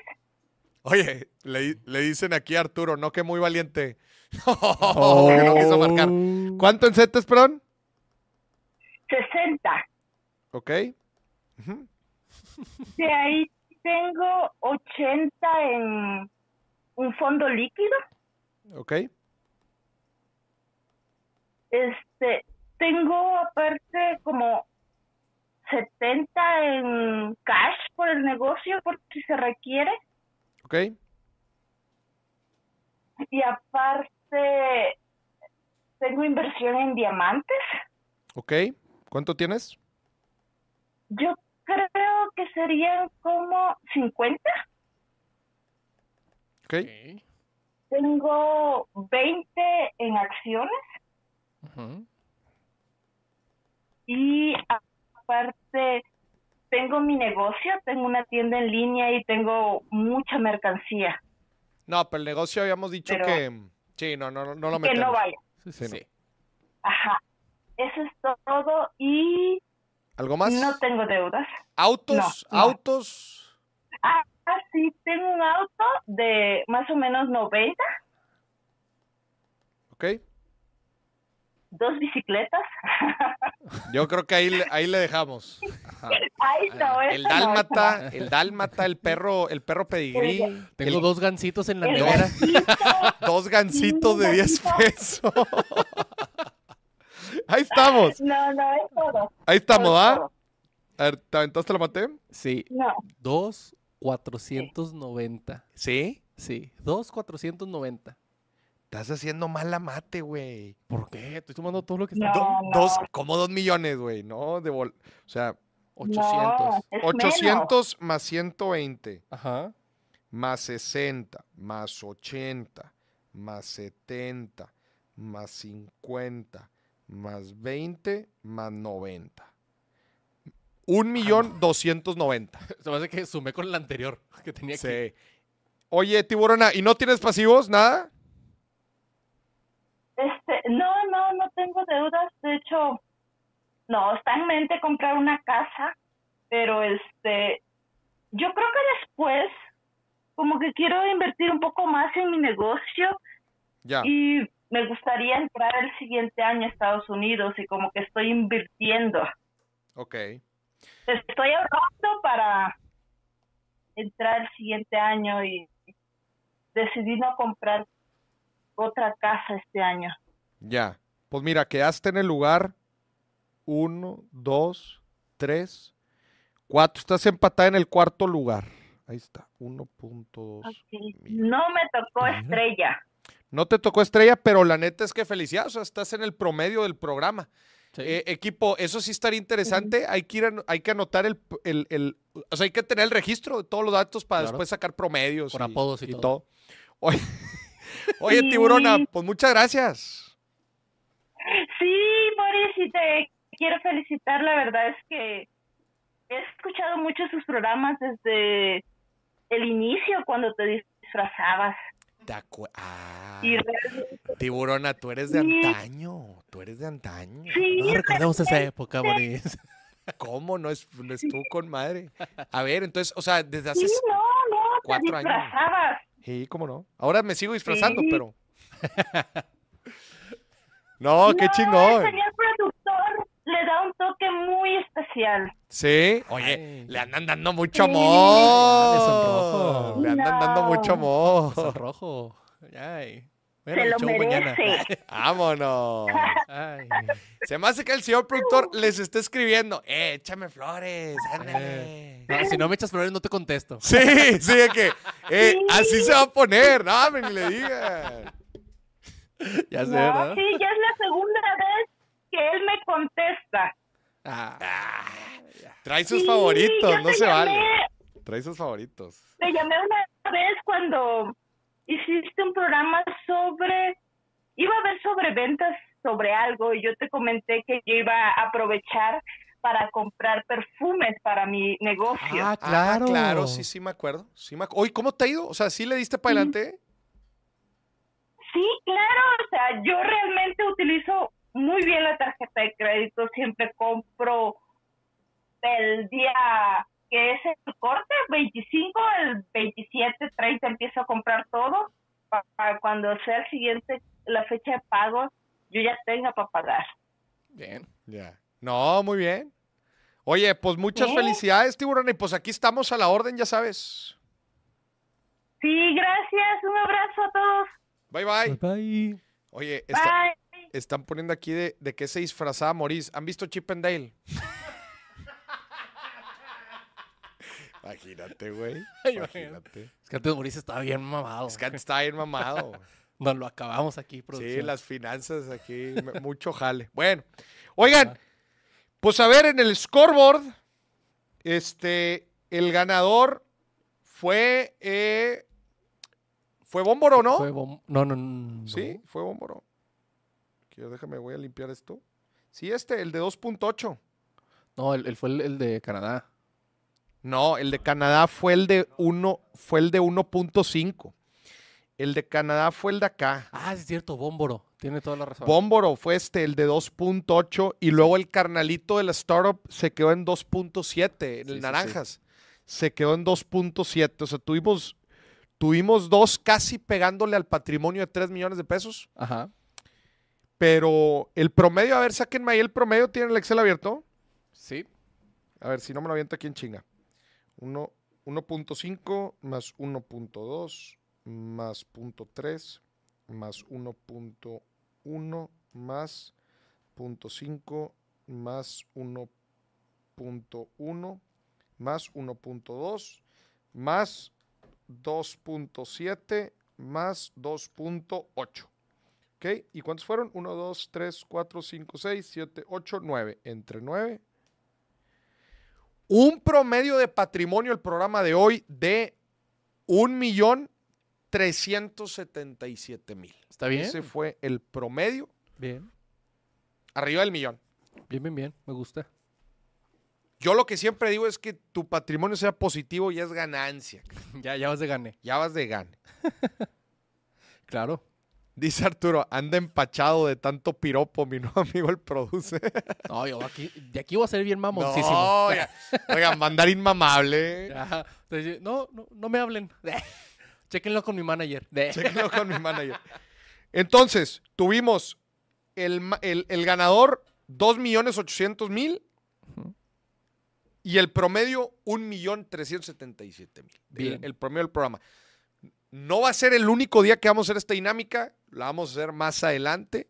A: Oye, le, le dicen aquí a Arturo, no que muy valiente. Oh, Porque no quiso marcar. ¿Cuánto en setes, perdón?
M: 60.
A: ¿Ok? Ujú.
M: De ahí tengo 80 en un fondo líquido.
A: ¿Ok?
M: Este, tengo aparte como 70 en cash por el negocio, por si se requiere.
A: ¿Ok?
M: Y aparte, tengo inversión en diamantes.
A: ¿Ok? ¿Cuánto tienes?
M: Yo creo que serían como 50.
A: ¿Ok?
M: Tengo 20 en acciones
B: Ujú.
M: y aparte tengo mi negocio, tengo una tienda en línea y tengo mucha mercancía.
A: No, pero el negocio habíamos dicho
M: Pero-
A: que... Sí, no, no, no, no lo
M: Que
A: metemos.
M: no vaya.
B: Sí, sí,
A: Sí,
B: sí.
M: Ajá. Eso es todo y
A: ¿Algo más?
M: no tengo deudas.
A: ¿Autos?
M: no.
A: ¿Autos?
M: Ah, ah, sí, tengo un auto de más o menos 90,
A: ¿Ok?
M: dos bicicletas.
A: Yo creo que ahí, le- ahí le dejamos.
M: Ahí no,
A: Ah, El
M: eso no, eso no.
A: dálmata, el dálmata, el perro, el perro pedigrí,
B: Tengo
A: El-
B: dos gancitos en la
M: El
B: nevera.
M: gatito.
A: dos gansitos de 10
M: Gatito.
A: pesos. Ahí estamos,
M: No, no, es todo.
A: ahí estamos,
M: es
A: ¿ah?
M: todo.
A: A ver, ¿Te aventaste la maté?
B: Sí.
M: No,
B: Dos 490.
A: Sí.
B: Sí. Dos 490.
A: Estás haciendo mala mate, güey.
B: ¿Por qué? Estoy tomando todo lo que
M: No,
B: está.
A: Do-
M: no.
A: dos, como dos millones, güey, ¿no? De vol- o sea,
M: no,
B: 800.
M: es
A: 800 más 120,
B: Ajá.
A: más 60, más 80, más 70, más 50, más 20, más 90. Un millón doscientos noventa.
B: Ah, Se me hace que sumé con la anterior que tenía aquí.
A: Sí. Oye, tiburona, ¿y no tienes pasivos? ¿Nada?
M: menos. Este, no, no, no tengo deudas. De hecho, no, está en mente comprar una casa, pero este, yo creo que después, como que quiero invertir un poco más en mi negocio
A: Ya.
M: y me gustaría entrar el siguiente año a Estados Unidos y como que estoy invirtiendo.
A: Ok.
M: Estoy ahorrando para entrar el siguiente año y decidí no comprar otra casa este año.
A: Ya. Pues mira, quedaste en el lugar 1, 2, 3, 4. Estás empatada en el cuarto lugar. Ahí está, 1.2.
M: Sí, No me tocó estrella.
A: No te tocó estrella, pero la neta es que felicidades, o sea, estás en el promedio del programa.
B: Sí.
A: Eh, equipo, eso sí estaría interesante. Hay, que ir an- hay que anotar el, el- el- O sea, hay que tener el registro de todos los datos para
B: Claro.
A: después sacar promedios.
B: Con apodos y todo.
A: Oye, oye, Tiburona, pues muchas gracias.
M: Sí, Boris, y te quiero felicitar. La verdad es que he escuchado mucho sus programas desde el inicio, cuando te disfrazabas.
A: Te acu- ah,
M: Y realmente-
A: tiburona, tú eres de
M: Sí.
A: antaño. Tú eres de antaño.
M: sí,
B: No recordemos esa época, Boris.
A: ¿Cómo? No, es, no estuvo con madre. A ver, entonces, o sea, desde hace.
M: sí, no, no, te
A: cuatro años.
M: disfrazabas.
A: Sí, cómo no. Ahora me sigo disfrazando,
M: Sí.
A: pero. no, qué
M: No,
A: chingón.
M: El señor productor le da un toque muy especial.
A: Sí. Oye,
B: Ay.
A: le andan dando mucho
M: Sí.
B: le sonrojo.
A: amor. Le andan dando mucho
M: No.
B: Son
A: amor.
B: rojo. Ay. Bueno,
M: Se
B: el
M: lo
B: Oh, show mañana.
M: merece.
A: Vámonos.
B: Ay.
A: Se me hace que el señor productor les está escribiendo. Eh, échame flores, ándale.
B: No, Ah, si no me echas flores, no te contesto.
A: Sí, sí, de que eh, así se va a poner. No, me ni le digan.
B: Ya sé,
M: No,
A: ¿Ah?
B: ¿verdad?
M: sí, ya es la segunda vez que él me contesta.
B: Ah,
A: Ah, trae sus
M: Sí,
A: favoritos,
M: yo
A: no
M: te
A: se
M: llamé,
A: vale. Trae sus favoritos.
M: Te llamé una vez cuando hiciste un programa sobre, iba a haber sobre ventas sobre algo y yo te comenté que yo iba a aprovechar para comprar perfumes para mi negocio.
B: Ah,
A: Ah,
B: claro.
A: claro, sí, sí me acuerdo. Sí me acu- Oye, ¿cómo te ha ido? O sea, ¿sí le diste para adelante?
M: Sí, claro, o sea, yo realmente utilizo muy bien la tarjeta de crédito, siempre compro el día que es el corte, 25, el 27, 30 empiezo a comprar todo pa- para cuando sea el siguiente, la fecha de pago, yo ya tenga para pagar.
B: Bien.
A: Ya. No, muy bien. Oye, pues muchas
M: Sí.
A: felicidades, tiburón. Y pues aquí estamos a la orden, ya sabes.
M: Sí, gracias, un abrazo a todos.
A: Bye, bye.
B: bye.
A: Oye, está-
M: Bye.
A: están poniendo aquí de, de qué se disfrazaba Moris. ¿Han visto Chip and Dale? Imagínate, güey.
B: Ay,
A: Imagínate.
B: Es que antes Boris estaba bien mamado.
A: Es que antes estaba bien mamado.
B: Nos lo acabamos aquí,
A: Sí,
B: producción.
A: las finanzas aquí, me- mucho jale. Bueno, oigan, pues a ver, en el scoreboard, este, el ganador fue, eh, fue Bómboro, ¿no?
B: Fue bom- No, no, no.
A: Sí, fue Bómboro. Quiero- déjame, voy a limpiar esto. Sí, este, el de 2.8.
B: No, él, él fue el, el de Canadá.
A: No, el de Canadá fue el de 1, fue el de 1.5. El de Canadá fue el de acá.
B: Ah, sí es cierto, Bómboro. Tiene toda la razón.
A: Bómboro fue este, el de 2.8, y luego el carnalito de la startup se quedó en 2.7,
B: Sí, sí,
A: el
B: sí.
A: Naranjas. Se quedó en 2.7. O sea, tuvimos, tuvimos dos casi pegándole al patrimonio de 3 millones de pesos,
B: Ajá.
A: pero el promedio, a ver, sáquenme ahí el promedio, tiene el Excel abierto.
B: Sí.
A: A ver, si no me lo aviento aquí en chinga. Uno- 1.5 más 1.2 más 0.3 más 1.1 más 0.5 más 1.1 más 1.2 más 2.7 más 2.8. ¿Ok? ¿Y cuántos fueron? 1, 2, 3, 4, 5, 6, 7, 8, 9. Entre 9 un promedio de patrimonio el programa de hoy de 1.377.000.
B: ¿Está bien?
A: Ese fue el promedio,
B: Bien.
A: arriba del millón.
B: Bien, bien, bien. Me gusta.
A: Yo lo que siempre digo es que tu patrimonio sea positivo y es ganancia. cabrón.
B: ya, ya vas de gane.
A: Ya vas de gane.
B: Claro.
A: Dice Arturo, anda empachado de tanto piropo, mi nuevo amigo el produce.
B: No, yo aquí, de aquí voy a ser bien mamoncísimo.
A: No, ya. Oigan, mandar inmamable.
B: Ya, entonces, no, no, no me hablen. Chequenlo con mi manager.
A: Chéquenlo con mi manager. Entonces, tuvimos el, ma- el, el ganador 2.800.000 y el promedio 1.377.000. El,
B: Bien.
A: el promedio del programa. No va a ser el único día que vamos a hacer esta dinámica, la vamos a hacer más adelante,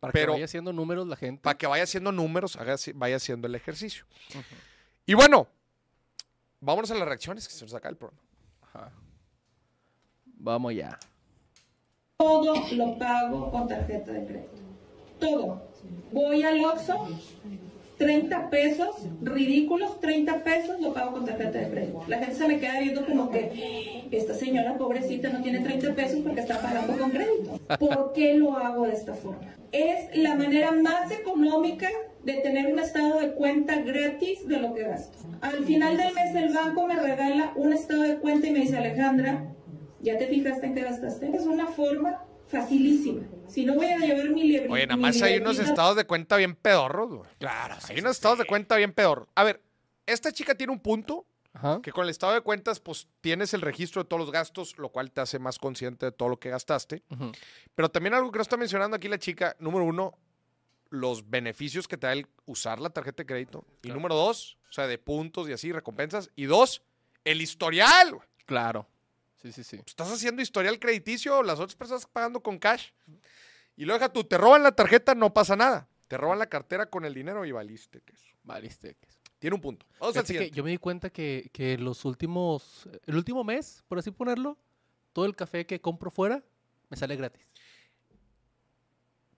B: Para que
A: Pero-
B: vaya haciendo números la gente.
A: para que vaya haciendo números, haga- vaya haciendo el ejercicio. Y bueno, vámonos a las reacciones que se nos acaba el programa.
B: Ajá. Vamos ya.
N: Todo lo pago con tarjeta de crédito. Todo. Voy al Oxxo, 30 pesos, ridículos, 30 pesos lo pago con tarjeta de crédito. La gente se me queda viendo como que esta señora pobrecita no tiene 30 pesos porque está pagando con crédito. ¿Por qué lo hago de esta forma? Es la manera más económica de tener un estado de cuenta gratis de lo que gasto. Al final del mes el banco me regala un estado de cuenta y me dice, Alejandra, ¿Ya te fijaste en qué gastaste? Es una forma facilísima. Si no voy a llevar mi libro.
A: Oye, nada más hay unos estados de cuenta bien pedorros, güey.
B: Claro,
A: Hay unos estados de cuenta bien pedorros. A ver, esta chica tiene un punto
B: Ajá.
A: que con el estado de cuentas, pues tienes el registro de todos los gastos, lo cual te hace más consciente de todo lo que gastaste.
B: Ujú.
A: Pero también algo que no está mencionando aquí la chica, número uno, los beneficios que te da el usar la tarjeta de crédito. Y número dos, o sea, de puntos y así, recompensas. Y dos, el historial. güey.
B: Claro. Sí, sí, sí.
A: Estás haciendo historial crediticio, las otras personas pagando con cash. Y luego deja tú, te roban la tarjeta, no pasa nada. Te roban la cartera con el dinero y valiste. queso.
B: Valiste. queso.
A: Tiene un punto. Vamos al
B: Fíjate que
A: siguiente.
B: yo me di cuenta que, que los últimos, el último mes, por así ponerlo, todo el café que compro fuera me sale gratis.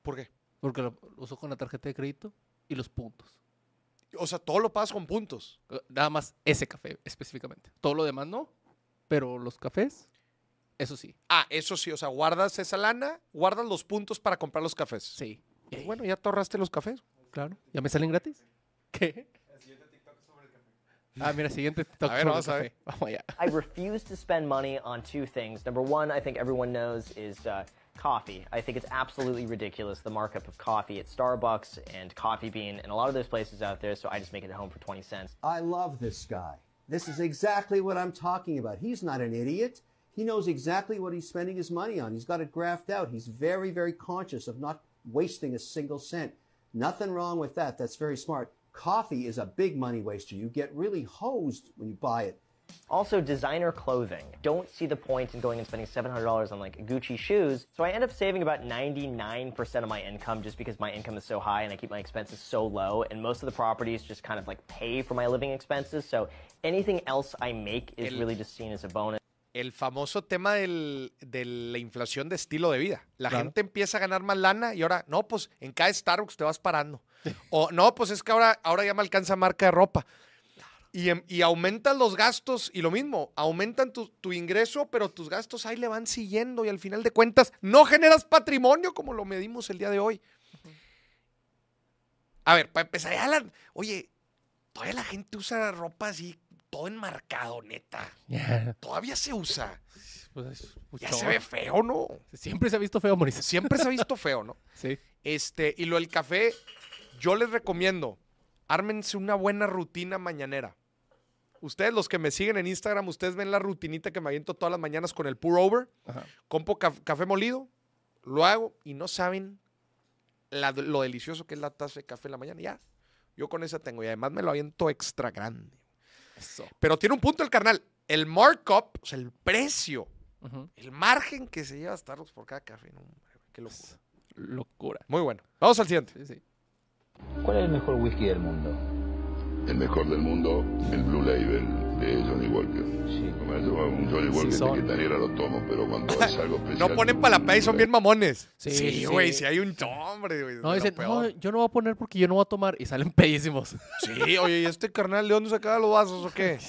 A: ¿Por qué?
B: Porque lo, lo uso con la tarjeta de crédito y los puntos.
A: O sea, todo lo pagas con puntos.
B: Eh, Nada más ese café específicamente. Todo lo demás no, pero los cafés, eso sí.
A: Ah, eso sí, o sea, guardas esa lana, guardas los puntos para comprar los cafés.
B: Sí.
A: Pues bueno, ya te ahorraste los cafés.
B: Claro. ¿Ya me salen gratis? ¿Qué? Ah, mira, siguiente TikTok
A: A ver,
B: sobre
A: vamos
B: el
A: a ver.
B: café. Vamos allá.
O: I refuse to spend money on two things. Number one, I think everyone knows is uh, coffee. I think it's absolutely ridiculous the markup of coffee at Starbucks and Coffee Bean and a lot of those places out there. So I just make it at home for 20 cents.
P: I love this guy. This is exactly what I'm talking about. He's not an idiot. He knows exactly what he's spending his money on. He's got it graphed out. He's very, very conscious of not wasting a single cent. Nothing wrong with that. That's very smart. Coffee is a big money waster. You get really hosed when you buy it.
O: Also, designer clothing. Don't see the point in going and spending $700 on like Gucci shoes. So I end up saving about 99% of my income just because my income is so high and I keep my expenses so low. And most of the properties just kind of like pay for my living expenses. So anything else I make is
A: El-
O: really just seen as a bonus.
A: El famoso tema del- de la inflación de estilo de vida. La
B: Claro.
A: gente empieza a ganar más lana y ahora, no, pues en cada Starbucks te vas parando. O no, pues es que ahora, ahora ya me alcanza marca de ropa. Y, em- y aumentan los gastos y lo mismo, aumentan tu, tu ingreso, pero tus gastos ahí le van siguiendo y al final de cuentas no generas patrimonio como lo medimos el día de hoy. A ver, para empezar, ya la- oye, todavía la gente usa ropa así, todo enmarcado, neta. Todavía se usa.
B: Pues es
A: Ya
B: mucho.
A: se ve feo, ¿no?
B: Siempre se ha visto feo, Mauricio.
A: Siempre se ha visto feo, ¿no?
B: Sí.
A: Este, y lo del café, yo les recomiendo, ármense una buena rutina mañanera. Ustedes, los que me siguen en Instagram, ustedes ven la rutinita que me aviento todas las mañanas con el pour over.
B: Ajá.
A: Compro caf- café molido, lo hago y no saben la- lo delicioso que es la taza de café en la mañana. Ya, yo con esa tengo y además me lo aviento extra grande.
B: Eso.
A: Pero tiene un punto el carnal. El markup, o sea, el precio,
B: Ujú.
A: el margen que se lleva Starbucks por cada café. No, hombre, qué locura.
B: Locura.
A: Muy bueno. Vamos al siguiente.
B: Sí, sí.
Q: ¿Cuál es el mejor whisky del mundo?
R: El mejor del mundo, el Blue Label de Johnny Walker. Me llevo un Johnny Walker
B: son.
R: de Quintanilla lo tomo, pero cuando es algo especial.
A: No ponen para la playa y son bien mamones.
B: Sí,
A: Sí,
B: sí.
A: güey, si hay un hombre, güey.
B: No,
A: de lo
B: dicen, no,
A: peor.
B: yo no voy a poner porque yo no voy a tomar. Y salen pedísimos.
A: Sí, oye, ¿y este carnal de dónde sacaba los vasos o qué?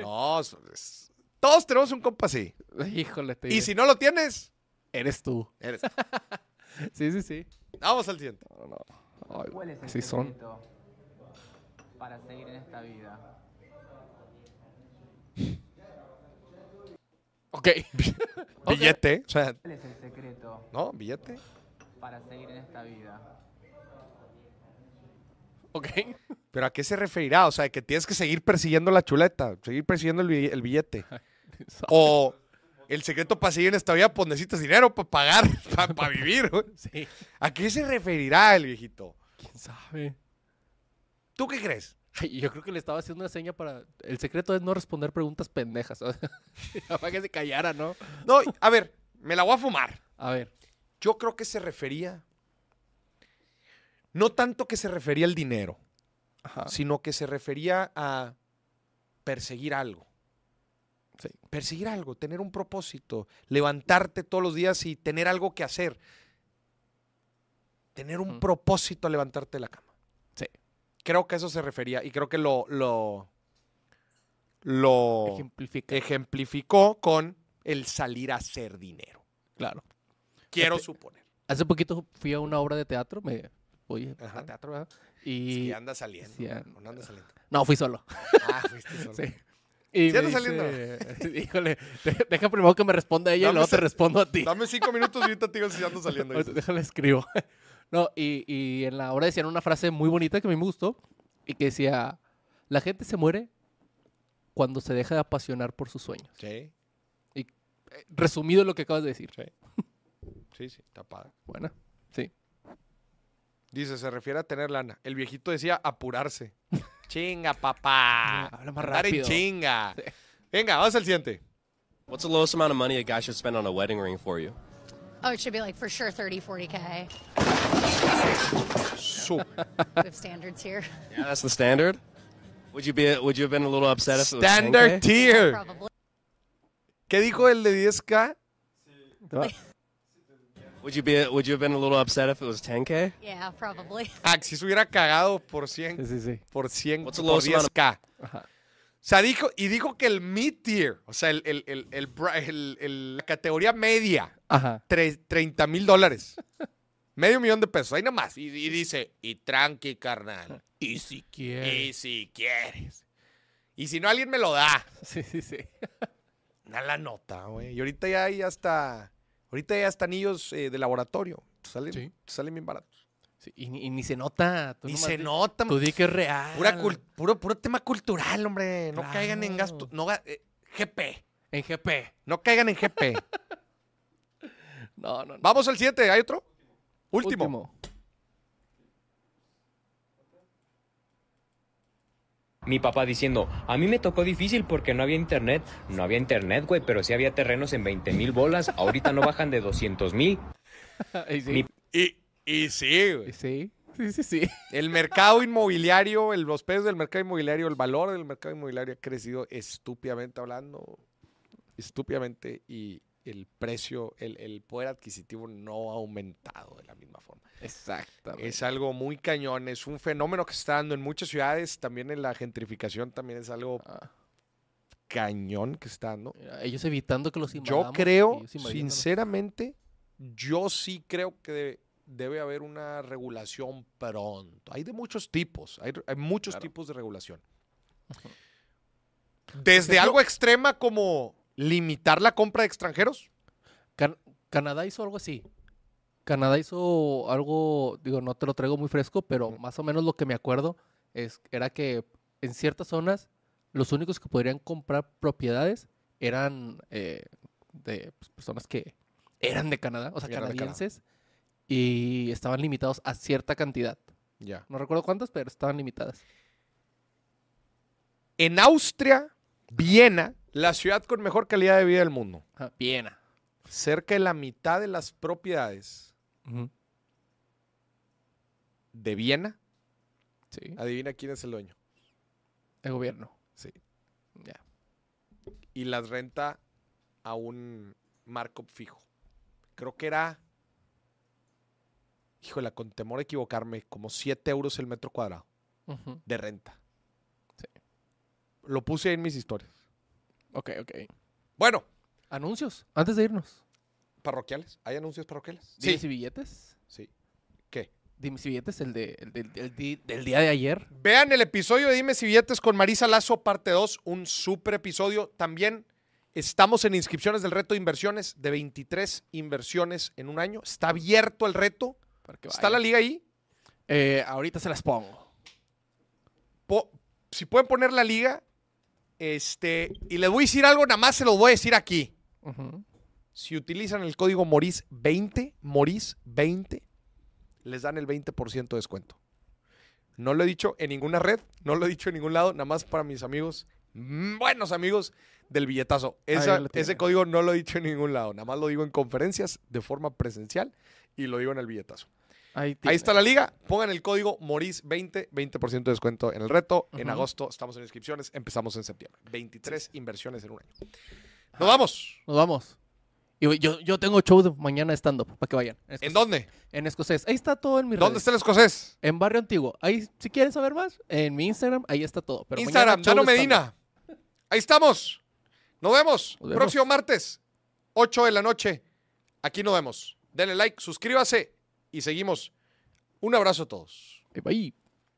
A: No, es- es- todos tenemos un compa así.
B: Híjole, te
A: Y
B: diré.
A: si no lo tienes,
B: Eres tú.
A: eres.
B: Sí, sí, sí.
A: Vamos al siguiente.
B: No, no. Ay, güey, así son.
S: para seguir en esta vida?
B: Ok. Ok.
A: Billete, o sea,
S: ¿Cuál es el secreto
A: no, billete.
S: para seguir en esta vida?
B: Ok.
A: ¿Pero a qué se referirá? O sea, que tienes que seguir persiguiendo la chuleta, seguir persiguiendo el, bi- el billete. O el secreto para seguir en esta vida, pues necesitas dinero para pagar, para vivir. güey.
B: Sí.
A: ¿A qué se referirá el viejito?
B: ¿Quién sabe?
A: ¿Tú qué crees?
B: Ay, Yo creo que le estaba haciendo una seña para. El secreto es no responder preguntas pendejas. ¿sabes? para que se callara, ¿no?
A: No, a ver, me la voy a fumar.
B: A ver.
A: Yo creo que se refería. No tanto que se refería al dinero,
B: Ajá.
A: sino que se refería a perseguir algo.
B: Sí.
A: Perseguir algo, tener un propósito, levantarte todos los días y tener algo que hacer. Tener un
B: Ujú.
A: propósito al levantarte de la cama.
B: Sí.
A: Creo que a eso se refería y creo que lo. lo lo
B: Ejemplifica.
A: ejemplificó con el salir a hacer dinero.
B: Claro. Este
A: Quiero
B: Fíjate.
A: suponer.
B: Hace poquito fui a una obra de teatro. Me voy
A: Ajá.
B: a teatro, ¿verdad?
A: Es
B: Y.
A: que anda saliendo.
B: sí,
A: ¿no?
B: ah,
A: No anda saliendo.
B: No, fui solo.
A: Ah, fuiste solo.
B: Sí. Y
A: ¿Sí
B: me
A: anda saliendo?
B: dice- Híjole, de- deja primero que me responda ella y
A: Dame
B: luego te
A: ese-
B: respondo a ti.
A: Dame cinco minutos y ahorita te digo si ando saliendo.
B: Ahorita Déjale, escribo. No, y, y en la obra decían una frase muy bonita que a mí me gustó y que decía, la gente se muere cuando se deja de apasionar por sus sueños.
A: Sí,
B: Eh, Resumido lo que acabas de decir.
A: sí, sí, está padre.
B: Bueno,
A: Dice, se refiere a tener lana. El viejito decía apurarse. chinga, papá.
B: habla más
A: Andar en
B: rápido.
A: chinga. Venga, vamos al siguiente.
T: What's the lowest amount of money a guy should spend on a wedding ring for you?
U: Oh, it should be like for sure 30, 40K.
A: Su-
U: We have standards here.
T: Yeah, that's the standard. Would you be? Would you have been a little upset if it was
A: Standard
T: 10K?
A: tier.
U: Probably.
A: ¿Qué dijo el de Ah. 10K?
T: Would you be? Would you have been a little upset if it was 10k?
U: Yeah, probably.
A: Ah, que si se hubiera cagado por 100.
B: sí, sí, sí.
A: Por 100, por
T: What's the lowest amount of-
A: 10K.
B: Ajá.
A: O sea, dijo, y dijo que el mid tier, o sea, el, el- el- el bra- el- el- la categoría media,
B: Ajá.
A: tre- 30 mil dólares. Medio millón de pesos, ahí nomás. Y, y dice, y tranqui, carnal.
B: Y si
A: Y si quieres. Y si no, alguien me lo da.
B: Sí, sí, sí.
A: Da la nota, güey. Y ahorita ya hay hasta. Ahorita ya hasta anillos eh, de laboratorio. Salen,
B: Sí.
A: salen bien baratos.
B: Sí, y, ni- y ni se nota. Tú
A: Y
B: nomás
A: se
B: di-
A: nota,
B: Tú di que es real.
A: Pura cul- puro, puro tema cultural, hombre. No caigan en
B: Claro.
A: gasto. No, ga- eh, GP.
B: En GP.
A: No caigan en GP.
B: No, no, no.
A: Vamos al 7. ¿Hay otro? Último.
V: Mi papá diciendo, a mí me tocó difícil porque no había internet. No había internet, güey, pero sí había terrenos en 20 mil bolas. Ahorita no bajan de 200 mil.
B: Y sí.
V: Mi-
A: Y, y sí, güey.
B: Y sí. Sí, sí, sí.
A: El mercado inmobiliario, el, los precios del mercado inmobiliario, el valor del mercado inmobiliario ha crecido estúpidamente hablando. Estúpidamente. Y el precio, el, el poder adquisitivo no ha aumentado de la misma forma.
B: Exactamente.
A: Es algo muy cañón, es un fenómeno que se está dando en muchas ciudades, también en la gentrificación también es algo
B: Ah.
A: cañón que se está dando.
B: Mira, Ellos evitando que los
A: Yo
B: invadamos,
A: creo,
B: ellos invadiéndonos.
A: sinceramente, yo sí creo que debe, debe haber una regulación pronto. Hay de muchos tipos, hay, hay muchos
B: Claro.
A: tipos de regulación. Desde algo extrema como limitar la compra de extranjeros.
B: Can- Canadá hizo algo así. Canadá hizo algo, digo, no te lo traigo muy fresco, pero más o menos lo que me acuerdo es, era que en ciertas zonas los únicos que podrían comprar propiedades eran eh, de pues, personas que eran de Canadá, o sea,
A: Eran de Canadá.
B: canadienses, y estaban limitados a cierta cantidad.
A: Ya.
B: No recuerdo cuántas, pero estaban limitadas.
A: En Austria, Viena, la ciudad con mejor calidad de vida del mundo.
B: Ajá, Viena.
A: Cerca de la mitad de las propiedades
B: Ujú,
A: de Viena,
B: Sí,
A: adivina quién es el dueño.
B: el gobierno.
A: Sí.
B: Ya.
A: Y las renta a un markup fijo. Creo que era, híjole, con temor a equivocarme, como 7 euros el metro cuadrado
B: Ujú,
A: de renta.
B: Sí.
A: Lo puse ahí en mis historias.
B: Ok, ok.
A: Bueno,
B: Anuncios, antes de irnos.
A: parroquiales. ¿Hay anuncios parroquiales?
B: Dimes y billetes.
A: sí. ¿Qué?
B: Dime si billetes, el, de, el, del- el di- del día de ayer.
A: Vean el episodio de Dime si billetes con Marisa Lazo, parte 2, un super episodio. También estamos en inscripciones del reto de inversiones, de 23 inversiones en un año. Está abierto el reto.
B: para que
A: Está la
B: vayan.
A: liga ahí.
B: Eh, ahorita se las pongo.
A: Po- si pueden poner la liga, este, y les voy a decir algo, nada más se los voy a decir aquí.
B: Ujú.
A: Si utilizan el código MORIS20, MORIS20, les dan el 20% de descuento. No lo he dicho en ninguna red, no lo he dicho en ningún lado, nada más para mis amigos, mm, buenos amigos del billetazo. Esa-
B: Ah, ya lo tiene.
A: ese código no lo he dicho en ningún lado, nada más lo digo en conferencias de forma presencial y lo digo en el billetazo.
B: Ahí,
A: Ahí
B: tiene.
A: está la liga. Pongan el código MORIS20, 20% de descuento en el reto. En
B: Ujú.
A: agosto estamos en inscripciones, empezamos en septiembre. 23 inversiones en un año. ¡Nos vamos!
B: Nos vamos. Y yo, yo tengo show de mañana stand-up, para que vayan. En,
A: ¿En
B: Escocés.
A: dónde?
B: En escocés. Ahí está todo en mi
A: ¿Dónde está el escocés?
B: En Barrio Antiguo. Ahí, si quieren saber más, en mi Instagram, ahí está todo. Pero mañana
A: Instagram,
B: show
A: Dano
B: de stand-up.
A: Medina. Ahí estamos. Nos vemos.
B: Nos vemos.
A: Próximo martes, 8 de la noche. Aquí nos vemos. Denle like, suscríbase y seguimos. Un abrazo a todos.
B: Bye, bye.